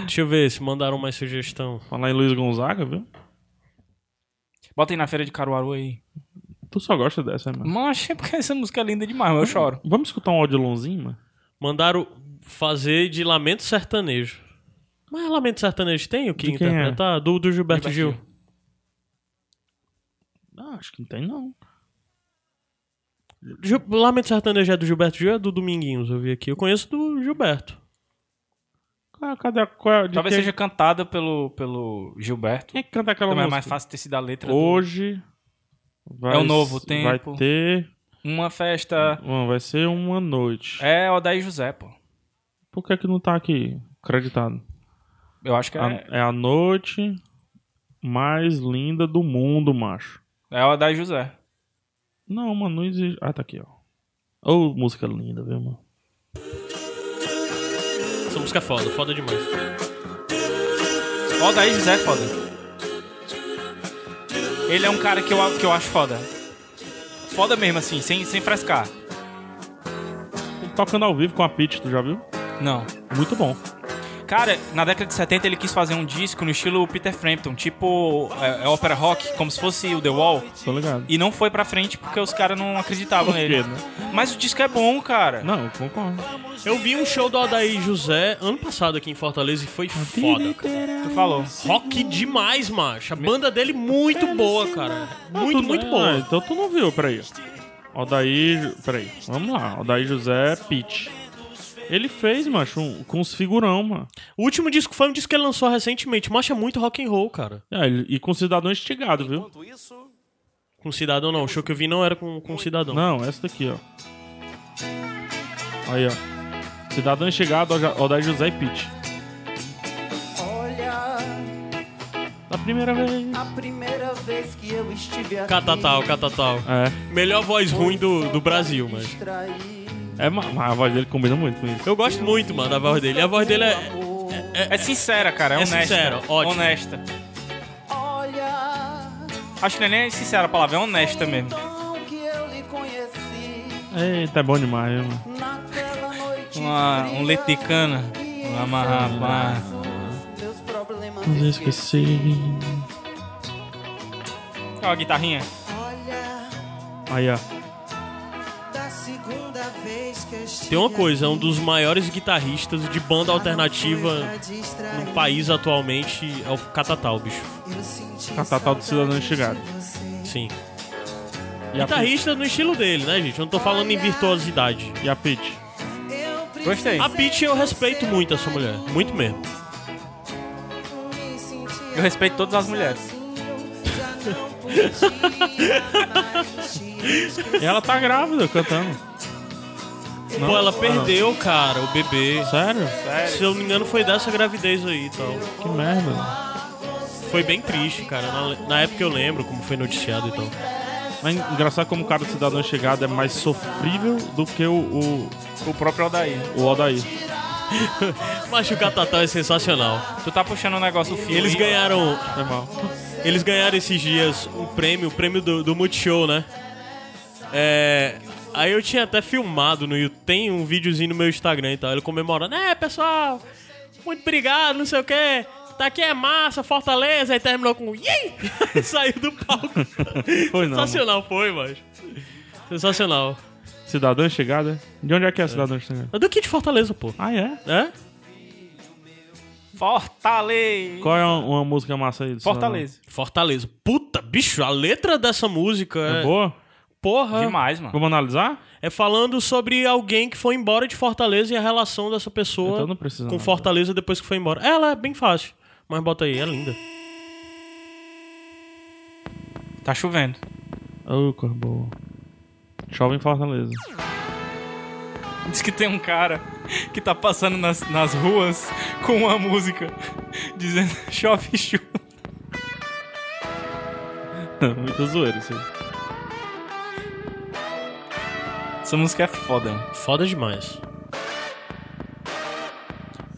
C: Deixa eu ver se mandaram mais sugestão.
A: Falar em Luiz Gonzaga, viu?
B: Bota aí na feira de Caruaru aí.
A: Tu só gosta dessa, né, mano.
B: Mas é porque essa música é linda demais, mas eu choro.
A: Vamos escutar um Odilonzinho, mano?
C: Mandaram fazer de Lamento Sertanejo. Mas Lamento Sertanejo tem o que
A: De quem é?
C: interpretar? Do, do Gilberto Gil.
A: Ah, acho que não tem, não.
C: Gil- Lamento Sertanejo é do Gilberto Gil ou é do Dominguinhos? Eu vi aqui. Eu conheço do Gilberto.
A: Qual, cadê, a- qual, é- de
B: Talvez
A: quem-
B: seja cantada pelo, pelo Gilberto.
A: Quem é que canta aquela
B: Também é
A: música?
B: mais fácil ter sido a letra do-
A: Hoje. Vai,
B: É o novo
A: s- Vai
B: tempo.
A: ter.
B: Uma festa.
A: Bom, vai ser uma noite.
B: É Odair José, pô.
A: Por que, que não tá aqui acreditado?
B: Eu acho que é.
A: A- é a noite mais linda do mundo, macho.
B: É Odair José.
A: Não, mano, não existe. Ah, tá aqui, ó. Ô, música linda, viu, mano?
C: Essa música é foda, foda demais.
B: Odair José é foda. Ele é um cara que eu, que eu acho foda. Foda mesmo, assim, sem, sem frescar.
A: Ele tocando ao vivo com a Pitty, tu já viu?
B: Não.
A: Muito bom.
B: Cara, na década de 70 ele quis fazer um disco no estilo Peter Frampton, tipo é, é ópera rock, como se fosse o The Wall.
A: Tô ligado.
B: E não foi pra frente porque os caras não acreditavam
A: Por quê,
B: nele.
A: né?
B: Mas o disco é bom, cara.
A: Não, concordo.
C: Eu vi um show do Adair José ano passado aqui em Fortaleza e foi foda. cara.
B: Tu falou.
C: Rock demais, macho. A banda dele muito boa, cara. Muito, muito
A: bom.
C: boa.
A: Então tu não viu, peraí. Odaí. Ju- Peraí, vamos lá. Odaí José Pitt. Ele fez, macho, um- com os figurão, mano.
C: O último disco foi um disco que ele lançou recentemente. Macho é muito rock and roll, cara.
A: É, ele- e com cidadão instigado, viu?
C: Com Cidadão não. O show que eu vi não era com, com Cidadão.
A: Não, essa daqui, ó. Aí, ó. Cidadão instigado, Oja- Odaí José e Pitt.
I: Olha,
A: Na primeira vez.
I: a primeira vez que eu estive aqui.
C: Catatal, Catatal.
A: É.
C: Melhor voz ruim do, do Brasil, mano.
A: É, ma- mas a voz dele combina muito com isso.
C: Eu gosto muito, mano, da voz dele. E a voz dele é,
B: É sincera, cara, é,
C: É
B: honesta.
C: sincera, ótimo.
B: Honesta.
I: Olha,
B: Acho que não é nem sincera a palavra, é honesta mesmo.
I: então que eu lhe conheci
A: Eita, é bom demais, viu, mano.
I: naquela noite.
C: Ah,
B: Uma, um leite de cana. Um amarrapá.
I: Meus problemas
A: Mas eu esqueci.
B: Ó, a guitarrinha.
A: Aí, ó.
I: da segunda vez que eu estive
C: Tem uma coisa, é um dos maiores guitarristas de banda alternativa no país atualmente é o Catatal, bicho.
A: Catatal do cidadão instigado. E
C: Sim.
A: tá a Pitt.
C: Guitarrista no estilo dele, né, gente? Eu não tô falando em virtuosidade.
A: E a Pitt.
B: Gostei.
C: A Peach eu respeito muito essa mulher. Muito mesmo.
B: Eu respeito todas as mulheres.
A: E ela tá grávida cantando. Não?
C: Pô, ela
A: Ah, não.
C: perdeu, cara, o bebê.
A: Sério?
C: Se eu não me engano, foi dessa gravidez aí e tal.
A: Que merda. mano.
C: Foi bem triste, cara. Na, na época eu lembro como foi noticiado e tal.
A: Mas engraçado como o cara do Cidadão Chegado é mais sofrível do que o, o,
B: O próprio Aldair.
A: o Odaí.
C: Mas o Catatal é sensacional.
B: Tu tá puxando um negócio
C: E
B: fio.
C: eles
B: aí.
C: ganharam.
A: Foi É mal.
C: Eles ganharam esses dias um prêmio, o prêmio do, do Multishow, né? É. Aí eu tinha até filmado no YouTube, tem um videozinho no meu Instagram e tal, ele comemorando, é pessoal, muito obrigado, não sei o que, tá aqui é massa, Fortaleza, aí terminou com Yay! Saiu do palco.
A: Foi não,
C: Sensacional foi, mas. Sensacional.
A: Cidadão Chegado, é? De onde é que é Cidadão Chegado?
C: É do que de Fortaleza, pô.
A: Ah, é?
C: É?
B: Fortaleza.
A: Qual é uma, uma música massa aí do Cidadão?
B: Fortaleza.
C: Fortaleza. Puta, bicho, a letra dessa música é.
A: É boa?
C: Porra.
B: Demais, mano.
A: Vamos analisar?
C: É falando sobre alguém que foi embora de Fortaleza e a relação dessa pessoa
A: Então não precisa
C: com
A: nada.
C: Fortaleza depois que foi embora. Ela é bem fácil, mas bota aí, é linda.
B: Tá chovendo.
A: Ô, cor boa. Chove em Fortaleza.
B: Diz que tem um cara que tá passando nas, nas ruas com uma música dizendo chove chuva.
A: Muita zoeira isso aí.
B: Essa música é foda. mano.
C: Foda demais.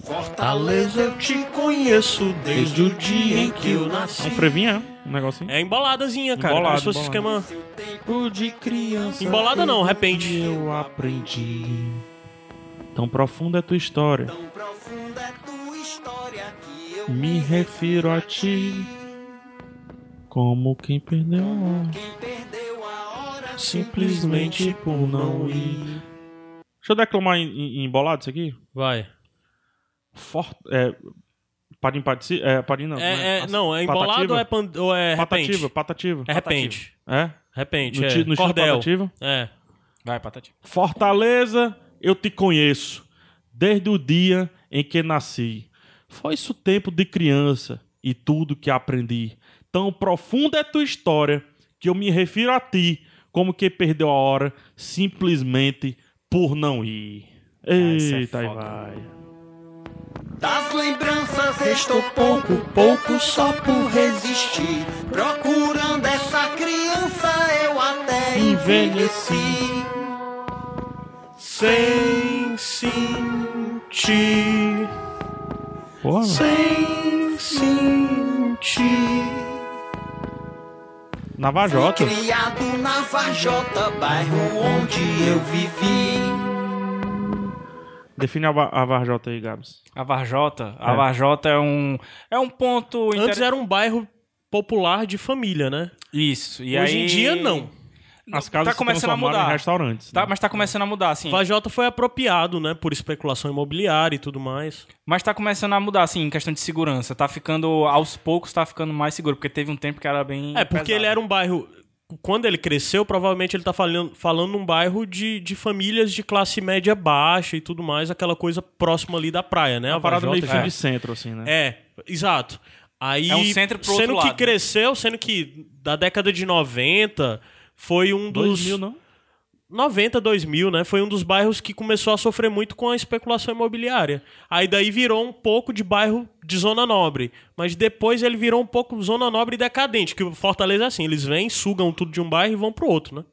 J: Fortaleza, eu te conheço desde o dia em que eu
A: É um
J: nasci.
A: frevinha, é? um negocinho.
C: É emboladazinha, cara.
A: Embolado,
C: como se fosse
A: embolado.
C: esquema.
J: Tempo de criança.
C: Embolada não, repente.
J: Eu aprendi.
A: Tão profunda é tua história.
I: profunda é tua história que eu
A: Me refiro a ti como quem perdeu a hora.
I: quem perdeu a hora
A: Simplesmente por não ir. Deixa eu declamar em, em, em bolado isso aqui.
C: Vai.
A: Forte. É, parim, patici, é, parim não.
C: É-
A: como é?
C: é- não, é
A: Patativa?
C: embolado ou é pan- ou é repente?
A: Patativa, patativa.
C: É repente.
A: É?
C: Repente,
A: No,
C: é.
A: ti- no estilo
C: Cordel.
A: patativa?
C: É.
B: Vai, patativa.
A: Fortaleza, eu te conheço desde o dia em que nasci. Foi isso o tempo de criança e tudo que aprendi. Tão profunda é tua história que eu me refiro a ti como que perdeu a hora simplesmente por não ir. Eita, aí vai.
I: Das lembranças restou pouco, pouco só por resistir. Procurando essa criança eu até envelheci. Sem sentir,
A: Porra,
I: sem sentir.
A: na Vajota.
I: Criado na Varjota, bairro onde eu vivi.
A: Define a, Va- a Varjota aí, Gabs.
B: A Varjota? A
A: É.
B: Varjota é um. É um ponto.
C: Antes
B: inter-
C: era um bairro popular de família, né?
B: Isso. E
C: Hoje
B: aí-
C: em dia, não.
A: As casas
B: tá
A: se
B: começando a
A: transformaram
B: mudar.
A: em restaurantes. né?
B: Tá, mas tá começando a mudar, assim.
C: Vajota foi apropriado, né? Por especulação imobiliária e tudo mais.
B: Mas tá começando a mudar, assim, em questão de segurança. Tá ficando, aos poucos, tá ficando mais seguro. Porque teve um tempo que era bem.
C: É, porque
B: pesado.
C: ele era um bairro. Quando ele cresceu, provavelmente ele tá falando, falando num bairro de, de famílias de classe média baixa e tudo mais, aquela coisa próxima ali da praia,
B: É
C: né?
A: Uma parada meio
C: Varjota
A: fim
C: já-
A: de centro, assim, né?
C: É, exato. Aí,
B: É um centro pro outro
C: sendo
B: lado.
C: que cresceu, sendo que da década de 90 foi um dos
B: né?
A: 2000, não?
C: 90, 2000, né? Foi um dos bairros que começou a sofrer muito com a especulação imobiliária. Aí daí virou um pouco de bairro de zona nobre, mas depois ele virou um pouco zona nobre decadente, que o Fortaleza é assim, eles vêm, sugam tudo de um bairro e vão pro outro, né?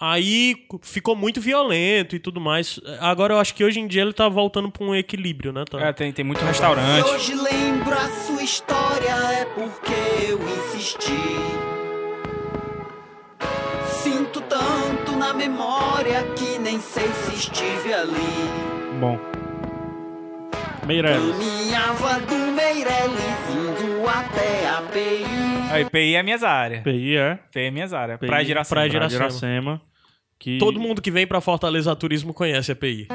C: Aí cu- ficou muito violento e tudo mais. Agora eu acho que hoje em dia ele tá voltando pra um equilíbrio, né? Tá...
B: É, tem, tem muito
I: Se
B: restaurante.
I: hoje lembro a sua história é porque eu insisti. Sinto tanto na memória que nem sei se estive ali.
A: Bom. Meirelles.
I: Caminhava do Meireles indo até a PI.
B: Aí, PI é minhas áreas.
A: PI é.
B: PI é minhas áreas.
A: PI,
B: Praia de Iracema.
C: Praia de Iracema.
A: Iracema, que
C: Todo mundo que vem pra Fortaleza Turismo conhece a PI.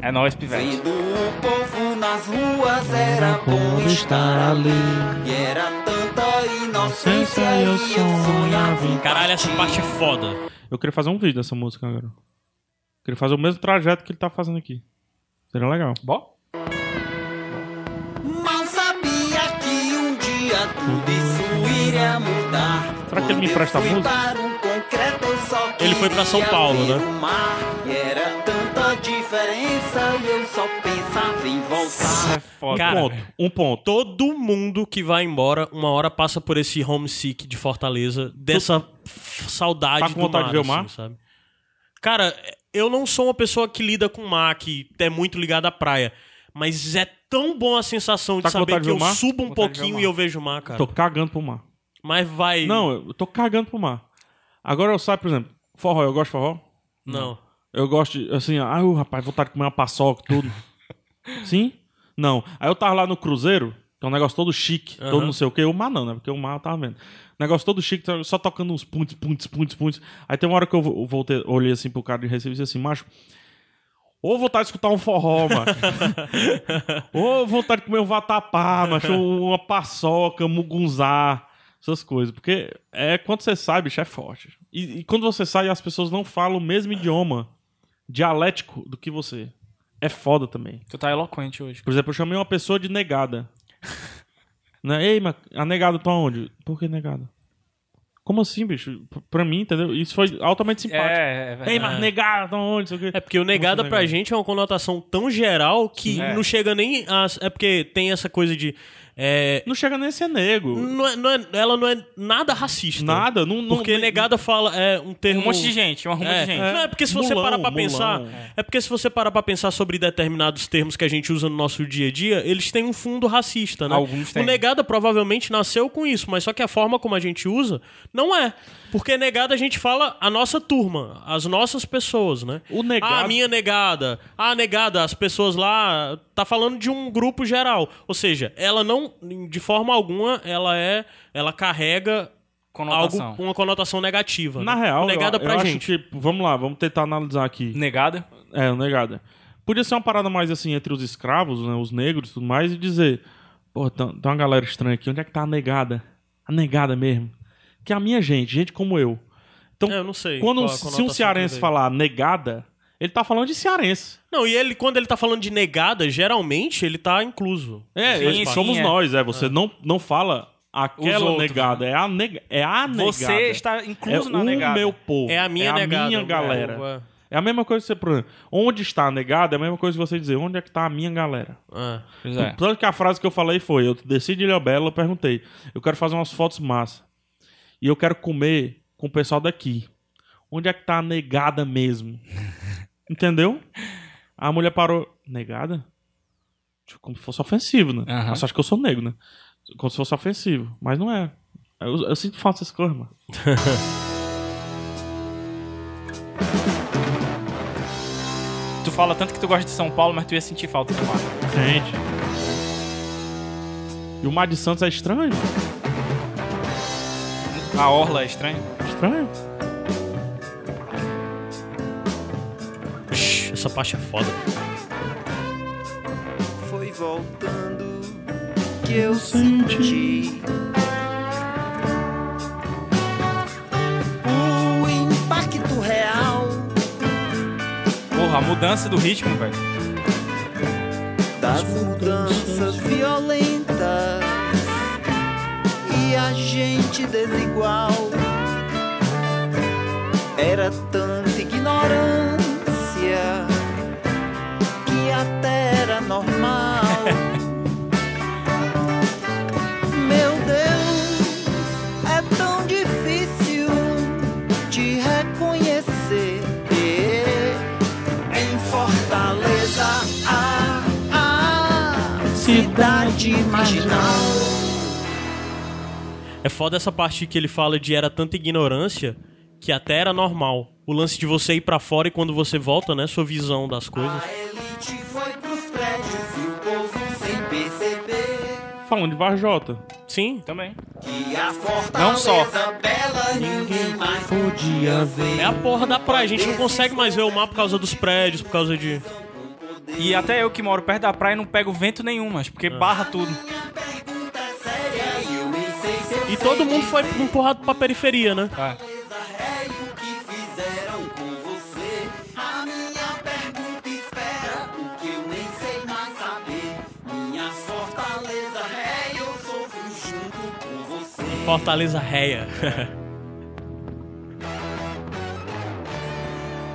B: É nóis, pivete.
I: Vendo o povo nas ruas era bom estar ali. E era tanta inocência e eu sonhava em
C: Caralho, essa parte é foda.
A: Eu queria fazer um vídeo dessa música agora. Eu queria fazer o mesmo trajeto que ele tá fazendo aqui. Seria legal.
B: Bom?
I: Mal sabia que um dia tudo isso iria mudar.
A: Será que ele me
I: Quando eu
A: empresta a
I: fui
A: música?
I: para um concreto, eu só
C: Ele foi pra São
I: queria
C: Paulo,
I: ver
C: né?
I: o mar. E era tanta diferença e eu só pensava em voltar.
B: É foda.
C: Cara,
A: Ponto. Um ponto.
C: todo mundo que vai embora, uma hora passa por esse homesick de Fortaleza, dessa f- saudade
A: Tá com
C: do
A: vontade
C: mar,
A: de ver o mar?
C: assim, sabe? Cara, eu não sou uma pessoa que lida com mar, que é muito ligada à praia, mas é tão bom a sensação
A: Tá
C: de
A: com
C: saber
A: vontade
C: que
A: de ver
C: eu
A: o mar?
C: subo um
B: Vontade de ver o
C: pouquinho
B: mar.
C: e eu vejo o mar, cara.
A: Tô cagando pro mar.
C: Mas vai...
A: Não, eu tô cagando pro mar. Agora eu saio, por exemplo, forró, eu gosto de forró?
C: Não.
A: Eu gosto de, assim, ah, ô, rapaz, vontade de comer uma paçoca, tudo. Sim? Não. Aí eu tava lá no Cruzeiro, que é um negócio todo chique,
C: Aham.
A: todo não sei o quê. O mar não, né? Porque o mar eu tava vendo. Negócio todo chique, tava só tocando uns punts, punts, punts, punts. Aí tem uma hora que eu vo- voltei, olhei assim pro cara de Recife e disse assim, macho, ou vontade de escutar um forró, mano. ou vontade de comer um vatapá, macho, ou uma paçoca, um mugunzá. Essas coisas, porque é quando você sai, bicho, é forte. E- e quando você sai, as pessoas não falam o mesmo idioma dialético do que você. É foda também.
B: Tu tá eloquente hoje.
A: Por exemplo, eu chamei uma pessoa de negada. né? Ei, mas a negada tá onde? Por que negada? Como assim, bicho? P- Pra mim, entendeu? Isso foi altamente simpático.
B: É, é
A: Ei,
B: verdade.
A: mas negada tá onde? Não sei o quê.
C: É porque o negada
A: Muito
C: pra
A: negado.
C: gente é uma conotação tão geral que
B: Sim. É.
C: não chega nem a... É porque tem essa coisa de... é,
A: Não chega nem a ser nego.
C: não é- não é- ela não é nada racista.
A: Nada. Não, não,
C: Porque
A: não-
C: negada fala é um termo.
B: Um monte de gente, um arrumo
C: É,
B: de gente.
C: Não, é porque se você
A: Mulão,
C: parar pra
A: mulão.
C: pensar. É porque se você parar pra pensar sobre determinados termos que a gente usa no nosso dia a dia, eles têm um fundo racista, né?
B: Alguns têm.
C: O negada provavelmente nasceu com isso, mas só que a forma como a gente usa não é. Porque negada a gente fala a nossa turma, as nossas pessoas, né?
A: O negado-
C: Ah, a minha negada. Ah, negada, as pessoas lá. Tá falando de um grupo geral. Ou seja, ela não, de forma alguma, ela é. Ela carrega
B: Conotação.
C: algo com uma conotação negativa.
A: Na
C: né?
A: real,
C: negada
A: eu,
C: pra
A: eu
C: gente.
A: acho que, vamos lá, vamos tentar analisar aqui.
B: Negada?
A: É, negada. Podia ser uma parada mais assim entre os escravos, né, os negros e tudo mais, e dizer, pô, tem uma galera estranha aqui, onde é que tá a negada? A negada mesmo. Que é a minha gente, gente como eu. Então,
C: É, eu não sei
A: quando um-
C: qual a
A: se um
C: conotação
A: cearense
C: que veio.
A: falar negada, ele tá falando de cearense.
C: Não, e ele, quando ele tá falando de negada, geralmente ele tá incluso.
A: É,
C: Sim,
A: eles
C: sim,
A: somos
C: é.
A: nós, é. Você não, não fala aquela
C: Os outros,
A: negada, é a, nega, é a negada.
B: Você está incluso
A: é
B: na
A: o
B: negada.
A: meu povo.
B: É a minha
A: é
B: negada,
C: né?
A: A minha
B: é o-
A: galera. É a mesma coisa que você, por exemplo, onde está a negada é a mesma coisa que você dizer, onde é que está a minha galera?
C: É.
B: Pois é.
A: Tanto que a frase que eu falei foi, eu desci de Ilha Bela, eu perguntei, eu quero fazer umas fotos massa. E eu quero comer com o pessoal daqui. Onde é que tá a negada mesmo? Entendeu? A mulher parou. Negada? Tipo, como se fosse ofensivo, né?
B: Aham.
A: Ela só acha que eu sou negro, né? Como se fosse ofensivo. Mas não é. Eu, eu sinto falta dessas coisas, mano.
B: Tu fala tanto que tu gosta de São Paulo, mas tu ia sentir falta do mar.
A: Gente. E o Mar de Santos é estranho?
B: A orla é estranha.
A: Estranho?
C: Ixi, Essa parte é foda.
I: Foi voltando que eu senti o impacto real
B: Porra, a mudança do ritmo, velho.
I: das mudanças violentas e a gente desigual. Era tanta ignorância que até era normal. Meu Deus, é tão difícil te reconhecer. Em Fortaleza, a, a cidade marginal.
C: É foda essa parte que ele fala de era tanta ignorância que até era normal. O lance de você ir pra fora e quando você volta, né, sua visão das coisas.
I: elite foi pros prédios e o povo sem perceber
A: Falando de Varjota.
C: Sim,
B: também.
I: que a fortaleza
C: Não só.
I: bela ninguém mais podia ver.
C: É a porra da praia, a gente não consegue mais ver o mar por causa dos prédios, por causa de.
B: E até eu que moro perto da praia não pego vento nenhum, mas porque barra tudo.
C: E todo mundo foi empurrado pra periferia, né?
B: É.
I: É A minha pergunta espera o que eu nem sei mais saber. Minha fortaleza é eu sofro junto com você.
C: Fortaleza réia.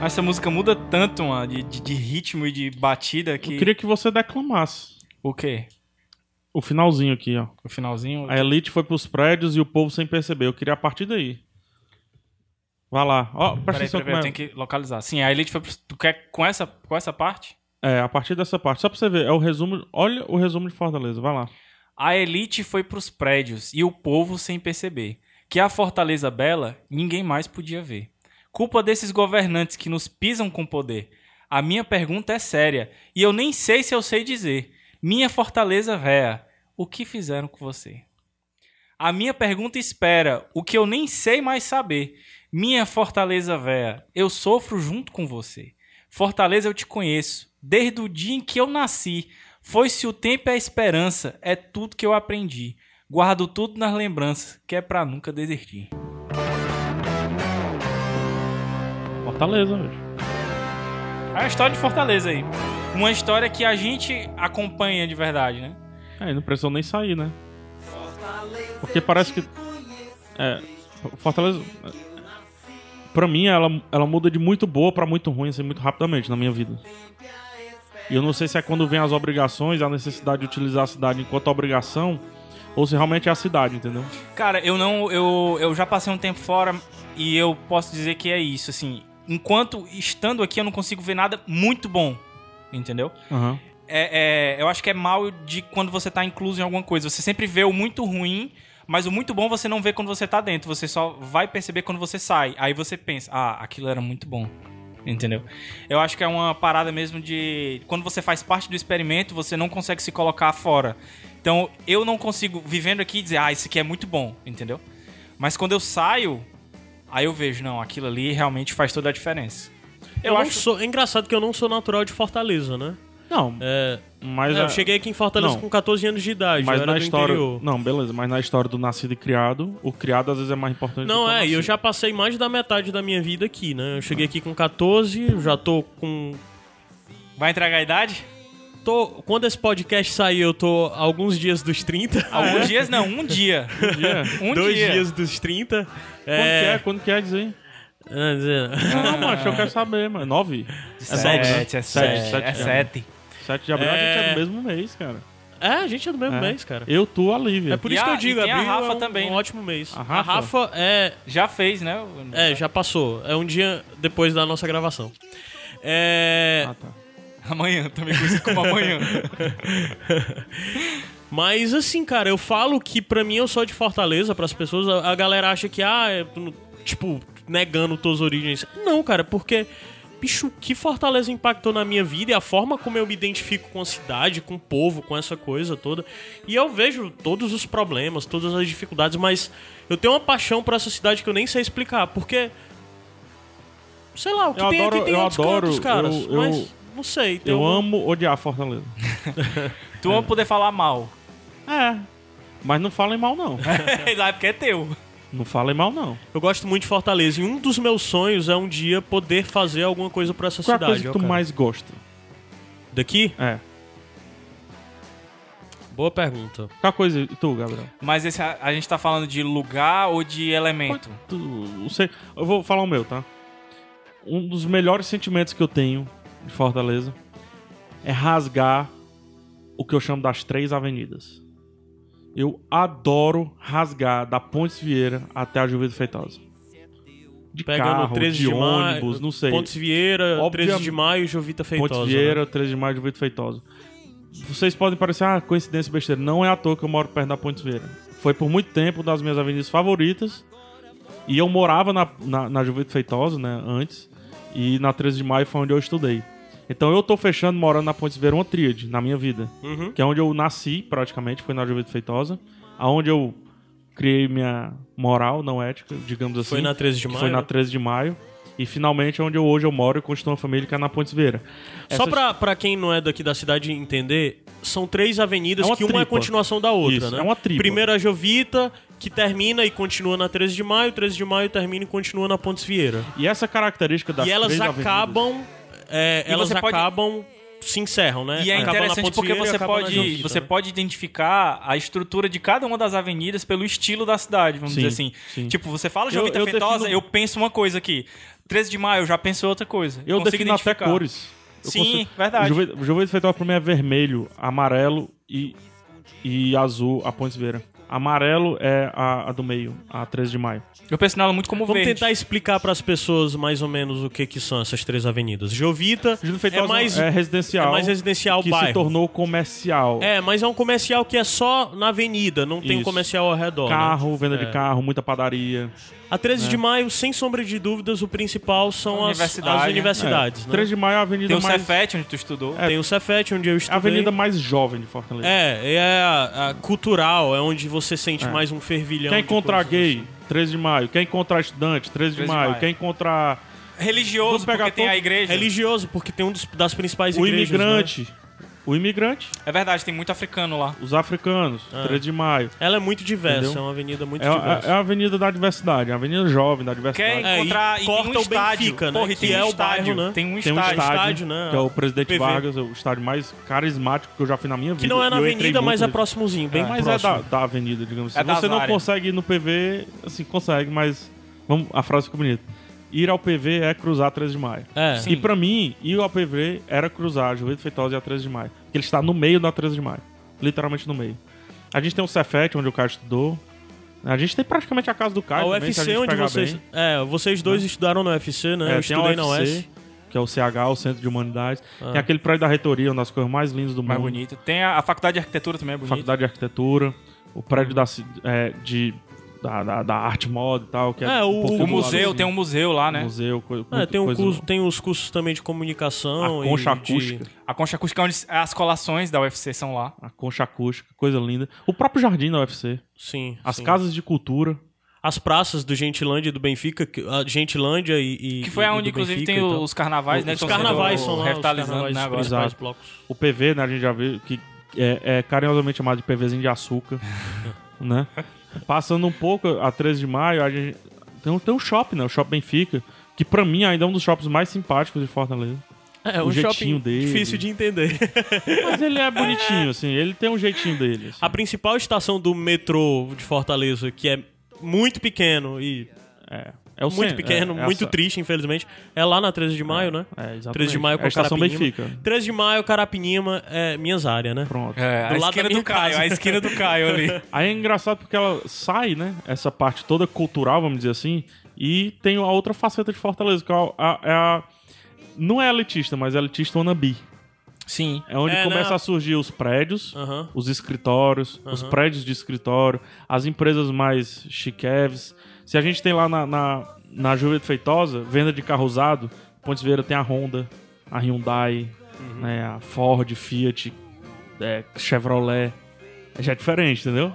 B: Essa música muda tanto, mano, de, de- de ritmo e de batida que.
A: Eu queria que você declamasse.
B: O quê?
A: O finalzinho aqui, ó.
B: O finalzinho.
A: A elite foi pros prédios e o povo sem perceber. Eu queria a partir daí. Vai lá. Ó, presta
B: Peraí,
A: atenção
B: peraí, eu
A: como é.
B: tenho que localizar. Sim, a Elite foi pro... Tu quer com essa, com essa parte?
A: É, a partir dessa parte. Só pra você ver, é o resumo. Olha o resumo de Fortaleza. Vai lá.
B: A elite foi pros prédios e o povo sem perceber. Que a Fortaleza Bela ninguém mais podia ver. Culpa desses governantes que nos pisam com poder. A minha pergunta é séria e eu nem sei se eu sei dizer. Minha Fortaleza Véia, o que fizeram com você? A minha pergunta espera o que eu nem sei mais saber. Minha Fortaleza Véia, eu sofro junto com você. Fortaleza, eu te conheço. Desde o dia em que eu nasci, foi-se o tempo e a esperança, é tudo que eu aprendi. Guardo tudo nas lembranças, que é pra nunca desistir.
A: Fortaleza, hoje.
B: É a história de Fortaleza aí. Uma história que a gente acompanha de verdade, né?
A: É, não precisou nem sair, né? Porque parece que. É. Fortaleza. é, Pra mim, ela, ela muda de muito boa pra muito ruim, assim, muito rapidamente na minha vida. E eu não sei se é quando vem as obrigações, a necessidade de utilizar a cidade enquanto obrigação, ou se realmente é a cidade, entendeu?
B: Cara, eu não. Eu, eu já passei um tempo fora e eu posso dizer que é isso, assim. Enquanto estando aqui, eu não consigo ver nada muito bom. Entendeu?
A: Aham.
B: É, é, eu acho que é mal de quando você tá incluso em alguma coisa. Você sempre vê o muito ruim, mas o muito bom você não vê quando você tá dentro. Você só vai perceber quando você sai. Aí você pensa, ah, aquilo era muito bom. Entendeu? Eu acho que é uma parada mesmo de. Quando você faz parte do experimento, você não consegue se colocar fora. Então, eu não consigo, vivendo aqui, dizer, ah, isso aqui é muito bom, entendeu? Mas quando eu saio, aí eu vejo, não, aquilo ali realmente faz toda a diferença. Eu
C: não
B: acho-
C: sou- é engraçado que eu não sou natural de Fortaleza, né?
A: Não.
C: É,
A: mas
C: é, eu
A: a-
C: cheguei aqui em Fortaleza
A: Não.
C: com 14 anos de idade,
A: Mas
C: eu era
A: na
C: do
A: história.
C: interior.
A: Não, beleza, mas na história do nascido e criado, o criado às vezes é mais importante do
C: Não,
A: que o
C: é, e eu
B: assim.
A: nascido.
C: já passei mais da metade da minha vida aqui, né? Eu
B: Ah.
C: cheguei aqui com 14, eu já tô com.
B: Vai entregar a idade?
C: Tô, quando esse podcast sair, eu tô alguns dias dos 30.
B: Alguns dias não, um dia. Um
A: dia?
B: Um
C: Ah, é? Dois
B: dia.
C: dias dos 30. Quando
A: que é? Quando que é dizer?
C: Não, dizer-
A: Não, não, macho, eu quero saber, mano. Nove?
C: Sete,
A: nove, né?
C: é sete, é
A: de
C: sete.
A: abril. Sete de abril, a gente
C: É.
A: é do mesmo mês, cara.
C: É, a gente é do mesmo
A: É.
C: mês, cara.
A: Eu, tu, a Lívia.
C: É por isso que eu digo,
B: e tem a
C: abril
B: Rafa
C: é um,
B: também,
C: um
B: né?
C: ótimo mês.
B: A
C: A
B: Rafa?
C: Rafa, é...
B: Já fez, né?
C: É, já passou. É um dia depois da nossa gravação. É... Ah,
A: tá.
B: Amanhã, também conhecido como amanhã.
C: Mas assim, cara, eu falo que pra mim eu sou de Fortaleza, pras pessoas, a, a galera acha que, ah, é, tu não- tipo, negando tuas origens. Não, cara, porque, bicho, que Fortaleza impactou na minha vida e a forma como eu me identifico com a cidade, com o povo, com essa coisa toda. E eu vejo todos os problemas, todas as dificuldades, mas eu tenho uma paixão por essa cidade que eu nem sei explicar, porque. Sei lá, o que
A: Eu
C: tem
A: adoro-
C: aqui tem
A: eu
C: outros
A: adoro,
C: cantos, caras.
A: eu- eu-
C: mas não sei. tem
A: Eu
C: algum-
A: amo odiar Fortaleza.
B: Tu vai poder falar mal.
A: É. Mas não falem mal, não.
B: Lá é porque é teu.
A: Não falem mal, não.
C: Eu gosto muito de Fortaleza e um dos meus sonhos é um dia poder fazer alguma coisa pra essa
A: Qual é a
C: cidade.
A: coisa que
C: ó,
A: tu
C: cara.
A: mais gosta?
C: Daqui?
A: É.
C: Boa pergunta.
A: Qual é a coisa e tu, Gabriel?
B: Mas esse, a, a gente tá falando de lugar ou de elemento?
A: Tu- não sei. Eu vou falar o meu, tá? Um dos melhores sentimentos que eu tenho de Fortaleza é rasgar o que eu chamo das três avenidas. Eu adoro rasgar da Pontes Vieira até a Juventude Feitosa. De
C: Pegando
A: carro,
C: 13
A: de,
C: de maio,
A: ônibus, não sei.
C: Pontes Vieira, 13 de maio, Jovita Feitosa, né?
A: Pontes Vieira, 13 de maio, Jovita Feitosa. Vocês podem parecer, ah, coincidência besteira. Não é à toa que eu moro perto da Pontes Vieira. Foi por muito tempo uma das minhas avenidas favoritas. E eu morava na, na, na Jovita Feitosa, né, antes. E na 13 de maio foi onde eu estudei. Então eu tô fechando morando na Pontes Vieira uma tríade na minha vida.
C: Uhum.
A: Que é onde eu nasci, praticamente, foi na Jovita Feitosa. Aonde eu criei minha moral, não ética, digamos assim.
C: Foi na 13 de
A: que
C: maio,
A: Foi na
C: né?
A: 13 de maio. E finalmente é onde eu, hoje eu moro e construo uma família que é na Pontes Vieira.
C: Só
A: Essas-
C: pra, pra quem não é daqui da cidade entender, são três avenidas
A: É uma
C: que uma é
A: tripa.
C: continuação da outra,
A: Isso,
C: né?
A: é uma tripa.
C: Primeiro a Jovita, que termina e continua na 13 de maio, 13 de maio termina e continua na Pontes Vieira.
A: E essa característica das
C: e elas
A: três avenidas-
C: acabam. é,
B: E
C: elas
B: você pode-
C: acabam. Se encerram, né?
B: E é
C: Acaba na
B: interessante
C: Pontes
B: porque
C: Vieira e
B: você
C: acaba na
B: pode,
C: Jovita,
B: você
C: né?
B: pode identificar a estrutura de cada uma das avenidas pelo estilo da cidade, vamos
A: Sim,
B: dizer assim.
A: sim.
B: Tipo, você fala
A: Eu-
B: Jovita
A: eu
B: Feitosa,
A: defino-
B: eu penso uma coisa aqui. 13 de maio, eu já penso outra coisa.
A: Eu
B: consigo
A: defino até
B: identificar.
A: cores. Eu
B: Sim,
A: consigo-
B: verdade.
A: O Juventus- O Juventus Feitosa pra mim é vermelho, amarelo e, e azul, a Pontes Vieira. Amarelo é a, a do meio, a 13 de maio.
B: Eu penso nela muito como
C: Vamos
B: verde.
C: tentar explicar pras pessoas mais ou menos o que, que são essas três avenidas. Jovita é
A: Feitosa
C: mais
A: é residencial.
C: é mais residencial
A: que
C: bairro.
A: se tornou comercial.
C: É, mas é um comercial que é só na avenida, não tem um
A: Isso.
C: comercial ao redor. né?
A: carro, venda
C: É.
A: de carro, muita padaria.
C: A 13
A: né?
C: de maio, sem sombra de dúvidas, o principal são as-
B: Universidade,
C: as,
B: né?
C: universidades.
A: É. 13 de maio é a avenida
C: um
B: Tem o
A: mais
B: Cefet, onde tu estudou.
A: É.
C: Tem o Cefet, onde eu
A: a
C: estudei.
A: avenida mais jovem de Fortaleza.
C: É, é a, a cultural, é onde você sente
A: É.
C: mais um fervilhão.
A: Quer
C: de
A: encontrar
C: coisas.
A: gay? 13 de maio. Quer encontrar estudante? 13 de
C: 13 de
A: maio.
C: maio.
A: Quer encontrar
B: Religioso, porque tem a igreja.
C: Religioso, porque tem um dos, das principais
A: o
C: igrejas. né?
A: imigrante? O imigrante?
B: É verdade, tem muito africano lá.
A: Os africanos,
C: É.
A: 13 de maio.
C: né? Ela é muito diversa,
A: Entendeu?
C: é uma avenida muito
A: é, a-
C: diversa.
A: é a avenida da diversidade, a avenida jovem da diversidade.
C: é
B: Quer encontrar e, tem um estádio. Porra, e
C: que
B: tem
C: é
B: um
C: o
B: estádio,
C: bairro, né?
B: Tem um
A: Tem um
B: estádio.
A: estádio,
C: né?
A: que é o Presidente
C: PV.
A: Vargas, o estádio mais carismático que eu já fui na minha vida.
C: Que não é na
A: E eu entrei
C: avenida,
A: muito
C: mas é
A: nele.
C: próximozinho, bem
A: É, Mas
C: próximo.
A: é da, da avenida, digamos
C: É
A: assim.
C: das
A: Você não
C: áreas.
A: consegue ir no PV, assim, consegue, mas... Vamos, a frase ficou bonita. Ir ao PV é cruzar a 13 de maio.
C: É.
A: E pra mim, ir ao PV era cruzar a Juventude Feitosa e a 13 de maio. Porque ele está no meio da 13 de maio. Literalmente no meio. A gente tem o Cefet, onde o Caio estudou. A gente tem praticamente a casa do
C: A
A: Caio. Ah, também, se
C: UFC,
A: gente
C: onde
A: pegar
C: vocês.
A: bem.
C: É, vocês dois estudaram na UFC, né?
A: É,
C: eu
A: tem a
C: estudei na
A: UFC,
C: UES.
A: Que é o CH, o Centro de Humanidades.
C: Ah.
A: Tem aquele prédio da reitoria, uma das coisas mais lindas do
B: Mais
C: Uhum.
A: mundo.
B: bonito. Tem a, a faculdade de arquitetura também é bonita.
A: Faculdade de Arquitetura, o prédio da, ci- é, de, da, da, da arte moda e tal. Que é,
C: É, o-
A: um pouco
B: O
A: do lado,
B: museu,
A: assim.
B: tem um museu lá, né?
A: Museu, coisa,
C: É,
A: muita
C: tem, um
A: coisa-
C: curso, tem os cursos também de comunicação.
A: A concha
C: e de-
A: acústica.
B: A concha acústica, é onde as colações da UFC são lá.
A: A concha acústica, coisa linda. O próprio jardim da UFC.
C: Sim.
A: As
C: sim.
A: casas de cultura.
C: as praças do Gentilândia e do Benfica, que- a Gentilândia e, e
B: Que foi
C: e- e
B: aonde,
C: do
B: inclusive,
C: Benfica
B: tem
C: e tal.
B: os carnavais, né,
C: Os
B: que estão sendo
C: carnavais são lá, os
B: revitalizando,
C: carnavais
B: né, agora.
C: principais
B: Exato.
C: blocos.
A: O PV, né? A gente já viu que é, é carinhosamente chamado de PVzinho de açúcar, né? Passando um pouco a 13 de maio, a gente tem, um- tem um shopping, né? O Shopping Benfica, que pra mim ainda é um dos shoppings mais simpáticos de Fortaleza.
C: É,
A: o
C: um
A: jeitinho
C: shopping
A: dele.
C: difícil de entender.
A: Mas ele é bonitinho, assim. Ele tem um jeitinho dele.
C: A principal estação do metrô de Fortaleza, que é muito pequeno e.
A: É. É o
C: Tipo, muito
A: centro,
C: pequeno,
A: é, é a
C: muito
A: sa-
C: triste, infelizmente. É lá na 13 de maio, né?
A: É, exatamente.
C: 13 de maio com
A: É a estação
C: Carapinima.
A: Benfica.
C: 13 de maio, Carapinima, é minhas áreas, né?
A: Pronto.
B: É, a esquina do Caio, a esquina do Caio ali.
A: Aí é engraçado porque ela sai, né? Essa parte toda cultural, vamos dizer assim. E tem a outra faceta de Fortaleza, que é a. a- é a- não é elitista, mas é elitista wannabe.
B: Sim.
A: É onde
C: É,
A: começa
C: né?
A: a surgir os prédios,
C: Aham.
A: os escritórios, os
C: Aham.
A: prédios de escritório, as empresas mais chiqueves. Se a gente tem lá na, na, na Juventude Feitosa, venda de carro usado, Pontes Vieira tem a Honda, a Hyundai,
C: Uhum.
A: né, a Ford, Fiat, é, Chevrolet. Já é diferente, entendeu?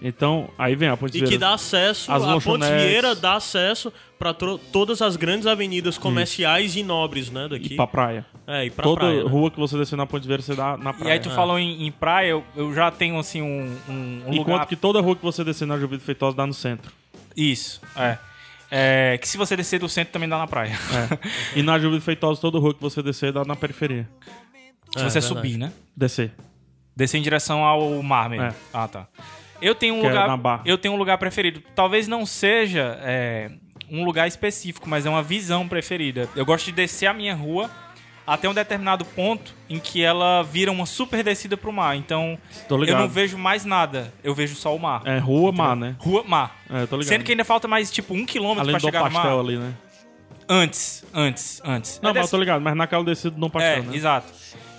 A: Então, aí vem a Pontes
C: E
A: Vieira.
C: que dá acesso,
A: às
C: a Pontes
A: lanchonetes.
C: Vieira dá acesso pra tro- todas as grandes avenidas comerciais e nobres, né, daqui.
A: E pra praia.
C: É, e pra
A: Toda
C: praia. né?
A: rua que você descer na Pontes Vieira, você dá na praia.
B: E aí tu
A: É.
B: falou em, em praia, eu, eu já tenho, assim, um, um- um
A: Enquanto
B: lugar...
A: que toda rua que você descer na Juventude Feitosa dá no centro.
B: Isso, é. É, Que se você descer do centro, também dá na praia.
A: É. E na Juventude Feitosa, todo rua que você descer dá na periferia.
C: É,
B: Se você subir, né?
A: Descer.
B: Descer em direção ao mar mesmo.
A: É.
B: Ah, tá. Eu tenho um
A: Que é
B: lugar.
A: na Barra.
B: eu tenho um lugar preferido. Talvez não seja é, um lugar específico, mas é uma visão preferida. Eu gosto de descer a minha rua até um determinado ponto em que ela vira uma super descida pro mar. Então,
A: Tô
B: eu
A: ligado.
B: não vejo mais nada. Eu vejo só o mar.
A: É rua, mar, né?
B: Rua, mar.
A: É, tô ligado.
B: Sendo que ainda falta mais, tipo, um quilômetro
A: Além
B: pra
A: do Dom
B: chegar no mar. É
A: pastel ali, né?
B: Antes, antes, antes.
A: Não,
B: É
A: mas eu
B: desse-
A: tô ligado, mas naquela descida do Dom
B: é,
A: Pastel, né?
B: exato.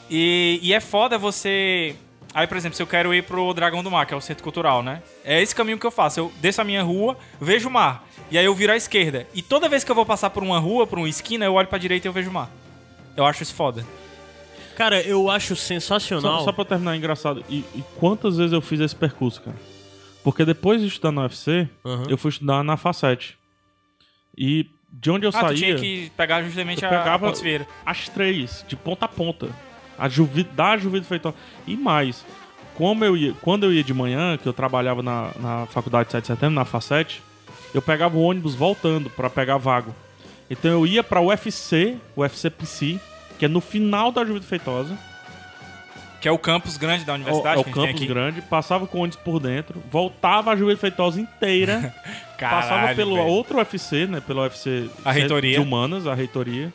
B: E, e é foda você. Aí, por exemplo, se eu quero ir pro Dragão do Mar, que é o centro cultural, né? É esse caminho que eu faço. Eu desço a minha rua, vejo o mar. E aí eu viro à esquerda. E toda vez que eu vou passar por uma rua, por uma esquina, eu olho pra direita e eu vejo o mar. Eu acho isso foda.
C: Cara, eu acho
A: Só,
C: sensacional.
A: só pra terminar, é engraçado. E, e quantas vezes eu fiz esse percurso, cara? Porque depois de estudar na UFC,
C: Aham.
A: eu fui estudar na Facete. E de onde eu
B: ah,
A: saía...
B: tu tinha que pegar justamente
A: Eu
B: a, a
A: pegava
B: Pontes Vieira.
A: As três, de ponta a ponta. A Juvi, da Juventude Feitosa. E mais, como eu ia, quando eu ia de manhã, que eu trabalhava na, na faculdade de 7 de setembro, na Facete, eu pegava o ônibus voltando pra pegar vago. Então eu ia pra UFC, UFC PC, que é no final da Juventude Feitosa.
B: Que é o campus grande da
A: É o
B: universidade.
A: é o
B: que a gente tem
A: campus
B: aqui.
A: grande, passava com o ônibus por dentro, voltava a Juventude Feitosa inteira,
B: Caralho,
A: passava pelo
B: velho.
A: outro UFC, né? Pelo UFC
B: A reitoria.
A: de Humanas, a reitoria.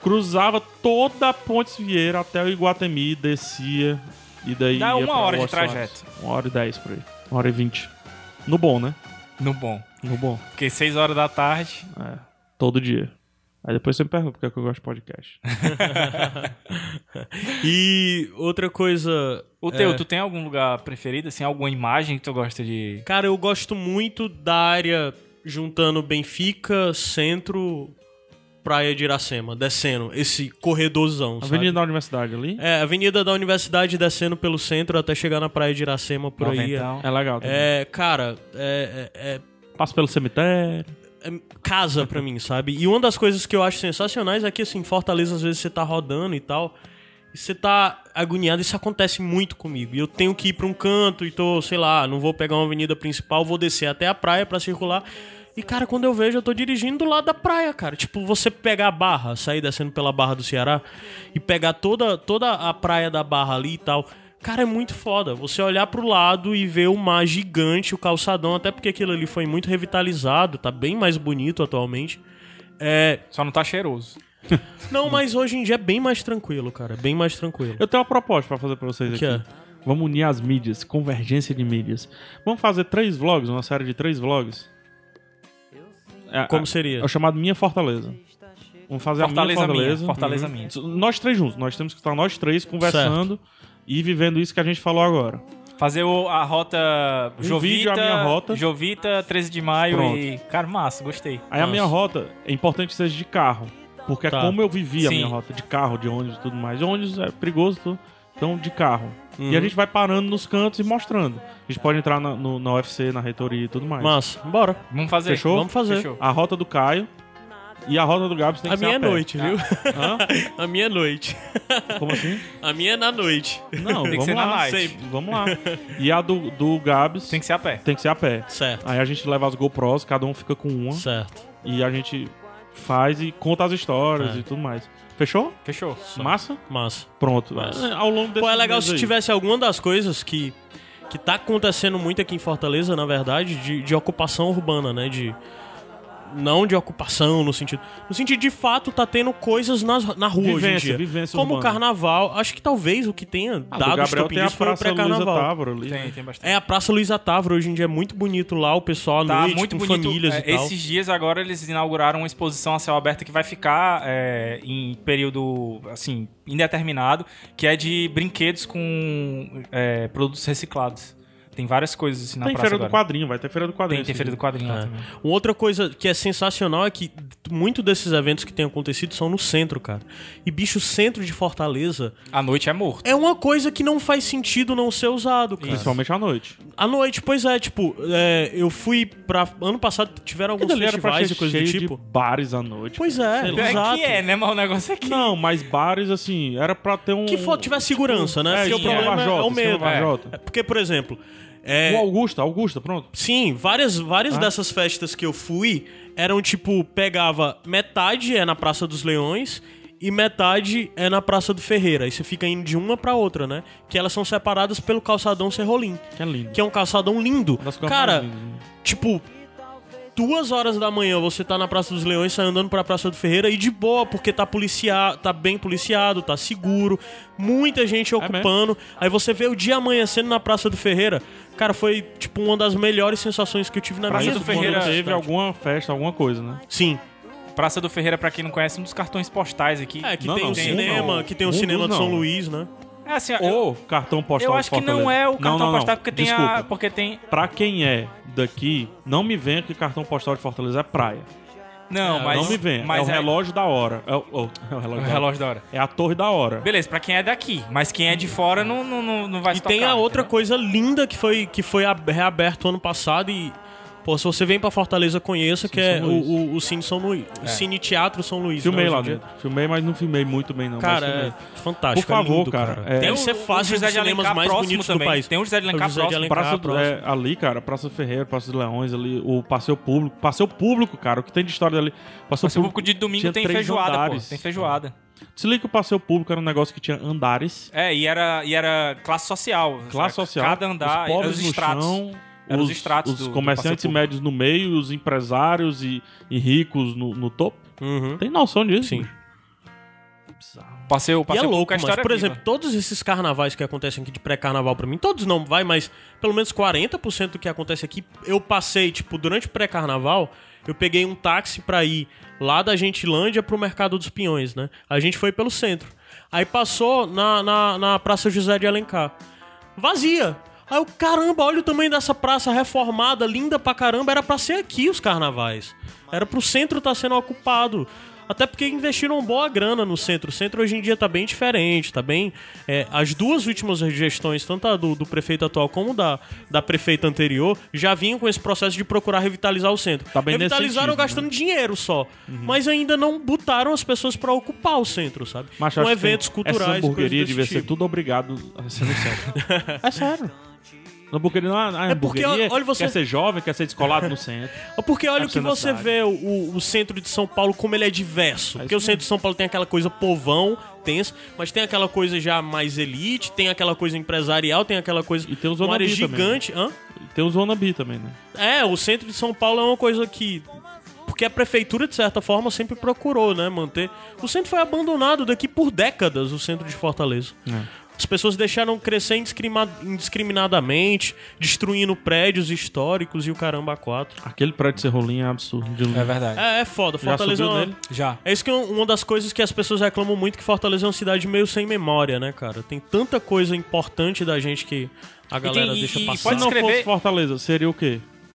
A: Cruzava toda a Pontes Vieira até o Iguatemi, descia e daí.
B: Dá
A: ia
B: uma
A: pra
B: hora de
A: Washington Arts.
B: trajeto.
A: Uma hora e dez por aí. Uma hora e vinte. No bom, né?
B: No bom.
A: No bom.
B: Porque 6 horas da tarde.
A: É. Todo dia. Aí depois você me pergunta por que é que eu gosto de podcast.
C: E outra coisa.
B: O teu,
C: é,
B: tu tem algum lugar preferido, assim, alguma imagem que tu gosta de.
C: Cara, eu gosto muito da área juntando Benfica, centro, praia de Iracema, descendo. Esse corredorzão. sabe?
A: Avenida da Universidade ali.
C: É, Avenida da Universidade descendo pelo centro até chegar na praia de Iracema por aí.
B: Noventão.
A: É legal. também.
C: É, cara, é- é- é
A: Passa pelo cemitério.
C: é, casa pra mim, sabe? E uma das coisas que eu acho sensacionais é que, assim, em Fortaleza, às vezes você tá rodando e tal, e você tá agoniado, isso acontece muito comigo. E eu tenho que ir pra um canto e tô, sei lá, não vou pegar uma avenida principal, vou descer até a praia pra circular. E, cara, quando eu vejo, eu tô dirigindo do lado da praia, cara. Tipo, você pegar a barra, sair descendo pela barra do Ceará e pegar toda, toda a praia da barra ali e tal. Cara, é muito foda. Você olhar pro lado e ver o mar gigante, o calçadão, até porque aquilo ali foi muito revitalizado, tá bem mais bonito atualmente. É,
B: Só não tá cheiroso.
C: não, mas hoje em dia é bem mais tranquilo, cara. é Bem mais tranquilo.
A: Eu tenho uma proposta pra fazer pra vocês
C: O que é,
A: aqui. Vamos unir as mídias, convergência de mídias. Vamos fazer três vlogs, uma série de três vlogs. É,
C: Como
A: é,
C: seria?
A: É o chamado Minha Fortaleza. Vamos fazer
B: Fortaleza
A: a minha Fortaleza. Uhum.
B: minha, Fortaleza minha.
A: Nós três juntos, nós temos que estar nós três conversando e vivendo isso que a gente falou agora.
B: Fazer o- a rota
A: Um
B: Jovita,
A: vídeo, a minha rota.
B: Jovita, 13 de maio
A: Pronto.
B: e... Cara, massa, gostei.
A: Aí a minha rota é importante que seja de carro. Porque é
C: Tá.
A: como eu vivi a
B: Sim.
A: minha rota de carro, de ônibus e tudo mais. Ônibus é perigoso, tudo. Então, de carro.
C: Uhum.
A: E a gente vai parando nos cantos e mostrando. A gente pode entrar na, no, na UFC, na reitoria e tudo mais.
C: Massa, bora.
B: Vamos fazer. Ah,
A: Fechou?
C: Vamos fazer.
B: Fechou.
A: A rota do Caio e a rota do Gabs tem que
C: A
A: ser
C: minha é
A: pé.
C: noite, viu? A minha é noite.
A: Como assim?
C: A minha é na noite.
A: Não,
B: Tem que
A: vamos
B: ser na
A: lá.
B: night.
A: sempre. Vamos lá. E a do, do Gabs
B: Tem que ser a pé.
A: tem que ser a pé.
C: Certo.
A: Aí a gente leva as GoPros, cada um fica com uma.
C: Certo.
A: E a gente faz e conta as histórias
C: É.
A: e tudo mais. Fechou?
B: Fechou.
A: Massa?
C: Massa.
A: Pronto.
C: Massa.
A: Ao longo desse
C: Pô, é legal
A: mês
C: se
A: aí.
C: tivesse alguma das coisas que, que tá acontecendo muito aqui em Fortaleza, na verdade, de, de ocupação urbana, né? De, não de ocupação no sentido. No sentido de fato, tá tendo coisas nas, na rua hoje em
A: Vivência,
C: dia.
A: vivência
C: Como o
A: urbana.
C: carnaval. Acho que talvez o que tenha
A: Ah, do
C: dado
A: Gabriel tem a
C: estupidez foi o
A: Praça Luísa
C: pré-carnaval.
A: Távora ali.
B: Tem, tem bastante.
C: É, a Praça Luiz Távora hoje em dia é muito bonito lá, o pessoal à
B: Tá
C: noite,
B: muito
C: com
B: bonito.
C: famílias
B: É,
C: e tal.
B: Esses dias agora eles inauguraram uma exposição a céu aberto que vai ficar é, em período assim indeterminado, que é de brinquedos com é, produtos reciclados. Tem várias coisas assim na
A: Tem
B: praça
A: feira do
B: agora.
A: quadrinho, vai ter feira do quadrinho. É.
B: Tem, tem
A: esse
B: feira do
A: dia.
B: quadrinho lá também.
C: Uma outra coisa que é sensacional é que muito desses eventos que têm acontecido são no centro, cara. E bicho, o centro de Fortaleza
B: A noite é morto.
C: é uma coisa que não faz sentido não ser usado, cara.
A: Principalmente à noite.
C: À noite, pois é, tipo, é, eu fui pra. Ano passado tiveram alguns
A: Aquilo ali era tá pra
C: festivais
A: ser
C: e coisas do
A: cheio de
C: tipo.
A: bares à noite.
C: Pois é,
A: Sei lá.
C: exato.
B: É que é, né? Mas o negócio é que
A: Não, mas bares, assim, era pra ter um...
C: Que for, tiver segurança, né?
A: É,
C: Porque o
A: esquema
C: problema
A: Vajota,
C: é o
A: esquema
C: medo.
A: Vajota.
C: É, porque, por exemplo. é,
A: O Augusta, Augusta, pronto.
C: Sim, várias,
A: Ah.
C: várias dessas festas que eu fui eram tipo, pegava metade é na Praça dos Leões e metade é na Praça do Ferreira. Aí você fica indo de uma pra outra, né? Que elas são separadas pelo calçadão Serrolim,
A: Que é lindo.
C: que é um calçadão lindo.
A: das coisas
C: Cara,
A: mais lindas.
C: tipo, duas horas da manhã você tá na Praça dos Leões, sai andando pra Praça do Ferreira e de boa, porque tá policiado, tá bem policiado, tá seguro, muita gente ocupando. aí você vê o dia amanhecendo na Praça do Ferreira. Cara, foi tipo uma das melhores sensações que eu tive na
B: Praça
C: minha
B: do
C: vida.
B: Ferreira
C: Quando eu
A: Teve
C: tive algum-
A: alguma festa, alguma coisa, né?
C: Sim.
B: Praça do Ferreira, pra quem não conhece, é um dos cartões postais aqui.
C: É, que
A: Não,
C: tem
A: não,
C: um
A: tem
C: cinema,
A: não.
C: que tem um
A: Um
C: cinema de
A: dos
C: São
A: não.
C: Luís, né?
B: É assim, ó, eu,
A: Ou cartão postal
B: eu
A: de
B: acho que não
A: Fortaleza.
B: é o
A: Não,
B: cartão
A: não, não.
B: postal porque tem a.
A: Desculpa.
B: Porque tem.
A: Pra quem é daqui, não me venha que cartão postal de Fortaleza é praia.
B: Não, mas.
A: não me venha.
B: Mas
A: é o relógio da hora. É o, oh, é o
B: É,
A: relógio,
B: o
A: da hora.
B: relógio da hora.
A: É a torre da hora.
B: Beleza, pra quem é daqui. Mas quem é de fora não, não, não, não vai
C: E
B: se
C: tem
B: tocar,
C: a outra
B: entendeu?
C: coisa linda que foi, que foi ab- reaberto ano passado e. Pô, se você vem pra Fortaleza, conheça, que é
A: São
C: o,
A: Luís.
C: o, o Cine São Luís.
B: É.
C: o Cine Teatro São Luís.
A: Filmei
C: né,
A: lá
C: hoje em dia.
A: dentro. Filmei, mas não filmei muito bem, não. mas
C: Cara,
A: filmei.
C: é fantástico.
A: Por favor,
C: é lindo,
A: cara, é-
C: Deve
A: Tem
C: ser
B: o-
C: fácil
B: o um José
C: dos
B: de
C: cinemas
B: Alencar
C: mais
B: próximo
C: bonitos
B: também.
C: do país.
B: Tem o José de Alencar
C: O José
B: próximo.
C: Alencar
A: Praça,
C: próximo.
A: é, ali, cara, Praça Ferreira, Praça dos Leões, ali, o passeio público. Passeio público, cara, o que tem de história ali? Passeio,
B: Passeio público de domingo
A: tinha
B: tem
A: três
B: feijoada,
A: andares.
B: pô. Tem feijoada.
A: Se liga que o passeio público era um negócio que tinha andares,
B: É, e era, e era classe social.
A: classe
B: saca?
A: social,
B: Cada andar,
A: os
B: era
A: pobres
B: os
A: no
B: estratos.
A: chão,
B: Era os estratos
A: os
B: do- do
A: comerciantes
B: passeio público.
A: médios no meio, os empresários e, e ricos no, no topo.
C: Uhum.
A: Tem noção disso?
C: Sim.
A: bicho? Bizarro.
B: Passei o
C: E é
B: passeio público,
C: louco,
B: a
C: mas,
B: história
C: por
B: é viva.
C: exemplo, todos esses carnavais que acontecem aqui de pré-carnaval pra mim, todos não, vai, mas pelo menos 40% do que acontece aqui, eu passei, tipo, durante o pré-carnaval, eu peguei um táxi pra ir lá da Gentilândia pro Mercado dos Pinhões, né? A gente foi pelo centro. Aí passou na, na, na Praça José de Alencar. Vazia! Aí eu, caramba, olha o tamanho dessa praça reformada, linda pra caramba, era pra ser aqui os carnavais. Era pro centro estar sendo ocupado. Até porque investiram boa grana no centro. O centro hoje em dia tá bem diferente, tá bem. é, as duas últimas gestões, tanto a do, do prefeito atual como da, da prefeita anterior, já vinham com esse processo de procurar revitalizar o centro.
A: Tá bem nesse
C: Revitalizaram
A: sentido, Uhum.
C: gastando dinheiro só. Mas ainda não botaram as pessoas pra ocupar o centro, sabe?
A: Mas acho
C: com
A: que tem-
C: eventos culturais.
A: Essa
C: coisas
A: hamburgueria
C: desse
A: devia
C: tipo.
A: ser tudo obrigado a ser no centro. é sério. Na hamburgueria não é
C: É porque, olha, você-
A: Quer ser jovem, quer ser descolado no centro.
C: Porque olha o que
A: Absendo
C: você
A: essa área.
C: vê, o, o centro de São Paulo, como ele é diverso. Porque o centro de São Paulo tem aquela coisa povão, tenso, mas tem aquela coisa já mais elite, tem aquela coisa empresarial, tem aquela coisa.
A: E tem os
C: uma área
A: wannabe também, né?
C: gigante. Hã?
A: Tem os wannabe também, né?
C: É, o centro de São Paulo é uma coisa que. Porque a prefeitura, de certa forma, sempre procurou, né? Manter. O centro foi abandonado daqui por décadas, o centro de Fortaleza.
B: É.
C: As pessoas deixaram crescer indiscrima- indiscriminadamente, destruindo prédios históricos e o caramba a quatro.
A: Aquele prédio de Serrolinha é absurdo. De lindo.
B: É verdade.
C: É, é foda. Fortaleza é
A: subiu
C: uma-
A: nele?
B: Já.
C: É isso que é um- uma das coisas que as pessoas reclamam muito, que Fortaleza é uma cidade meio sem memória, né, cara? Tem tanta coisa importante da gente que a galera
B: e-
C: deixa
B: e
C: passar.
A: Se
B: pode
A: não
B: escrever-
A: fosse Fortaleza, seria o quê?